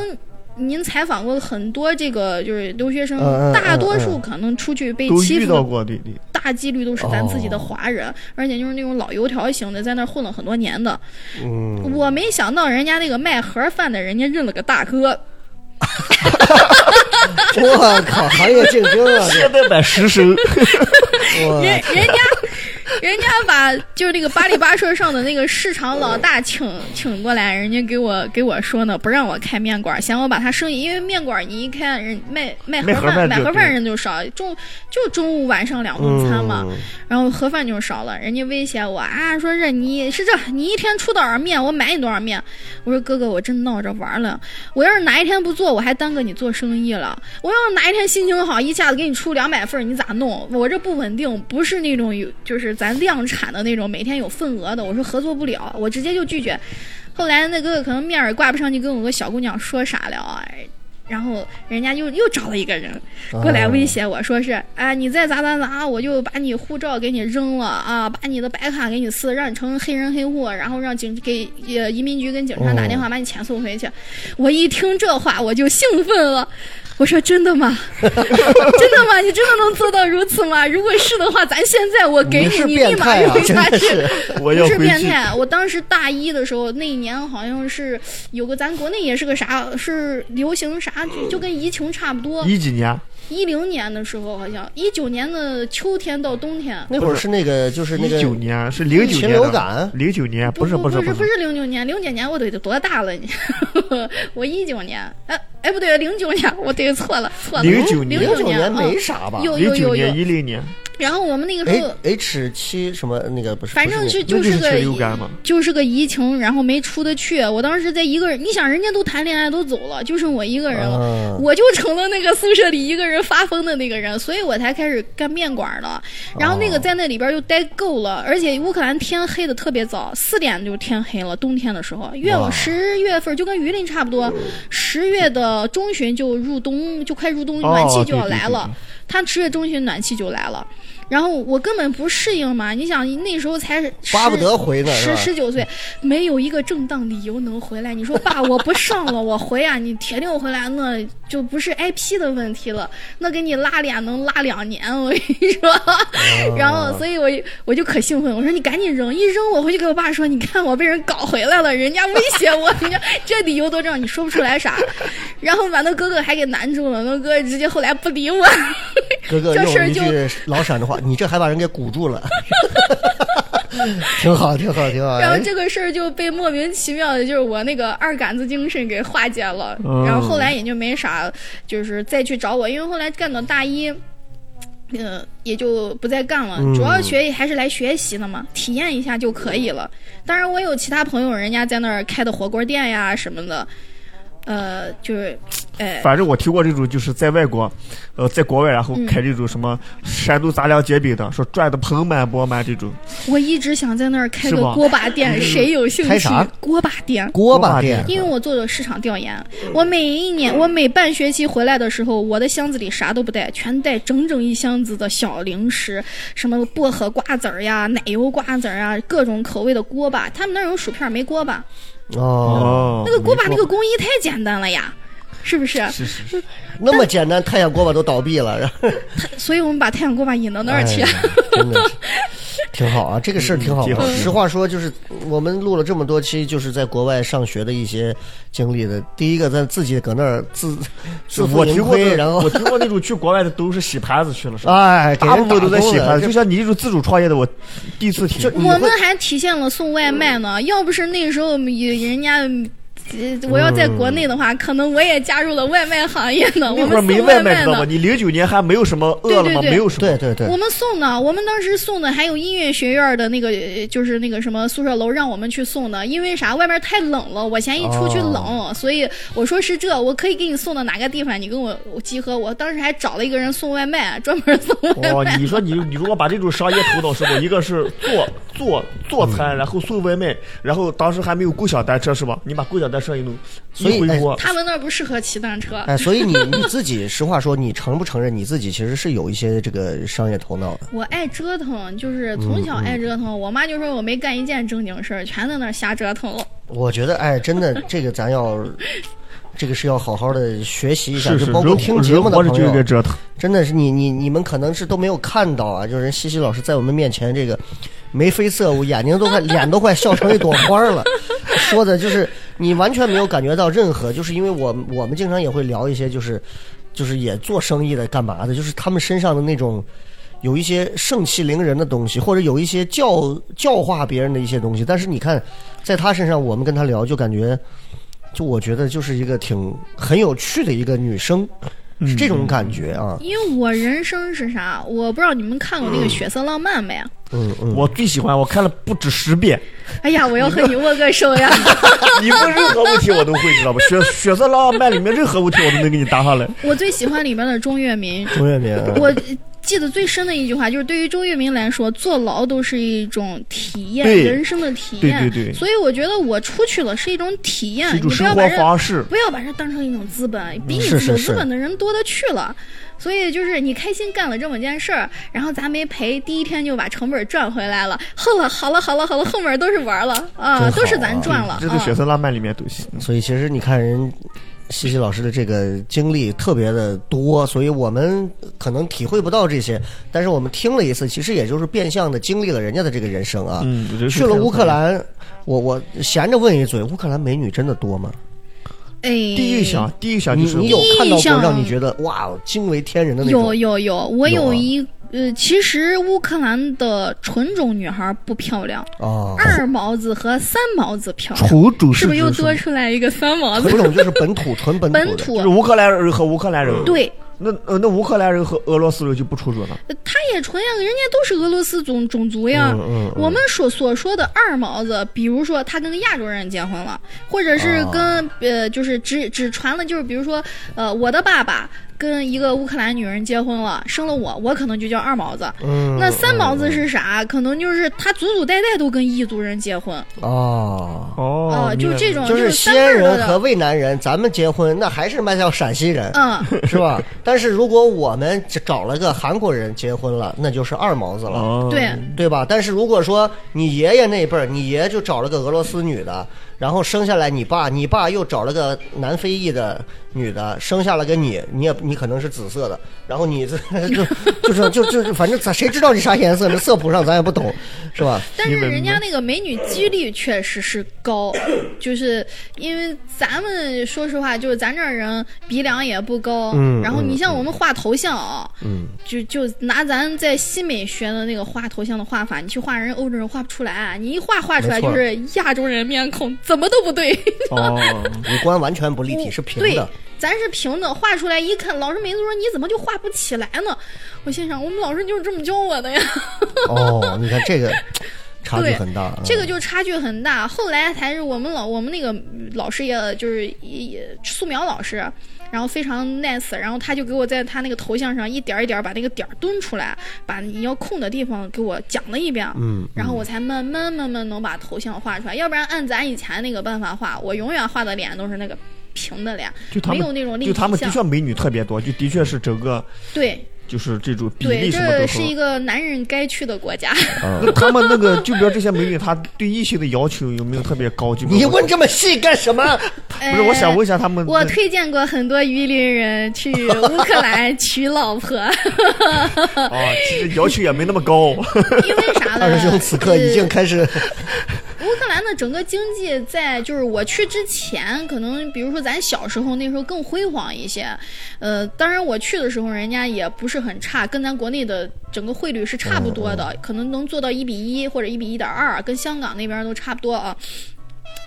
Speaker 5: 您采访过很多这个就是留学生，
Speaker 3: 嗯嗯嗯
Speaker 5: 大多数可能出去被
Speaker 4: 都
Speaker 5: 欺
Speaker 4: 遇
Speaker 5: 负
Speaker 4: 到
Speaker 5: 的
Speaker 4: 过，对对，
Speaker 5: 大几率都是咱自己的华
Speaker 3: 哦
Speaker 5: 人，而且就是那种老油条型的，在那儿混了很多年的。
Speaker 3: 嗯，
Speaker 5: 我没想到人家那个卖盒饭的，人家认了个大哥，
Speaker 3: 我靠，行业竞争啊，
Speaker 4: 现在买十升，
Speaker 3: 这我
Speaker 5: 人人家人家把就是那个八里八社上的那个市场老大请请过来，人家给我给我说呢，不让我开面馆，嫌我把他生意，因为面馆你一看人卖卖盒
Speaker 4: 卖盒
Speaker 5: 饭
Speaker 4: 饭
Speaker 5: 买
Speaker 4: 就
Speaker 5: 盒饭
Speaker 4: 对
Speaker 5: 人就少，中就中午晚上两顿餐嘛，
Speaker 3: 嗯
Speaker 5: 然后盒饭就少了，人家威胁我啊，说这你是这你一天出多少面，我买你多少面。我说哥哥，我真闹着玩儿了，我要是哪一天不做，我还耽搁你做生意了。我要是哪一天心情好，一下子给你出两百份儿，你咋弄？我这不稳定，不是那种有就是咱量产的那种，每天有份额的。我说合作不了，我直接就拒绝。后来那哥哥可能面儿挂不上，就跟我个小姑娘说啥了啊。然后人家又又找了一个人
Speaker 3: 嗯
Speaker 5: 过
Speaker 3: 啊
Speaker 5: 来威胁我说是，哎，你再咋咋咋，我就把你护照给你扔了啊，把你的白卡给你撕，让你成黑人黑户，然后让警给
Speaker 3: 哦
Speaker 5: 呃移民局跟警察打电话把你遣送回去。我一听这话我就兴奋了，我说真的吗？ 真的吗？你真的能做到如此吗？如果是的话，咱现在我给
Speaker 3: 你
Speaker 5: 你，
Speaker 3: 是
Speaker 5: 你立
Speaker 3: 变
Speaker 5: 马
Speaker 3: 态啊
Speaker 5: 用下
Speaker 3: 真的
Speaker 5: 去。
Speaker 3: 是
Speaker 4: 我
Speaker 5: 不
Speaker 4: 要
Speaker 5: 是
Speaker 4: 回
Speaker 5: 变
Speaker 4: 去。
Speaker 5: 态，我当时大一的时候，那一年好像是有个咱国内也是个啥，是流行啥，就就跟疫情差不多。
Speaker 4: 一几年？
Speaker 5: 一零年的时候，好像一九年的秋天到冬天，
Speaker 3: 那会儿是那个就是那
Speaker 4: 一
Speaker 3: 个
Speaker 4: 九年是零九
Speaker 3: 禽
Speaker 4: 年
Speaker 3: 流
Speaker 4: 的
Speaker 3: 感，
Speaker 4: 零九年不是
Speaker 5: 不
Speaker 4: 是
Speaker 5: 是
Speaker 4: 不
Speaker 5: 不，是零九年，零九年我都得多大了你？ 我一九年，哎哎不对，零九年我对错了错了，
Speaker 4: 09
Speaker 5: 零
Speaker 4: 年
Speaker 3: 零九
Speaker 5: 九
Speaker 3: 年没
Speaker 5: 嗯
Speaker 3: 啥吧？
Speaker 5: 有
Speaker 4: 零
Speaker 5: 有
Speaker 4: 九
Speaker 5: 有
Speaker 4: 年
Speaker 5: 有。
Speaker 4: 一零年，
Speaker 5: 然后我们那个时候
Speaker 3: H。H 七什么那个不是？
Speaker 5: 反正
Speaker 3: 不是
Speaker 5: 是
Speaker 3: 那
Speaker 5: 就
Speaker 4: 那就是
Speaker 5: 个
Speaker 4: 禽流感嘛
Speaker 5: 就是个疫情，然后没出得去。我当时在一个人，你想人家都谈恋爱都走了，就剩我一个人了，
Speaker 4: 嗯
Speaker 3: 啊
Speaker 5: 我就成了那个宿舍里一个人发疯的那个人，所以我才开始干面馆了。然后那
Speaker 4: 哦
Speaker 5: 个在那里边又待够了，而且乌克兰天黑的特别早，四点就天黑了，冬天的时候，越
Speaker 3: 哇
Speaker 5: 往十月份就跟榆林差不
Speaker 4: 哦
Speaker 5: 多，十月的中旬就入冬，就快入冬，
Speaker 4: 哦
Speaker 5: 暖气就要
Speaker 4: 对对
Speaker 5: 来
Speaker 4: 对
Speaker 5: 了。
Speaker 4: 对
Speaker 5: 他十月中旬暖气就来了，然后我根本不适应嘛。你想那时候才十
Speaker 3: 巴不得回呢是
Speaker 5: 十
Speaker 3: 吧
Speaker 5: 十九岁，没有一个正当理由能回来。你 说爸，我不上了，我回啊，你铁定回来，那就不是 IP 的问题了，那给你拉脸能拉两年，我跟你说。
Speaker 3: 哦
Speaker 5: 然后，所以我我就可兴奋，我说你赶紧扔，一扔我回去给我爸说，你看我被人搞回来了，人家威胁我， 你看这理由都这样，你说不出来啥。然后把那哥哥还给难住了，那哥直接后来不理我。
Speaker 3: 哥哥
Speaker 5: 这
Speaker 3: 用
Speaker 5: 事儿
Speaker 3: 一句老陕的话，你这还把人给鼓住了， 挺好，挺好，挺好。
Speaker 5: 然后
Speaker 3: 哎
Speaker 5: 这个事儿就被莫名其妙的，就是我那个二杆子精神给化解了。
Speaker 4: 嗯
Speaker 5: 然后后来也就没啥，就是再去找我，因为后来干到大一。呃，也就不再干了，
Speaker 4: 嗯
Speaker 5: 主要学还是来学习的嘛，体验一下就可以了。当然，我有其他朋友，人家在那儿开的火锅店呀什么的，呃，就是，哎，
Speaker 4: 反正我听过这种，就是在外国，呃， 在国外然后开这种什么山东杂粮煎饼的，说赚的盆满钵满这种。
Speaker 5: 我一直想在那儿开个
Speaker 4: 是吗嗯
Speaker 5: 锅巴店，谁有兴
Speaker 3: 开
Speaker 5: 趣
Speaker 3: 啥？
Speaker 5: 锅巴店，
Speaker 3: 锅巴店
Speaker 5: 因为我做了市场调研，我每一年，我每半学期回来的时候，我的箱子里啥都不带，全带整整一箱子的小零食，什么薄荷瓜子儿呀、奶油瓜子儿啊，各种口味的锅巴。他们那儿有薯片没锅巴，
Speaker 3: 哦，
Speaker 4: 哦
Speaker 5: 嗯那个锅巴那个工艺太简单了呀，是不是？
Speaker 4: 是是是，
Speaker 3: 那么简单，太阳锅巴都倒闭了，然后
Speaker 5: 所以我们把太阳锅巴引到那儿
Speaker 3: 哎
Speaker 5: 去。
Speaker 3: 呀真的是挺好啊，这个事儿挺好
Speaker 4: 嗯挺好
Speaker 3: 玩。
Speaker 4: 嗯
Speaker 3: 实话说，就是我们录了这么多期，就是在国外上学的一些经历的。第一个，咱自己搁那儿自自负
Speaker 4: 我听
Speaker 3: 盈
Speaker 4: 过
Speaker 3: 亏，
Speaker 4: 的，
Speaker 3: 然后
Speaker 4: 我听过那种去国外的都是洗盘子去了，是吧？
Speaker 3: 哎，给
Speaker 4: 哦啊大
Speaker 3: 人
Speaker 4: 部分都在
Speaker 3: 打工
Speaker 4: 洗
Speaker 3: 的
Speaker 4: 盘子，
Speaker 3: 这
Speaker 4: 就像你这种自主创业的，我第一次听。
Speaker 3: 你
Speaker 5: 我
Speaker 3: 会
Speaker 5: 们还体现了送外卖呢，要不是那时候也人家。呃我要在国内的话，可能我也加入了外卖行业呢。我
Speaker 4: 那会儿
Speaker 5: 们
Speaker 4: 没
Speaker 5: 送外
Speaker 4: 卖，
Speaker 5: 卖
Speaker 4: 知道
Speaker 5: 呢
Speaker 4: 吗？，你零九年还没有什么饿了
Speaker 5: 对
Speaker 4: 么，
Speaker 5: 对对
Speaker 4: 没有什么
Speaker 3: 对。对对
Speaker 5: 我，们送的，我们当时送的还有音乐学院的那个，呃就是那个什么宿舍楼让我们去送的，因为啥？外面太冷了，我嫌一出去冷，
Speaker 3: 哦
Speaker 5: 所以我说是这，我可以给你送到哪个地方，你跟我我集合。我当时还找了一个人送外卖，专门送外
Speaker 4: 哇，
Speaker 5: 卖。
Speaker 4: 哦你说你你如果把这种商业头脑是吧？一个是做做做
Speaker 3: 嗯
Speaker 4: 餐，然后送外卖，然后当时还没有共享单车是吧？你把共享单车一弄，
Speaker 3: 所以哎
Speaker 4: 一回国，
Speaker 5: 他们那儿不适合骑单车，
Speaker 3: 哎，所以你你自己，实话说，你承不承认你自己其实是有一些这个商业头脑的？
Speaker 5: 我爱折腾，就是从小爱折腾。我妈就说我没干一件正经事儿，全在那儿瞎折腾了。
Speaker 3: 我觉得，哎，真的，这个咱要，这个是要好好的学习一下，
Speaker 4: 是是，
Speaker 3: 就包括
Speaker 4: 人
Speaker 3: 听
Speaker 4: 活
Speaker 3: 节目
Speaker 4: 人
Speaker 3: 的
Speaker 4: 活着
Speaker 3: 朋
Speaker 4: 就应该
Speaker 3: 友，
Speaker 4: 折腾。
Speaker 3: 真的是你你你们可能是都没有看到啊，就是人西西老师在我们面前这个眉飞色舞，眼睛都快脸都快笑成一朵花了，说的就是你完全没有感觉到任何，就是因为我我们经常也会聊一些就是就是也做生意的干嘛的，就是他们身上的那种。有一些盛气凌人的东西，或者有一些教教化别人的一些东西，但是你看，在他身上，我们跟他聊，就感觉，就我觉得就是一个挺很有趣的一个女生，是这种感觉啊。
Speaker 5: 因为我人生是啥？我不知道你们看过那个《血色浪漫》没？啊
Speaker 3: 嗯嗯，
Speaker 4: 我最喜欢，我看了不止十遍。
Speaker 5: 哎呀，我要和你握个手呀！
Speaker 4: 你问任何问题我都会，知道吧？血血色浪漫里面任何问题我都能给你答上来。
Speaker 5: 我最喜欢里边的钟跃民，
Speaker 3: 钟跃民啊，
Speaker 5: 我记得最深的一句话就是，对于钟跃民来说，坐牢都是一种体验，
Speaker 4: 对
Speaker 5: 人生的体验。
Speaker 4: 对对对
Speaker 5: 所以我觉得我出去了是一种体验，
Speaker 4: 是一种
Speaker 5: 你不
Speaker 4: 生
Speaker 5: 要把
Speaker 4: 活
Speaker 5: 这
Speaker 4: 方嗯式。
Speaker 5: 不要把这当成一种资本，比你
Speaker 3: 是是
Speaker 5: 有
Speaker 3: 是
Speaker 5: 资本的人多的去了。所以就是你开心干了这么件事儿，然后咱没赔，第一天就把成本赚回来了。后了，好了，好了，好了，后面都是玩儿了啊，
Speaker 3: 真好啊
Speaker 5: 都是咱赚了
Speaker 4: 嗯这是
Speaker 5: 啊
Speaker 4: 血色浪漫里面的东西。
Speaker 3: 所以其实你看人西西老师的这个经历特别的多，所以我们可能体会不到这些。但是我们听了一次，其实也就是变相的经历了人家的这个人生啊。
Speaker 4: 嗯人生
Speaker 3: 去了乌克兰，我我闲着问一嘴，乌克兰美女真的多吗？
Speaker 5: 哎，
Speaker 4: 第一想，第一想
Speaker 3: 你
Speaker 4: 啊就是
Speaker 3: 你有看到
Speaker 5: 印象
Speaker 3: 过让你觉得哇惊为天人的那种？
Speaker 5: 有有有，我
Speaker 3: 有啊
Speaker 5: 有一呃，其实乌克兰的纯种女孩不漂亮，
Speaker 3: 啊，
Speaker 5: 二毛子和三毛子漂亮，
Speaker 4: 土主
Speaker 5: 是不是又
Speaker 4: 指
Speaker 5: 多出来一个三毛
Speaker 3: 纯
Speaker 5: 子？
Speaker 3: 种就是本土 纯本
Speaker 5: 啊本
Speaker 3: 土的。
Speaker 4: 就
Speaker 5: 土
Speaker 4: 是乌克兰人和乌克兰人。，
Speaker 5: 对，
Speaker 4: 那呃那乌克兰人和俄罗斯人就不出准了。
Speaker 5: 呃他也纯呀，人家都是俄罗斯种种族呀。
Speaker 4: 嗯
Speaker 3: 嗯
Speaker 5: 我们所所说的二毛子，比如说他跟亚洲人结婚了，或者是
Speaker 3: 啊
Speaker 5: 跟、呃，就是只只传了，就是比如说呃，我的爸爸跟一个乌克兰女人结婚了，生了我，我可能就叫二毛子。
Speaker 3: 嗯
Speaker 5: 那三毛子是啥？可能就是他祖祖代代都跟异族人结婚，
Speaker 3: 哦。
Speaker 4: 哦
Speaker 5: 啊，就这种
Speaker 3: 就是是西
Speaker 5: 三辈
Speaker 3: 安
Speaker 5: 儿的
Speaker 3: 人和渭南人，咱们结婚那还是卖叫陕西人，
Speaker 5: 嗯，
Speaker 3: 是吧？但是如果我们找了个韩国人结婚了，那就是二毛子了。
Speaker 4: 哦，
Speaker 5: 对，
Speaker 3: 对吧？但是如果说你爷爷那辈儿，你爷爷就找了个俄罗斯女的，然后生下来你爸，你爸又找了个南非裔的女的，生下来个你，你也你可能是紫色的，然后你这 就就是就就反正咱谁知道你啥颜色？那色谱上咱也不懂，是吧？
Speaker 5: 但是
Speaker 4: 你们
Speaker 5: 人家那个美女几率确实是高，就是因为咱们说实话，就是咱这儿人鼻梁也不高，
Speaker 3: 嗯
Speaker 5: 然后你像我们画头像啊，就就拿咱在西美学的那个画头像的画法，你去画人欧洲人画不出来，啊你一画画出来
Speaker 3: 没错
Speaker 5: 就是亚洲人面孔，怎么都不对。
Speaker 4: 哦，
Speaker 3: 五官完全不立体，是平
Speaker 5: 对
Speaker 3: 的。，
Speaker 5: 咱是平的，画出来一看，老师每次都说你怎么就画不起来呢？我心想，我们老师就是这么教我的呀。
Speaker 3: 嗯哦，你看这个差距
Speaker 5: 对
Speaker 3: 很大啊。
Speaker 5: 这个就差距很大。后来才是我们老我们那个老师也就是也素描老师，然后非常 nice，然后他就给我在他那个头像上一点儿一点儿把那个点儿蹲出来，把你要空的地方给我讲了一遍，
Speaker 3: 嗯，
Speaker 5: 然后我才慢慢慢慢能把头像画出来。要不然按咱以前那个办法画，我永远画的脸都是那个平的脸，
Speaker 4: 就他
Speaker 5: 没
Speaker 4: 们
Speaker 5: 有那种立
Speaker 4: 就
Speaker 5: 体
Speaker 4: 他们的
Speaker 5: 像。
Speaker 4: 确美女特别多，就的确是整个
Speaker 5: 对
Speaker 4: 就是这种比
Speaker 5: 对，
Speaker 4: 例什么
Speaker 5: 这
Speaker 4: 都嗯
Speaker 5: 是一
Speaker 4: 合。
Speaker 5: 个男人该去的国家。
Speaker 4: 那他们那个就比如这些美女，她对异性的要求有没有特别高？就比如
Speaker 3: 嗯你问这么细干什么？
Speaker 4: 不是？我想问一下他们那，
Speaker 5: 呃哎我推荐过很多榆林人去乌克兰 娶老婆，
Speaker 4: 啊，其实要求也没那么 高。
Speaker 5: 因为啥呢？
Speaker 3: 二 师兄此刻已经
Speaker 5: 呃
Speaker 3: 开始，
Speaker 5: 乌克兰的整个经济在就是我去之前，可能比如说咱小时候那时候更辉煌一些，呃，当然我去的时候人家也不是很差，跟咱国内的整个汇率是差不多的，可能能做到一比一或者一比一点二，跟香港那边都差不多啊。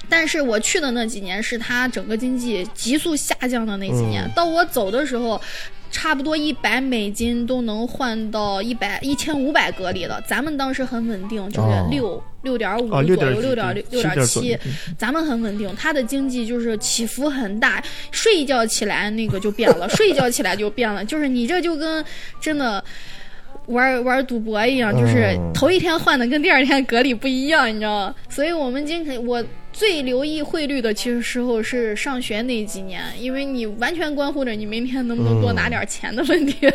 Speaker 5: 但是我去的那几年是它整个经济急速下降的那几年，到我走的时候。差不多一百美金都能换到一百一千五百格里了。咱们当时很稳定，就是
Speaker 3: 哦
Speaker 5: 六六点五
Speaker 4: 啊
Speaker 5: 左右，
Speaker 4: 6.7
Speaker 5: 六点
Speaker 4: 对
Speaker 5: 六点
Speaker 4: 7.7左右
Speaker 5: 七，咱们很稳定。它的经济就是起伏很大，睡一觉起来那个就变了， 睡一觉起来就变了。就是你这就跟真的玩玩赌博一样，就是
Speaker 3: 嗯
Speaker 5: 头一天换的跟第二天隔离不一样，你知道吗？所以我们经常我最留意汇率的其实时候是上学那几年，因为你完全关乎着你明天能不能多
Speaker 4: 嗯
Speaker 5: 拿点钱的问题。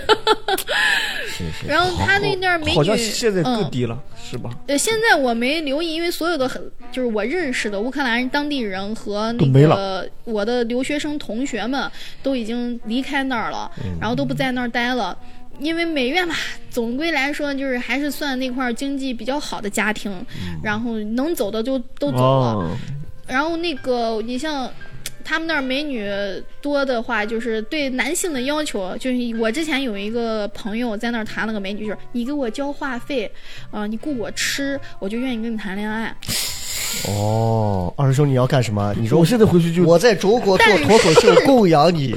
Speaker 5: 然后他那那儿美女
Speaker 4: 嗯好像现在更
Speaker 5: 嗯
Speaker 4: 低了，是吧？
Speaker 5: 对，现在我没留意，因为所有的很就是我认识的乌克兰当地人和
Speaker 4: 都
Speaker 5: 那
Speaker 4: 没
Speaker 5: 个我的留学生同学们都已经离开那儿了，
Speaker 4: 嗯
Speaker 5: 然后都不在那儿待了。因为美院嘛，总归来说就是还是算那块儿经济比较好的家庭，然后能走的就都走了。
Speaker 4: 嗯哦，
Speaker 5: 然后那个你像。他们那儿美女多的话，就是对男性的要求，就是我之前有一个朋友在那儿谈了个美女，就是你给我交话费，啊、你雇我吃，我就愿意跟你谈恋爱。
Speaker 3: 哦，二师兄你要干什么？你说
Speaker 4: 我现在回去就
Speaker 3: 我在中国做脱口 秀供养你，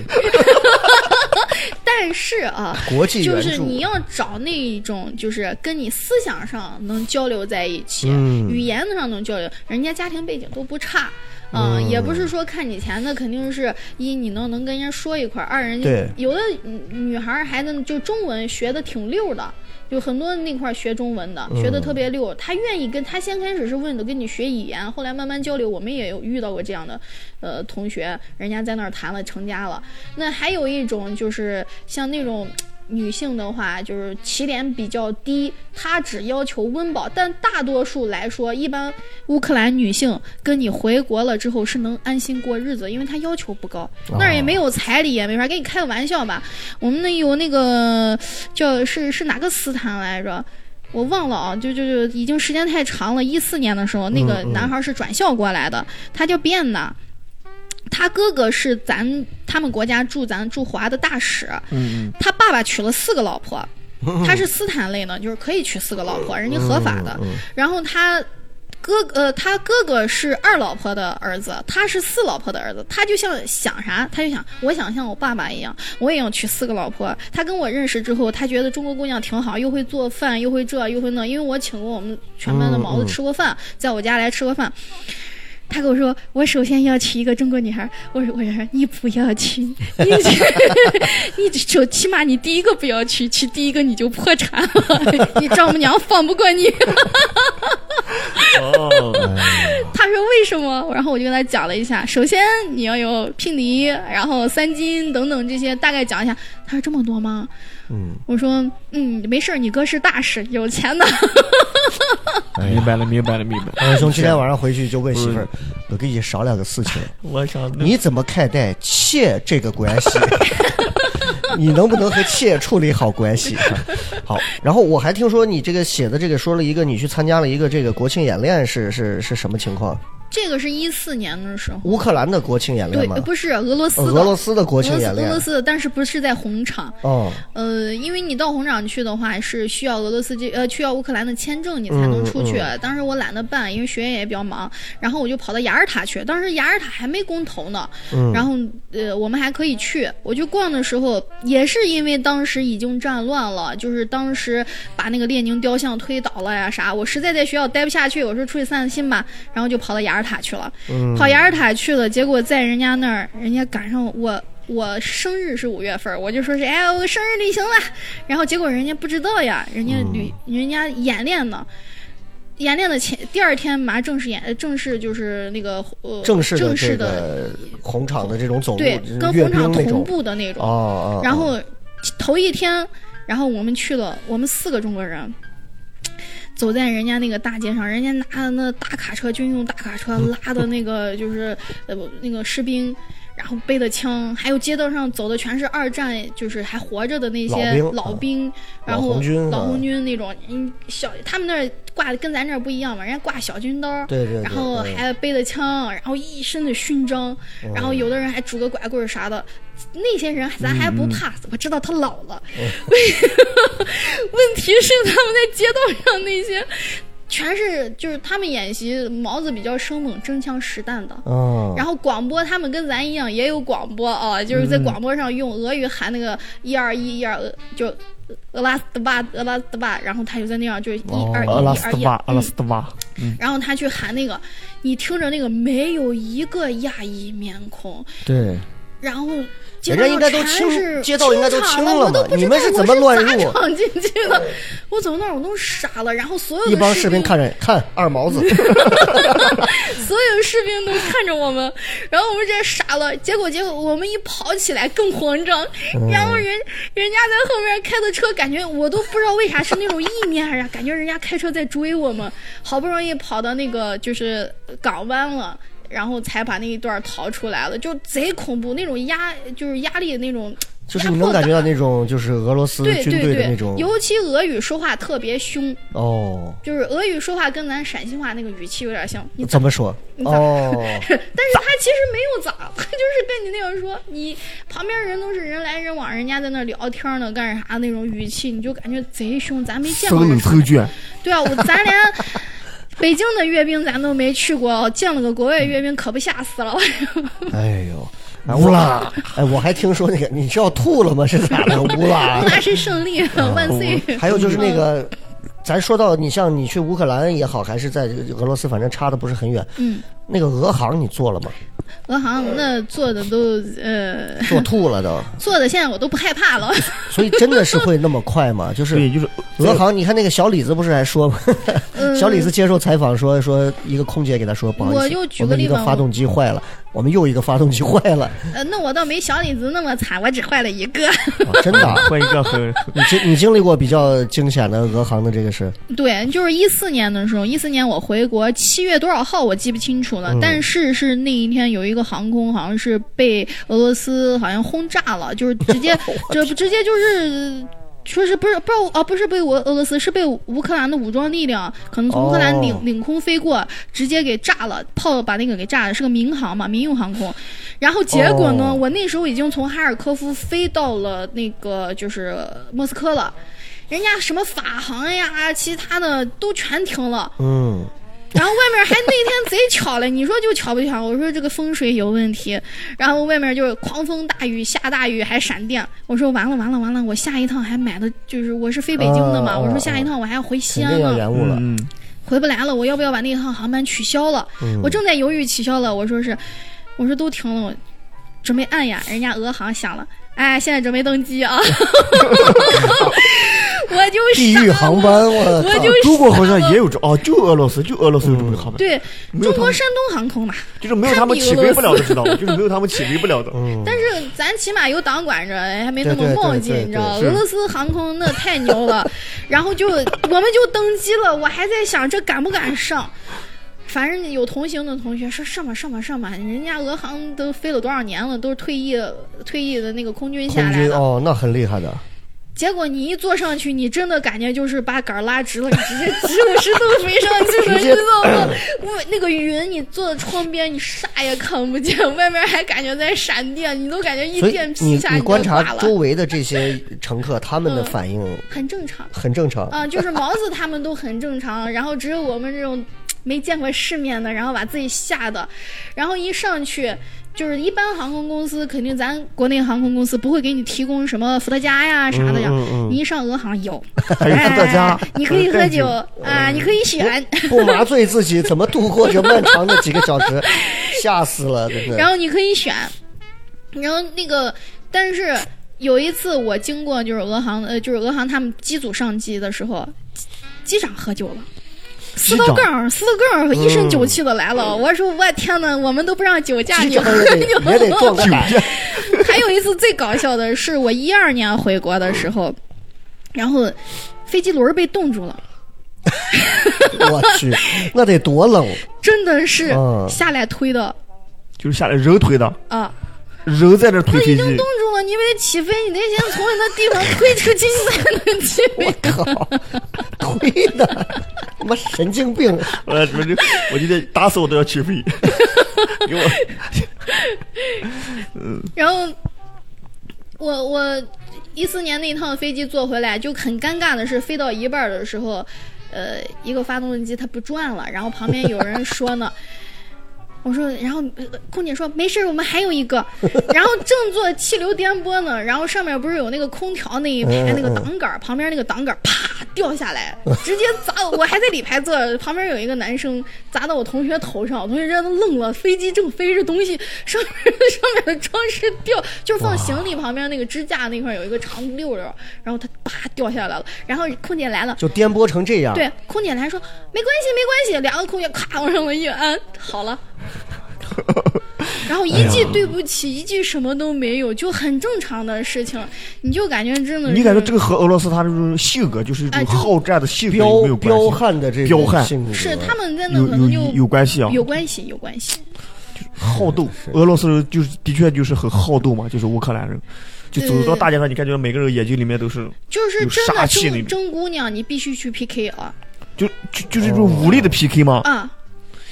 Speaker 5: 但是啊，
Speaker 3: 国际
Speaker 5: 就
Speaker 3: 援
Speaker 5: 是你
Speaker 3: 助。
Speaker 5: 要找那种就是跟你思想上能交流在一起，
Speaker 3: 嗯
Speaker 5: 语言上能交流，人家家庭背景都不差。嗯，也不是说看你钱的，肯定是一你能能跟人家说一块儿，二人家
Speaker 3: 对
Speaker 5: 有的女女孩儿还能就中文学的挺溜的，就很多那块儿学中文的、
Speaker 3: 嗯
Speaker 5: 学的特别溜，她愿意跟她先开始是问的跟你学语言，后来慢慢交流，我们也有遇到过这样的，呃，同学，人家在那儿谈了成家了。那还有一种就是像那种。女性的话，就是起点比较低，她只要求温饱，但大多数来说，一般乌克兰女性跟你回国了之后是能安心过日子，因为她要求不高，那儿也没有彩礼，也没法给你开个玩笑吧。我们那有那个叫是是哪个斯坦来着？我忘了啊，就就就已经时间太长了。一四年的时候，那个男孩是转校过来的，他叫卞娜，他哥哥是咱他们国家驻咱驻华的大使，
Speaker 4: 嗯
Speaker 5: 他爸爸娶了四个老婆，他是斯坦类呢，就是可以娶四个老婆，人家合法的。然后他哥呃，他哥哥是二老婆的儿子，他是四老婆的儿子。他就像想啥，他就想我想像我爸爸一样，我也要娶四个老婆。他跟我认识之后，他觉得中国姑娘挺好，又会做饭，又会这又会那。因为我请过我们全班的毛子吃过饭，在我家来吃过饭。他跟我说：“我首先要娶一个中国女孩。”我说：“我说你不要娶，你 你就起码你第一个不要娶，娶第一个你就破产了，你丈母娘放不过你。”
Speaker 4: 哦，
Speaker 5: 他说为什么？然后我就跟他讲了一下，首先你要有聘礼，然后三金等等这些，大概讲一下。他说这么多吗？嗯，我说嗯，没事儿，你哥是大使，有钱的。
Speaker 4: 哎明白了，明白了，明白了。
Speaker 3: 二师兄今天晚上回去就问媳妇 儿，我给你商量个事情，
Speaker 4: 我想
Speaker 3: 你怎么看待妾这个关系？ 你能不能和妾处理好关系？ 好，然后我还听说你这个写的这个说了一个，你去参加了一个这个国庆演练是是是什么情况？
Speaker 5: 这个是一四年的时候，
Speaker 3: 乌克兰的国庆演
Speaker 5: 对
Speaker 3: 练吗，？
Speaker 5: 不是俄罗斯的，
Speaker 3: 俄罗斯的国庆演
Speaker 5: 俄罗斯俄
Speaker 3: 练
Speaker 5: 罗。斯的，但是不是在红场。
Speaker 3: 哦，
Speaker 5: 呃，因为你到红场去的话，是需要俄罗斯这呃需要乌克兰的签证，你才能出去。当时我懒得办，因为学业也比较忙，然后我就跑到雅尔塔去。当时雅尔塔还没公投呢，然后呃我们还可以去。我去逛的时候，也是因为当时已经战乱了，就是当时把那个列宁雕像推倒了呀啥，我实在在学校待不下去，我说出去散散心吧，然后就跑到雅尔塔去了。
Speaker 3: 嗯
Speaker 5: 跑雅尔塔去了，结果在人家那儿，人家赶上我。我生日是五月份儿，我就说是哎，我生日旅行了，然后结果人家不知道呀，人家旅、
Speaker 3: 嗯
Speaker 5: 人家演练呢，演练的前第二天马上正式演，呃正式就是那个呃
Speaker 3: 正式的
Speaker 5: 正
Speaker 3: 这
Speaker 5: 式
Speaker 3: 个红场的这种走路，
Speaker 5: 对
Speaker 3: 就是，
Speaker 5: 跟
Speaker 3: 阅
Speaker 5: 红
Speaker 3: 兵
Speaker 5: 场
Speaker 3: 那
Speaker 5: 同
Speaker 3: 种。
Speaker 5: 步的那种。
Speaker 3: 哦哦，
Speaker 5: 然
Speaker 3: 哦
Speaker 5: 后头一天，然后我们去了，我们四个中国人。走在人家那个大街上，人家拿的那大卡车，军用大卡车
Speaker 3: 嗯
Speaker 5: 拉的那个就是呃不那个士兵，然后背的枪，还有街道上走的全是二战就是还活着的那些
Speaker 3: 老兵嗯
Speaker 5: 老兵，然
Speaker 3: 老
Speaker 5: 后
Speaker 3: 红军
Speaker 5: 老
Speaker 3: 啊
Speaker 5: 红军那种，嗯小他们那儿挂的跟咱这儿不一样嘛，人家挂小军刀儿，
Speaker 3: 对对对
Speaker 5: 然后
Speaker 3: 嗯
Speaker 5: 还背着枪，然后一身的勋章，然后有的人还拄个拐棍儿啥的，那些人咱还不怕，我知道他老了。 问题是他们在街道上那些，全是就是他们演习毛子比较生猛，真枪实弹的。
Speaker 3: 哦，
Speaker 5: 然后广播，他们跟咱一样也有广播啊，就是在广播上用俄语喊那个一二一一二，就呃俄拉斯德巴俄拉斯德巴，然后他就在那样就一二一
Speaker 4: 阿拉
Speaker 5: 一
Speaker 4: 斯
Speaker 5: 二
Speaker 4: 特
Speaker 5: 一
Speaker 4: 瓦，，阿拉
Speaker 5: 嗯
Speaker 4: 斯特瓦，
Speaker 5: 然后他去喊那个，你听着那个没有一个亚裔面孔，
Speaker 3: 对，
Speaker 5: 然后街
Speaker 3: 人家
Speaker 5: 道上
Speaker 3: 应该都
Speaker 5: 全
Speaker 3: 清
Speaker 5: 是
Speaker 3: 街道应该都
Speaker 5: 场
Speaker 3: 清
Speaker 5: 了
Speaker 3: 了
Speaker 5: 我都
Speaker 3: 嘛
Speaker 5: 不知
Speaker 3: 你
Speaker 5: 道
Speaker 3: 们是
Speaker 5: 我
Speaker 3: 怎么乱
Speaker 5: 咋
Speaker 3: 入啊
Speaker 5: 闯进去的？我走到那儿我都傻了，然后所有的
Speaker 3: 一帮士
Speaker 5: 士
Speaker 3: 兵看着看二毛子，
Speaker 5: 所有士兵都看着我们，然后我们这傻了。结果结果我们一跑起来更慌张，
Speaker 3: 嗯
Speaker 5: 然后人人家在后面开的车，感觉我都不知道为啥是那种意面还是啥，感觉人家开车在追我们。好不容易跑到那个就是港湾了。然后才把那一段逃出来了，就贼恐怖，那种压就是压力那种，
Speaker 3: 就是你能感觉到那种就是俄罗斯
Speaker 5: 对
Speaker 3: 军
Speaker 5: 对
Speaker 3: 队的
Speaker 5: 对
Speaker 3: 那种
Speaker 5: 尤其俄语说话特别凶，
Speaker 3: 哦，
Speaker 5: 就是俄语说话跟咱陕西话那个语气有点像，你
Speaker 3: 怎么说？
Speaker 5: 咋
Speaker 3: 哦，
Speaker 5: 但是他其实没有咋， 他就是跟你那样说，你旁边人都是人来人往，人家在那聊天呢，干啥那种语气，你就感觉贼凶，咱没见过这种。
Speaker 4: 卷，
Speaker 5: 对啊，我咱连北京的阅兵咱都没去过，见了个国外阅兵可不吓死了。
Speaker 3: 哎呦。哎乌拉！哎，我还听说那个，你是要吐了吗？是咋的？乌拉！
Speaker 5: 那是胜利，万岁！
Speaker 3: 啊还有就是那个，咱说到你像你去乌克兰也好，还是在俄罗斯，反正差的不是很远。
Speaker 5: 嗯，
Speaker 3: 那个俄航你做了吗？
Speaker 5: 俄航那做的都呃
Speaker 3: 做吐了都。
Speaker 5: 做的，现在我都不害怕了。
Speaker 3: 所以真的是会那么快吗？就是
Speaker 4: 对，就是
Speaker 5: 嗯
Speaker 3: 俄航，你看那个小李子不是还说吗？ 小李子接受采访说说，一个空姐给他说，不好意思，
Speaker 5: 我就举个
Speaker 3: 们一
Speaker 5: 例啊
Speaker 3: 个
Speaker 5: 吧
Speaker 3: 发动机坏了，我们又一个发动机坏了，
Speaker 5: 呃，那我倒没小李子那么惨，我只坏了一个。
Speaker 3: 啊真 的啊、
Speaker 4: 换一个很
Speaker 3: 你经你经历过比较惊险的俄航的这个事，
Speaker 5: 对，就是一四年的时候，一四年我回国，七月多少号我记不清楚了，但是是那一天有一个航空好像是被俄罗斯好像轰炸了，就是直接这不直接就是。说是不是不知道啊？不是被俄俄罗斯，是被乌克兰的武装力量可能从乌克兰领、
Speaker 3: 哦
Speaker 5: 领空飞过，直接给炸了，炮把那个给炸了，是个民航嘛，民用航空。然后结果呢，
Speaker 3: 哦
Speaker 5: 我那时候已经从哈尔科夫飞到了那个就是莫斯科了，人家什么法航呀，其他的都全停了。
Speaker 3: 嗯，
Speaker 5: 然后外面还那天贼巧了，你说就巧不巧？我说这个风水有问题，然后外面就是狂风大雨，下大雨还闪电。我说完了完了完了，我下一趟还买的就是我是飞北京的嘛，
Speaker 3: 啊
Speaker 5: 我
Speaker 3: 啊
Speaker 5: 说下一趟我还要回西
Speaker 3: 肯
Speaker 5: 安
Speaker 3: 定要
Speaker 5: 呢，
Speaker 3: 延误了，
Speaker 4: 嗯，
Speaker 5: 回不来了，我要不要把那趟航班取消了？
Speaker 3: 嗯
Speaker 5: 我正在犹豫取消了，我说是，我说都停了，我准备按呀，人家俄航响了，哎，现在准备登机啊， 我就
Speaker 3: 地
Speaker 5: 傻
Speaker 3: 狱航班，我
Speaker 5: 我
Speaker 3: 操
Speaker 5: 就
Speaker 4: 中国好像也有这哦，就俄罗斯，就俄罗斯有这么个航班，
Speaker 5: 对
Speaker 4: 没有
Speaker 5: 中
Speaker 4: 他
Speaker 5: 国
Speaker 4: 们
Speaker 5: 山东航空嘛，
Speaker 4: 就是没有他们起飞不了的，知道吗？就是没有他们起飞不 了的。
Speaker 5: 但是咱起码有党管着，哎还没那
Speaker 3: 对
Speaker 5: 么
Speaker 3: 对
Speaker 5: 冒
Speaker 3: 对
Speaker 5: 进，
Speaker 3: 嗯对
Speaker 5: 你知道？
Speaker 4: 对
Speaker 5: 俄罗斯航空那太牛了， 然后就我们就登机了，我还在想这敢不敢上。反正有同行的同学说上吧上吧上吧，人家俄航都飞了多少年了，都是退役退役的那个空军下
Speaker 3: 空
Speaker 5: 来
Speaker 3: 军
Speaker 5: 的。
Speaker 3: 哦，那很厉害的，
Speaker 5: 结果你一坐上去，你真的感觉就是把杆儿拉直了，你直接直的石头飞上去 了，你知道吗？我那个云，你坐在窗边，你啥也看不见，外面还感觉在闪电，你都感觉一
Speaker 3: 所以
Speaker 5: 电劈
Speaker 3: 你
Speaker 5: 下
Speaker 3: 你
Speaker 5: 就
Speaker 3: 观
Speaker 5: 挂
Speaker 3: 察
Speaker 5: 了
Speaker 3: 周，围的这些乘客，他们的反应
Speaker 5: 很正常。
Speaker 3: 很正常，
Speaker 5: 啊、就是毛子他们都很正常，然后只有我们这种没见过世面的，然后把自己吓的，然后一上去。就是一般航空公司肯定，咱国内航空公司不会给你提供什么伏特加呀啥的呀。
Speaker 3: 嗯嗯嗯
Speaker 5: 你一上俄航有，
Speaker 4: 还有伏特加
Speaker 5: 哎你可以喝酒啊，你可
Speaker 4: 嗯
Speaker 5: 以选。
Speaker 3: 不麻醉自己，怎么度过这漫长的几个小 时？吓死了，真
Speaker 5: 然
Speaker 3: 的。
Speaker 5: 后你可以选，然后那个，但是有一次我经过就是俄航呃就是俄航他们机组上机的时候，机机长喝酒了。
Speaker 4: 机
Speaker 5: 斯
Speaker 4: 长嗯
Speaker 5: 德哥尔，斯德哥尔一身酒气的来了。我说我天哪，我们都不让酒驾，
Speaker 3: 机
Speaker 5: 你
Speaker 3: 长
Speaker 5: 喝
Speaker 3: 也 得也得壮个胆，
Speaker 5: 还有一次最搞笑的是，我一二年回国的时候，然后飞机轮儿被冻住了，
Speaker 3: 我 去，那得多冷！
Speaker 5: 真的是
Speaker 3: 嗯
Speaker 5: 下来推的
Speaker 4: 就是下来人推的，
Speaker 5: 啊。
Speaker 4: 人在那推
Speaker 5: 那已
Speaker 4: 飞
Speaker 5: 经
Speaker 4: 机
Speaker 5: 冻，住了，你得起飞，你得先从那地方推出去，你才能起飞。
Speaker 3: 靠，推 的，他妈神经病！
Speaker 4: 我我就我就得打死我都要 起飞，给我
Speaker 5: 然后我我一四年那趟飞机坐回来，就很尴尬的是，飞到一半儿的时候，呃，一个发动机它不转了，然后旁边有人说呢。我说，然后呃空姐说没事儿，我们还有一个。然后正做气流颠簸呢，然后上面不是有那个空调那一排那个挡杆儿，旁边那个挡杆儿啪掉下来，直接砸我。我还在里排坐，旁边有一个男生砸到我同学头上，我同学人都愣了。飞机正飞着东西， 上面上面的装饰掉，就是放行李旁边那个支架那块儿有一个长溜溜儿，然后它啪掉下来了。然后空姐来了，
Speaker 3: 就颠簸成这
Speaker 4: 啊
Speaker 3: 样，
Speaker 5: 对，空姐来说没关系，没关系，两个空姐咔往上了一按，好了。然后一
Speaker 4: 哎
Speaker 5: 句对不起，一句什么都没有，就很正常的事情，你就感觉真的是，
Speaker 4: 你感觉这个和俄罗斯他这种性格，就是一
Speaker 5: 哎
Speaker 4: 种
Speaker 5: 这个
Speaker 4: 好战的性格有没
Speaker 3: 彪
Speaker 4: 有
Speaker 3: 彪
Speaker 4: 关系？
Speaker 3: 悍的这
Speaker 4: 彪
Speaker 3: 种
Speaker 4: 悍
Speaker 3: 性格，
Speaker 5: 是他们在那
Speaker 4: 有
Speaker 5: 可
Speaker 4: 有
Speaker 5: 能
Speaker 4: 有
Speaker 5: 就
Speaker 4: 有关系啊，
Speaker 5: 有关系，有关系。
Speaker 4: 好斗。俄罗斯人就是的确就是很好斗嘛，就是乌克兰人，就走到大街上，你感觉每个人眼睛里面都是
Speaker 5: 就是
Speaker 4: 有
Speaker 5: 真
Speaker 4: 杀
Speaker 5: 的
Speaker 4: 气那种
Speaker 5: 争争姑娘，你必须去 PK 啊
Speaker 4: 就就就是这种武
Speaker 3: 哦
Speaker 4: 力的 PK 嘛。
Speaker 5: 啊！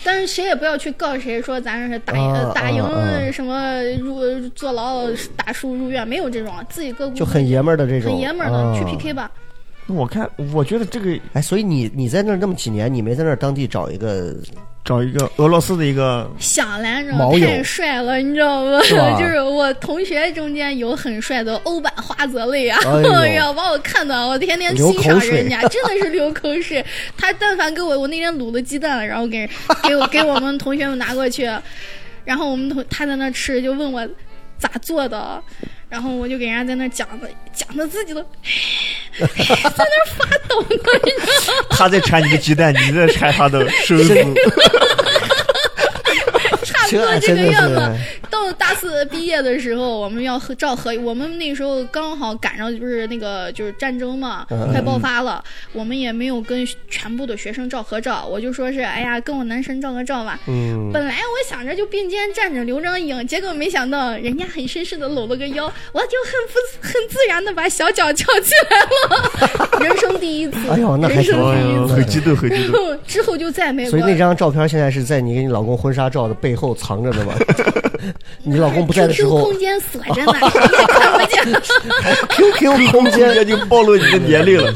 Speaker 5: 但是谁也不要去告谁说咱是打赢、呃
Speaker 3: 啊
Speaker 5: 打赢
Speaker 3: 啊啊
Speaker 5: 什么入坐牢打输入院，没有这种，啊自己各顾
Speaker 3: 就很爷们儿的这种，
Speaker 5: 很爷们儿的、
Speaker 3: 啊
Speaker 5: 去 PK 吧。
Speaker 4: 那我看，我觉得这个
Speaker 3: 哎，所以你你在那儿那么几年，你没在那儿当地找一个
Speaker 4: 找一个俄罗斯的一个
Speaker 5: 想来着
Speaker 3: 毛，友
Speaker 5: 太帅了，你知道吗？
Speaker 3: 是吧
Speaker 5: 就是我同学中间有很帅的欧版花泽类啊，
Speaker 3: 哎呦
Speaker 5: 呀，把我看的，我天天
Speaker 3: 流
Speaker 5: 欣
Speaker 3: 口
Speaker 5: 赏
Speaker 3: 水
Speaker 5: 人家，真的是流口水。他但凡给我，我那天卤了鸡蛋了，然后给 人给我给我们同学们拿过去，然后我们同他在那吃，就问我咋做的，然后我就给人家在那讲的讲的自己都。
Speaker 4: 他在馋你的鸡蛋，你在馋他的收入。
Speaker 5: 差
Speaker 3: 这
Speaker 5: 不多这个
Speaker 3: 真的
Speaker 5: 样
Speaker 3: 是
Speaker 5: 子。到大四毕业的时候，我们要合照合影。我们那时候刚好赶上就是那个就是战争嘛，
Speaker 3: 嗯
Speaker 5: 快爆发了，我们也没有跟全部的学生照合照。我就说是，哎呀，跟我男神照个照吧。
Speaker 3: 嗯，
Speaker 5: 本来我想着就并肩站着留张影，结果没想到人家很绅士的搂了个腰，我就很不很自然的把小脚翘起来了， 人生第一次，
Speaker 3: 哎呦那还
Speaker 5: 人生
Speaker 3: 行
Speaker 5: 第一
Speaker 3: 哎呦
Speaker 5: 次。
Speaker 4: 很激动，很 激动。
Speaker 5: 之后就再没
Speaker 3: 所以
Speaker 5: 过
Speaker 3: 那张照片现在是在你跟你老公婚纱照的背后藏着的 嘛？你老公不在的时
Speaker 5: QQ
Speaker 3: 候
Speaker 5: 空间锁着 呢，也看不见。
Speaker 3: ，QQ 空
Speaker 4: 今
Speaker 3: 间。
Speaker 4: 天就暴露你的 年龄了。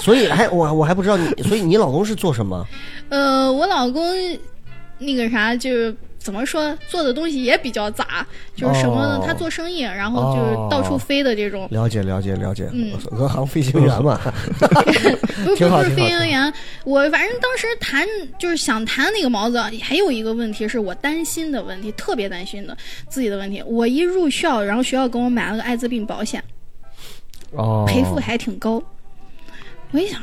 Speaker 3: 所以，哎，我我还不知道你，所以你老公是做什么？
Speaker 5: 呃，我老公那个啥，就是怎么说，做的东西也比较杂，就是什么呢？
Speaker 3: 哦
Speaker 5: 他做生意，然后就是到处飞的这种，
Speaker 3: 了解，了解，了解。
Speaker 5: 嗯
Speaker 3: 俄航飞行员嘛，
Speaker 5: 不是
Speaker 3: 挺
Speaker 5: 不
Speaker 3: 好
Speaker 5: 是
Speaker 3: 挺好
Speaker 5: 飞行员。我反正当时谈就是想谈那个毛子，还有一个问题是我担心的问题，特别担心的自己的问题。我一入校，然后学校给我买了个艾滋病保险，
Speaker 3: 哦，
Speaker 5: 赔付还挺高。我一想，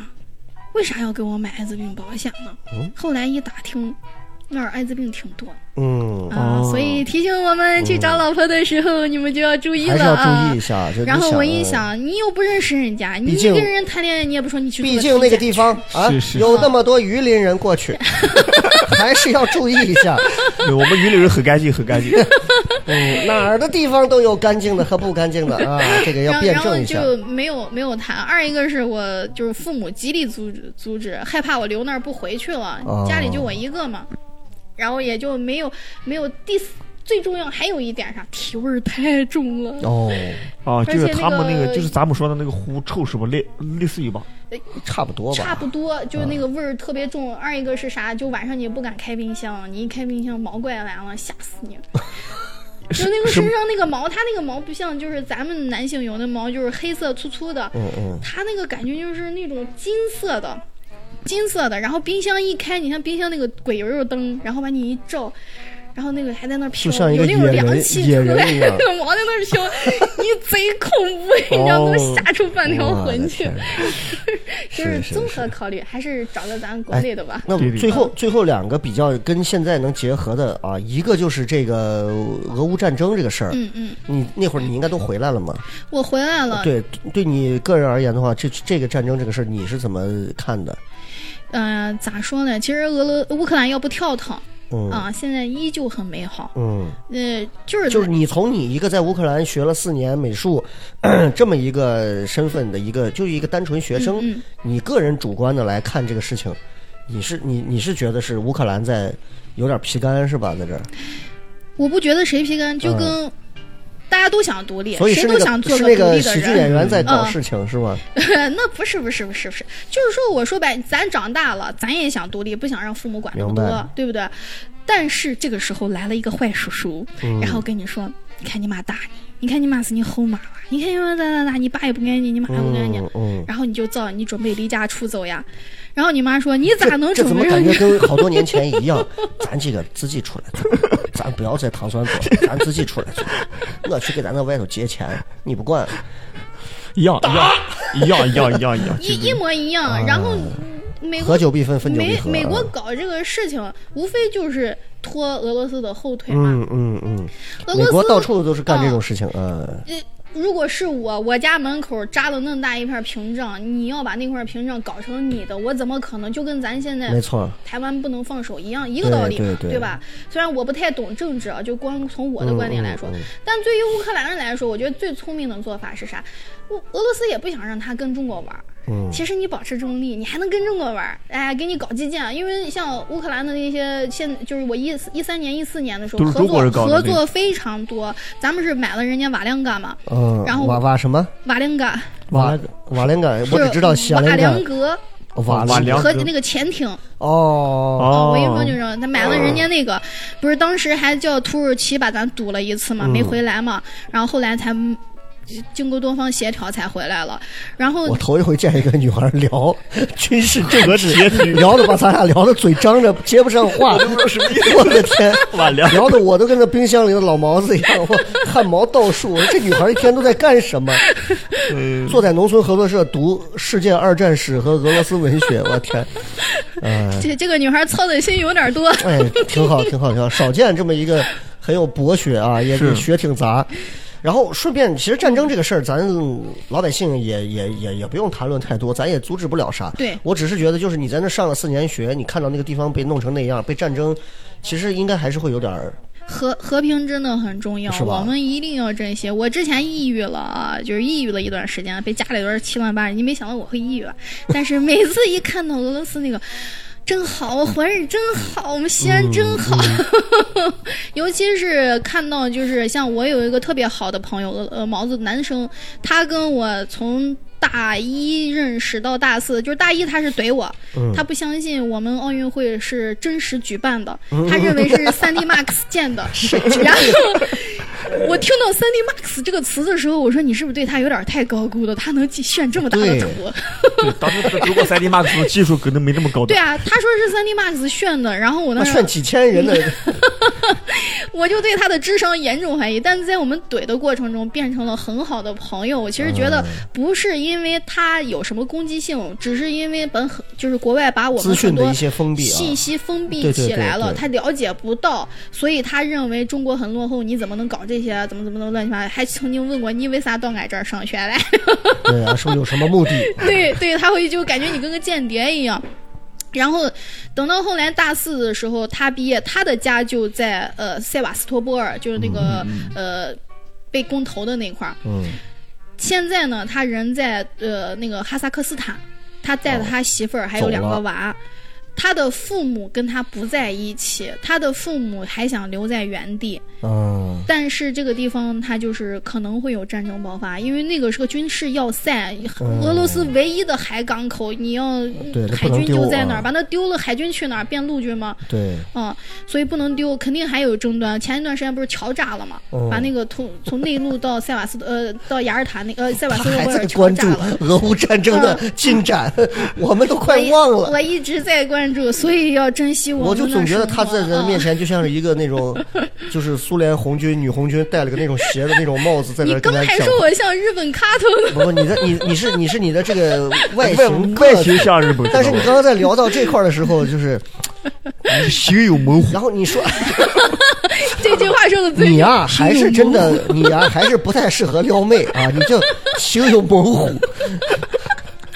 Speaker 5: 为啥要给我买艾滋病保险呢？
Speaker 3: 哦
Speaker 5: 后来一打听，那儿艾滋病挺多。
Speaker 3: 嗯，
Speaker 5: 啊，所以提醒我们去找老婆的时候，你们就要注意
Speaker 3: 哦还是
Speaker 5: 了
Speaker 3: 要注
Speaker 5: 啊
Speaker 3: 意一。下。就你哦
Speaker 5: 然后我一，想，你又不认识人家，你
Speaker 3: 毕
Speaker 5: 一
Speaker 3: 竟
Speaker 5: 跟人谈恋爱，你也不说你去做
Speaker 3: 毕
Speaker 5: 个
Speaker 3: 竟那个
Speaker 5: 体
Speaker 3: 地方啊
Speaker 6: 是，是
Speaker 3: 有那么多榆林人过 去，还是要注意一下。
Speaker 4: 对我们榆林人很干净，很干净。
Speaker 3: 嗯，哪儿的地方都有干净的和不干净的 啊，这个
Speaker 5: 检
Speaker 3: 要
Speaker 5: 然后
Speaker 3: 辩
Speaker 5: 然后
Speaker 3: 证一下。
Speaker 5: 就没有没有谈。二一个是我就是父母极力阻止阻止，害怕我留那儿不回去了，
Speaker 3: 哦
Speaker 5: 家里就我一个嘛，然后也就没有没有第四。最重要还有一点啥，体味儿太重了，
Speaker 3: 哦，
Speaker 4: 啊，就是
Speaker 5: 而且那
Speaker 4: 他们那
Speaker 5: 个
Speaker 4: 个，就是咱们说的那个狐臭是吧？类类似于吧？
Speaker 3: 差不多
Speaker 5: 差
Speaker 3: 吧。嗯
Speaker 5: 不多，就是那个味儿特别重。二一个是啥？就晚上你也不敢开冰箱，你一开冰箱毛怪来了，吓死 你！就那个身上那个毛，它那个毛不像就是咱们男性有的毛，就是黑色粗粗的，
Speaker 3: 嗯嗯，
Speaker 5: 它那个感觉就是那种金色的。金色的，然后冰箱一开，你像冰箱那个鬼油油灯，然后把你一照，然后那个还在那儿
Speaker 3: 就
Speaker 5: 飘，
Speaker 3: 像一
Speaker 5: 有
Speaker 3: 个
Speaker 5: 那种
Speaker 3: 野
Speaker 5: 凉
Speaker 3: 人
Speaker 5: 气
Speaker 3: 野
Speaker 5: 出来，
Speaker 3: 人一样
Speaker 5: 那 个毛在那儿 飘，你贼恐怖，你知道能吓出半条
Speaker 3: 哦哇
Speaker 5: 魂去
Speaker 3: 天。
Speaker 5: 就是是
Speaker 3: 是哎
Speaker 5: 综合考虑，还是找个咱国内的吧。
Speaker 3: 那我
Speaker 4: 对对
Speaker 3: 最后最后两个比较跟现在能结合的啊，一个就是这个俄乌战争这个事儿。
Speaker 5: 嗯嗯，
Speaker 3: 你那会儿你应该都回来了嘛？
Speaker 5: 我回来了。
Speaker 3: 哦对，对你个人而言的话，这这个战争这个事儿你是怎么看的？
Speaker 5: 嗯、咋说呢？其实俄罗乌克兰要不跳腾
Speaker 3: 嗯
Speaker 5: 啊、现在依旧很美好。
Speaker 3: 嗯，
Speaker 5: 呃，就是
Speaker 3: 就是你从你一个在乌克兰学了四年美术 这么一个身份的一个，就是一个单纯学生，
Speaker 5: 嗯嗯
Speaker 3: 你个人主观的来看这个事情，你是你你是觉得是乌克兰在有点皮干是吧？在这儿，
Speaker 5: 我不觉得谁皮干，就跟大家都想独立，
Speaker 3: 嗯所以
Speaker 5: 谁
Speaker 3: 是
Speaker 5: 都
Speaker 3: 那
Speaker 5: 想做
Speaker 3: 是那
Speaker 5: 独
Speaker 3: 个
Speaker 5: 立的
Speaker 3: 喜剧
Speaker 5: 人。
Speaker 3: 演员在搞
Speaker 5: 嗯
Speaker 3: 事情、是吧？
Speaker 5: 那不是不是不是不是，就是说我说白，咱长大了，咱也想独立，不想让父母管那么
Speaker 3: 明白
Speaker 5: 多，对不对？但是这个时候来了一个坏叔叔，
Speaker 3: 嗯
Speaker 5: 然后跟你说：“你看你妈打你，你看你妈是你后妈了，你看你妈咋咋咋，你爸也不爱你，你妈也不爱你。
Speaker 3: 嗯嗯。
Speaker 5: 然后你就造，你准备离家出走呀？然后你妈说：“你咋能
Speaker 3: 这
Speaker 5: 准
Speaker 3: 怎么
Speaker 5: 备让
Speaker 3: 感
Speaker 5: 你
Speaker 3: 觉跟好多年前一样？咱这个自己出来做，咱不要再糖酸做了，咱自己出来做。我去给咱那外头借钱，你不管，
Speaker 4: 一样 一样一样一样一样一样。
Speaker 5: 一一模一
Speaker 3: 啊
Speaker 5: 样？”然后美国
Speaker 3: 合久必分，分久必
Speaker 5: 美
Speaker 3: 合。啊
Speaker 5: 美国搞这个事情，无非就是拖俄罗斯的后腿嘛。
Speaker 3: 嗯嗯嗯，
Speaker 5: 俄
Speaker 3: 美
Speaker 5: 罗
Speaker 3: 国
Speaker 5: 斯
Speaker 3: 到处都是干这种事情，嗯，
Speaker 5: 如果是我，我家门口扎了那么大一片屏障，你要把那块屏障搞成你的，我怎么可能？就跟咱现
Speaker 3: 没
Speaker 5: 在
Speaker 3: 错，
Speaker 5: 台湾不能放手一样，一个
Speaker 3: 对
Speaker 5: 道理嘛，
Speaker 3: 对对
Speaker 5: 吧？虽然我不太懂政治啊，就光从我的
Speaker 3: 嗯
Speaker 5: 观点
Speaker 3: 嗯
Speaker 5: 来说，
Speaker 3: 嗯
Speaker 5: 但对于乌克兰人来说，我觉得最聪明的做法是啥？乌俄罗斯也不想让他跟中国玩儿。
Speaker 3: 嗯
Speaker 5: 其实你保持中立，你还能跟中国玩儿，哎，给你搞基建，因为像乌克兰的那些现，就是我一四一三年、一四年的时候，
Speaker 4: 都是
Speaker 5: 合
Speaker 4: 中国
Speaker 5: 作
Speaker 4: 人搞的
Speaker 5: 合
Speaker 4: 那个
Speaker 5: 作非常多，咱们是买了人家瓦良嘎嘛，
Speaker 3: 嗯，
Speaker 5: 然后
Speaker 3: 瓦瓦什么
Speaker 5: 瓦良嘎，
Speaker 3: 瓦瓦良港，我只知道西
Speaker 5: 瓦
Speaker 3: 瓦良
Speaker 5: 良
Speaker 3: 港
Speaker 5: 格
Speaker 3: 瓦
Speaker 4: 瓦良
Speaker 5: 和
Speaker 4: 格
Speaker 5: 那个潜艇。
Speaker 3: 哦，
Speaker 5: 哦，我一说
Speaker 4: 哦
Speaker 5: 就知道，他买了人家那个，
Speaker 4: 嗯
Speaker 5: 不是当时还叫土耳其把咱堵了一次嘛，没回来嘛，然后后来才经过多方协调才回来了。然后
Speaker 3: 我头一回见一个女孩聊 军事政 治， 聊的把咱俩聊的嘴张着接不上话， 我的天，
Speaker 4: 晚 凉
Speaker 3: 聊的我都跟那冰箱里的老毛子一样，我汗毛倒竖。这女孩一天都在干什么？坐在农村合作社读世界二战史和俄罗斯文学，我天，
Speaker 5: 这这个女孩操的心有点多。
Speaker 3: 哎，挺好，挺好，挺好，少见这么一个很有博学啊，也
Speaker 4: 是
Speaker 3: 学挺杂。然后顺便，其实战争这个事儿，咱老百姓也也也也不用谈论太多，咱也阻止不了啥。
Speaker 5: 对
Speaker 3: 我只是觉得，就是你在那上了四年学，你看到那个地方被弄成那样，被战争，其实应该还是会有点儿。
Speaker 5: 和和平真的很重要
Speaker 3: 是，吧
Speaker 5: 我们一定要珍惜。我之前抑郁了啊，就是抑郁了一段时间，被家里边七乱八人，你没想到我会抑郁 啊。但是每次一看到俄罗斯那个，真好，环日真好，我们西安真好。
Speaker 3: 嗯
Speaker 5: 尤其是看到就是像我有一个特别好的朋友，呃呃，毛子男生，他跟我从。大一认识到大四，就是大一他是怼我，
Speaker 3: 嗯
Speaker 5: 他不相信我们奥运会是真实举办的，
Speaker 3: 嗯
Speaker 5: 他认为是三 D Max 建的。 然后我听到三 D Max 这个词的时候，我说你是不是对他有点太高估了？他能炫这么大的
Speaker 3: 对
Speaker 5: 图？
Speaker 4: 对，当时如果三 D Max 的技术可能没那么高
Speaker 5: 对
Speaker 4: 端，
Speaker 5: 啊，他说是三 D Max 炫的，然后我
Speaker 3: 那
Speaker 5: 当
Speaker 3: 劝
Speaker 5: 时
Speaker 3: 几千人的，
Speaker 5: 我就对他的智商严重怀疑，但在我们怼的过程中变成了很好的朋友。我其实觉
Speaker 3: 哎
Speaker 5: 得不是因为他有什么攻击性，只是因为本很就是国外把我
Speaker 3: 资
Speaker 5: 们
Speaker 3: 讯
Speaker 5: 很
Speaker 3: 的
Speaker 5: 多
Speaker 3: 一些封闭啊。
Speaker 5: 信息封闭
Speaker 3: 对对
Speaker 5: 起
Speaker 3: 对
Speaker 5: 来了，
Speaker 3: 对
Speaker 5: 他了解不到，所以他认为中国很落后，你怎么能搞这些？怎么怎么能乱七八糟？还曾经问过你为啥到俺这儿上学来？
Speaker 3: 对啊，是不是有什么 目的？
Speaker 5: 对对，他会就感觉你跟个间谍一样。然后等到后来大四的时候，他毕业，他的家就在呃塞瓦斯托波尔，就是那个、呃被公投的那块儿。
Speaker 3: 嗯，
Speaker 5: 现在呢，他人在呃那个哈萨克斯坦，他带着他媳妇儿还有两个娃。他的父母跟他不在一起，他的父母还想留在原地，
Speaker 3: 嗯，
Speaker 5: 但是这个地方它就是可能会有战争爆发，因为那个是个军事要塞，俄罗斯唯一的海港口，你要
Speaker 3: 嗯对这不
Speaker 5: 海
Speaker 3: 能
Speaker 5: 军
Speaker 3: 丢
Speaker 5: 就在哪
Speaker 3: 啊
Speaker 5: 儿吧？那丢了海军去哪儿？变陆军吗？
Speaker 3: 对，
Speaker 5: 嗯，所以不能丢，肯定还有争端。前一段时间不是桥炸了嘛，
Speaker 3: 嗯
Speaker 5: 把那个从从内陆到塞瓦斯特呃到雅尔塔那个呃塞瓦
Speaker 3: 他
Speaker 5: 斯托
Speaker 3: 还
Speaker 5: 波
Speaker 3: 在
Speaker 5: 尔桥
Speaker 3: 关注
Speaker 5: 炸了。
Speaker 3: 俄乌战争的进展， 我们都快忘了。
Speaker 5: 我一直在关注，所以要珍惜
Speaker 3: 我
Speaker 5: 们的
Speaker 3: 就
Speaker 5: 生活。
Speaker 3: 总觉得他在人
Speaker 5: 嗯
Speaker 3: 面前就像是一个那 种，就是苏联红军女红军戴了个那种斜的那种帽子，在那
Speaker 5: 嗯你
Speaker 3: 儿
Speaker 5: 刚
Speaker 3: 跟他
Speaker 5: 还
Speaker 3: 讲
Speaker 5: 说。我像日本卡通呢，
Speaker 3: 不不，你的你你是你是你的这个外
Speaker 4: 外
Speaker 3: 形
Speaker 4: 外
Speaker 3: 个
Speaker 4: 形
Speaker 3: 子，
Speaker 4: 像日本，
Speaker 3: 但是你刚刚在聊到这块儿的时候，就是，
Speaker 4: 你形有模糊，
Speaker 3: 然后你说
Speaker 5: 这句话说的 最
Speaker 3: 你呀、还是真的你呀、还是不太适合撩妹啊，你就形有模糊。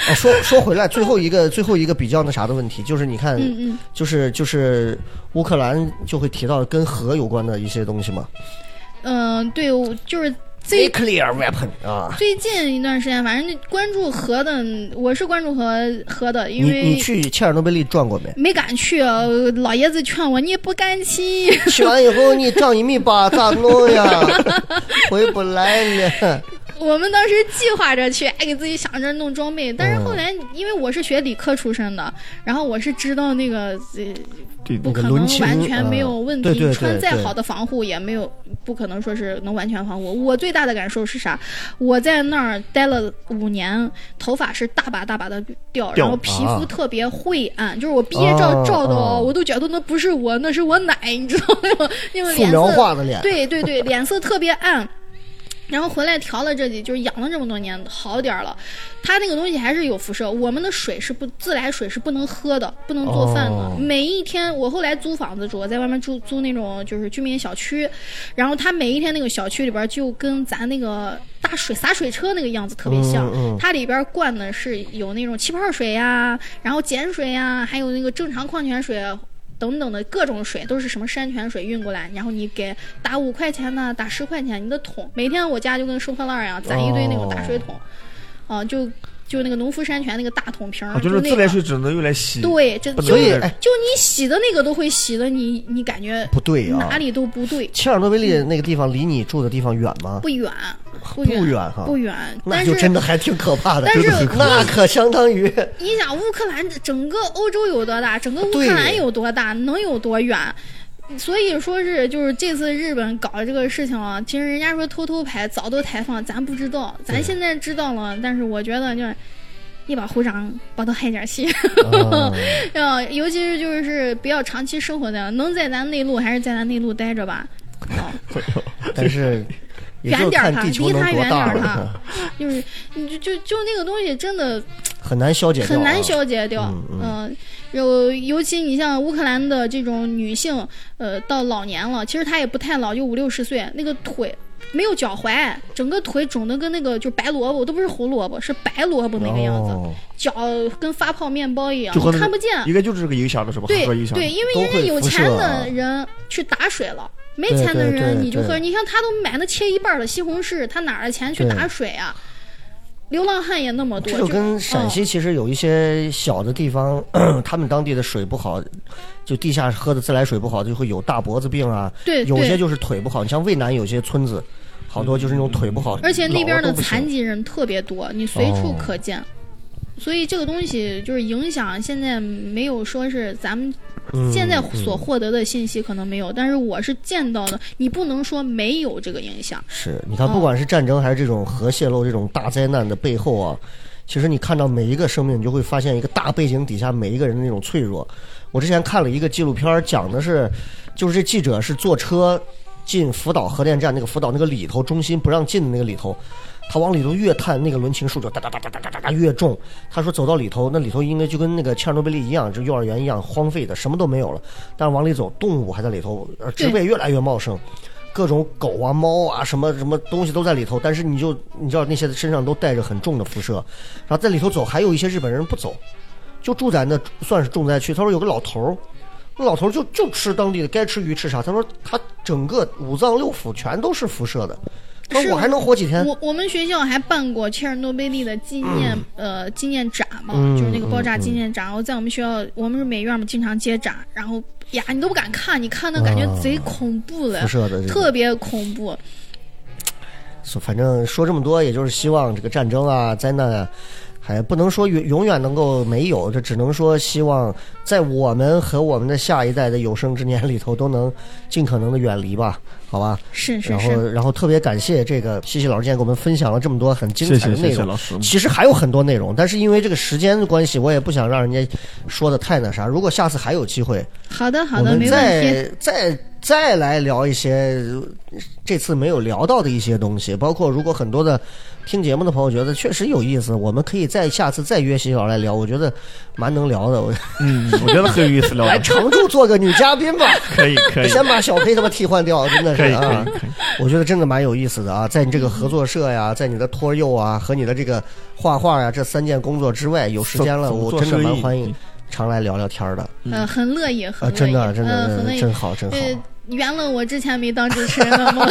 Speaker 3: 啊，说说回来，最后一个最后一个比较那啥的问题，就是你看，
Speaker 5: 嗯嗯
Speaker 3: 就是就是乌克兰就会提到跟核有关的一些东西嘛
Speaker 5: 嗯，对，我就是
Speaker 4: 哎
Speaker 5: 最
Speaker 3: nuclear weapon 啊，
Speaker 5: 最近一段时间，反正就关注核的，我是关注核核的，因
Speaker 3: 你你
Speaker 5: 为？
Speaker 3: 去切尔诺贝利转过没
Speaker 5: 没敢去，呃老爷子劝我，你不敢去。
Speaker 3: 去完以后你长一米八咋弄呀？回不来 了。
Speaker 5: 我们当时计划着去，哎，给自己想着弄装备，但是
Speaker 3: 嗯
Speaker 5: 后来因为我是学理科出身的，然后我是知道那个呃
Speaker 4: 对
Speaker 5: 不
Speaker 3: 那个
Speaker 5: 可能
Speaker 3: 轮琴
Speaker 5: 完全没有问
Speaker 3: 嗯
Speaker 5: 题，
Speaker 3: 对对对
Speaker 5: 穿再
Speaker 3: 对
Speaker 5: 好的防护也没有，不可能说是能完全防护。我最大的感受是啥？我在那儿待了五年，头发是大把大把的掉，
Speaker 4: 掉
Speaker 5: 然后皮
Speaker 3: 啊
Speaker 5: 肤特别晦暗，就是我毕业照
Speaker 3: 啊
Speaker 5: 照的哦，
Speaker 3: 啊
Speaker 5: 我都觉得那不是我，那是我奶，你知道吗？ 那个
Speaker 3: 素
Speaker 5: 脸
Speaker 3: 描
Speaker 5: 色
Speaker 3: 化的脸
Speaker 5: 对对对，脸色特别暗。然后回来调了这几，就是养了这么多年，好点儿了。它那个东西还是有辐射，我们的水是不自来水是不能喝的，不能做饭的。
Speaker 3: 哦
Speaker 5: 每一天，我后来租房子住，我在外面住租那种就是居民小区，然后它每一天那个小区里边就跟咱那个大水洒水车那个样子特别像，
Speaker 3: 嗯嗯
Speaker 5: 它里边灌的是有那种气泡水呀，然后碱水呀，还有那个正常矿泉水。等等的各种水都是什么山泉水运过来，然后你给打五块钱呢，打十块钱，你的桶每天我家就跟收破烂儿一样，攒一堆那种打水桶，
Speaker 3: 哦
Speaker 5: 啊，就就那个农夫山泉那个大桶瓶儿，
Speaker 4: 啊，就是自
Speaker 5: 那个
Speaker 4: 来水只能用来洗，
Speaker 5: 对，这
Speaker 4: 不能
Speaker 3: 所
Speaker 5: 就
Speaker 3: 以
Speaker 4: 对
Speaker 3: 哎，
Speaker 5: 就你洗的那个都会洗的你，你感觉
Speaker 3: 不对啊
Speaker 5: 哪，里都不对，
Speaker 3: 切尔诺贝利那个地方离你住的地方远吗？
Speaker 5: 不远，不
Speaker 3: 不
Speaker 5: 远，
Speaker 3: 远哈
Speaker 5: 不远。
Speaker 3: 那
Speaker 5: 但
Speaker 3: 就是真的还挺可怕的，
Speaker 5: 但是
Speaker 3: 那可相当 于
Speaker 5: 你想，乌克兰整个欧洲有多大？整个乌
Speaker 3: 对
Speaker 5: 克兰有多大？能有多远？所以说是就是这次日本搞这个事情啊，其实人家说偷偷排早都抬放，咱不知道，咱现在知道了，但是我觉得就是一把胡掌把它害点戏，
Speaker 3: 啊
Speaker 5: 呃，尤其是就是不要长期生活在，能在咱内陆还是在咱内陆待着吧， 啊，
Speaker 3: 但是也就
Speaker 5: 远点儿
Speaker 3: 看
Speaker 5: 它
Speaker 3: 地球
Speaker 5: 离
Speaker 3: 能
Speaker 5: 它
Speaker 3: 多
Speaker 5: 远
Speaker 3: 大
Speaker 5: 点儿
Speaker 3: 了，
Speaker 5: 就是你就就就那个东西真的
Speaker 3: 很难消解掉啊，
Speaker 5: 很难消解掉。
Speaker 3: 嗯
Speaker 5: 嗯，有、尤其你像乌克兰的这种女性，呃，到老年了，其实她也不太老，就五六十岁，那个腿没有脚踝，整个腿肿的跟那个就白萝卜，都不是胡萝卜，是白萝卜那个样子，
Speaker 3: 哦
Speaker 5: 脚跟发泡面包一样，
Speaker 4: 就和那
Speaker 5: 看
Speaker 4: 个
Speaker 5: 不见。
Speaker 4: 应该就是这个影响的是吧？
Speaker 5: 啊对
Speaker 4: 核影响的
Speaker 5: 对，因为人家有钱的人去打水了。没钱的
Speaker 3: 啊对对
Speaker 5: 人
Speaker 3: 对
Speaker 5: 你就喝，
Speaker 3: 对
Speaker 5: 你看他都买那切一半的西红柿，他哪儿的钱去
Speaker 3: 对
Speaker 5: 打水啊？流浪汉也那么多，嗯
Speaker 3: 这就跟陕西其实有一些小的地方，他们当地的水不好，就地下喝的自来水不好，就会有大脖子病啊。
Speaker 5: 对
Speaker 3: 有
Speaker 5: 呃对
Speaker 3: 些就是腿不好。你像渭南有些村子，好多就是那种腿不好，
Speaker 5: 嗯而且那边
Speaker 3: 老了
Speaker 5: 的
Speaker 3: 都不行
Speaker 5: 残疾人特别多，你随处
Speaker 3: 哦
Speaker 5: 可见。所以这个东西就是影响，现在没有说是咱们
Speaker 3: 嗯
Speaker 5: 现在所获得的信息可能没有，但是我是见到的，你不能说没有这个影响。
Speaker 3: 是，你看，
Speaker 5: 哦
Speaker 3: 不管是战争还是这种核泄漏这种大灾难的背后啊，其实你看到每一个生命，你就会发现一个大背景底下每一个人的那种脆弱。我之前看了一个纪录片儿，讲的是，就是这记者是坐车进福岛核电站那个福岛那个里头中心不让进的那个里头，他往里头越探，那个轮琴数就哒哒哒哒哒哒哒哒越重。他说走到里头，那里头应该就跟那个切尔诺贝利一样，就幼儿园一样荒废的，什么都没有了。但是往里走，动物还在里头，而植被越来越茂盛，各种狗啊、猫啊、什么什么东西都在里头。但是你就你知道那些身上都带着很重的辐射，然后在里头走，还有一些日本人不走，就住在那算是重灾区。他说有个老头儿。那老头儿就就吃当地的，该吃鱼吃啥。他说他整个五脏六腑全都是辐射的。他
Speaker 5: 是
Speaker 3: 说我还能活几天？
Speaker 5: 我我们学校还办过切尔诺贝利的纪念、呃纪念展嘛，
Speaker 3: 嗯
Speaker 5: 就是那个爆炸纪念展。然后在我们学校，我们是美院嘛，经常接展，然后呀，你都不敢看，你看那感觉
Speaker 3: 啊
Speaker 5: 贼恐怖了，
Speaker 3: 辐射的这个
Speaker 5: 特别恐怖。
Speaker 3: 所反正说这么多，也就是希望这个战争啊、灾难啊，还不能说永永远能够没有，这只能说希望在我们和我们的下一代的有生之年里头都能尽可能的远离吧，好吧。
Speaker 5: 是是
Speaker 3: 然
Speaker 5: 是
Speaker 3: 后，，然后特别感谢这个西西老师今天给我们分享了这么多很精
Speaker 4: 谢
Speaker 3: 彩的
Speaker 4: 谢
Speaker 3: 内容。
Speaker 4: 谢谢老师。
Speaker 3: 其实还有很多内容，但是因为这个时间关系，我也不想让人家说的太那啥。如果下次还有机会，
Speaker 5: 好的好
Speaker 3: 我
Speaker 5: 的，
Speaker 3: 们
Speaker 5: 没问题。
Speaker 3: 再再再来聊一些呃这次没有聊到的一些东西，包括如果很多的听节目的朋友觉得确实有意思，我们可以再下次再约新老来聊，我觉得蛮能聊的。我
Speaker 4: 嗯，我觉得很有意思，聊
Speaker 3: 来
Speaker 4: 的
Speaker 3: 常驻做个女嘉宾 吧，
Speaker 4: 可以可以
Speaker 3: 先把小黑他妈替换掉，真的是
Speaker 4: 可以可
Speaker 3: 啊
Speaker 4: 以，可以，
Speaker 3: 我觉得真的蛮有意思的啊。在你这个合作社呀，在你的托幼啊和你的这个画画呀这三件工作之外，有时间了，
Speaker 4: 怎么
Speaker 3: 我
Speaker 4: 做
Speaker 3: 真的蛮
Speaker 4: 生意
Speaker 3: 欢迎常来聊聊天儿的
Speaker 5: 呃，很乐意，很
Speaker 3: 啊，
Speaker 5: 乐意，
Speaker 3: 真的真
Speaker 5: 呃，很乐
Speaker 3: 的
Speaker 5: 意
Speaker 3: 真。好真好。
Speaker 5: 呃，圆了我之前没当主持人的梦，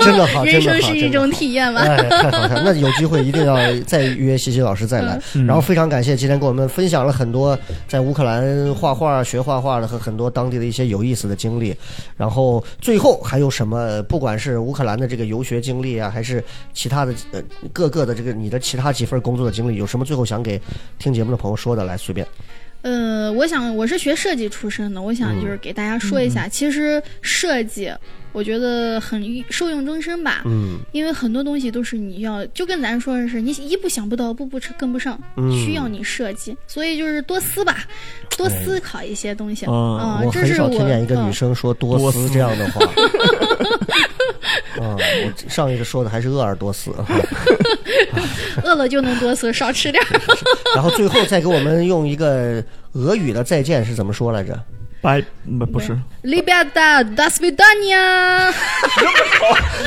Speaker 3: 真的 好，
Speaker 5: 人
Speaker 3: 真的
Speaker 5: 生
Speaker 3: 好
Speaker 5: 是一
Speaker 3: 真的
Speaker 5: 种
Speaker 3: 好
Speaker 5: 体验吧。
Speaker 3: 哎，太好看！那有机会一定要再约西西老师再来。
Speaker 5: 嗯
Speaker 3: 然后非常感谢今天给我们分享了很多在乌克兰画画、学画画的和很多当地的一些有意思的经历。然后最后还有什么？不管是乌克兰的这个游学经历啊，还是其他的呃各个的这个你的其他几份工作的经历，有什么最后想给听节目的朋友说的？来随便。嗯
Speaker 5: 呃，我想我是学设计出身的，我想就是给大家说一下，
Speaker 3: 嗯
Speaker 5: 其实设计我觉得很受用终身吧，
Speaker 3: 嗯
Speaker 5: 因为很多东西都是你要，就跟咱说的是，你一步想不到，步步跟不上，
Speaker 3: 嗯，哎
Speaker 5: 需要你设计，所以就是多思吧，多思考一些东西。
Speaker 4: 嗯
Speaker 5: 啊，
Speaker 3: 我
Speaker 5: 这
Speaker 3: 很
Speaker 5: 是
Speaker 3: 少听见一个女
Speaker 5: 嗯
Speaker 3: 生说多
Speaker 4: 多
Speaker 3: 斯
Speaker 4: 斯
Speaker 3: 这样的 话。啊、我上一个说的还是鄂尔多斯，
Speaker 5: 饿了就能多思，少吃点儿。
Speaker 3: 然后最后再给我们用一个俄语的再见是怎么说来着？
Speaker 4: 拜不不是，
Speaker 5: 嗯 Ребята, до свидания！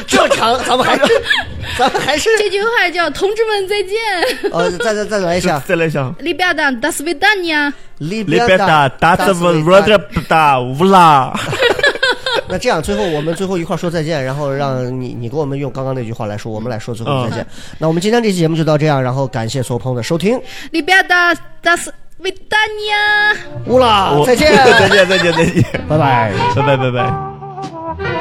Speaker 3: 这长咱们还 是，咱们还是
Speaker 5: 这句话叫“同志们再见
Speaker 3: 呃，再再再来一下。
Speaker 4: 再来一下。
Speaker 5: ”，Ребята, до свидания！
Speaker 4: 里边的达斯文罗德不达乌拉，
Speaker 3: 那这样，最后我们最后一块儿说再见，然后让你你给我们用刚刚那句话来说，我们来说最后再
Speaker 4: 嗯
Speaker 3: 见。那我们今天这期节目就到这样，然后感谢所有朋友的收听，
Speaker 5: Ребята, до свидания！
Speaker 3: 乌拉
Speaker 4: 我
Speaker 3: 再见，
Speaker 4: 再见再见再见，
Speaker 3: 拜拜。
Speaker 4: 拜拜拜拜。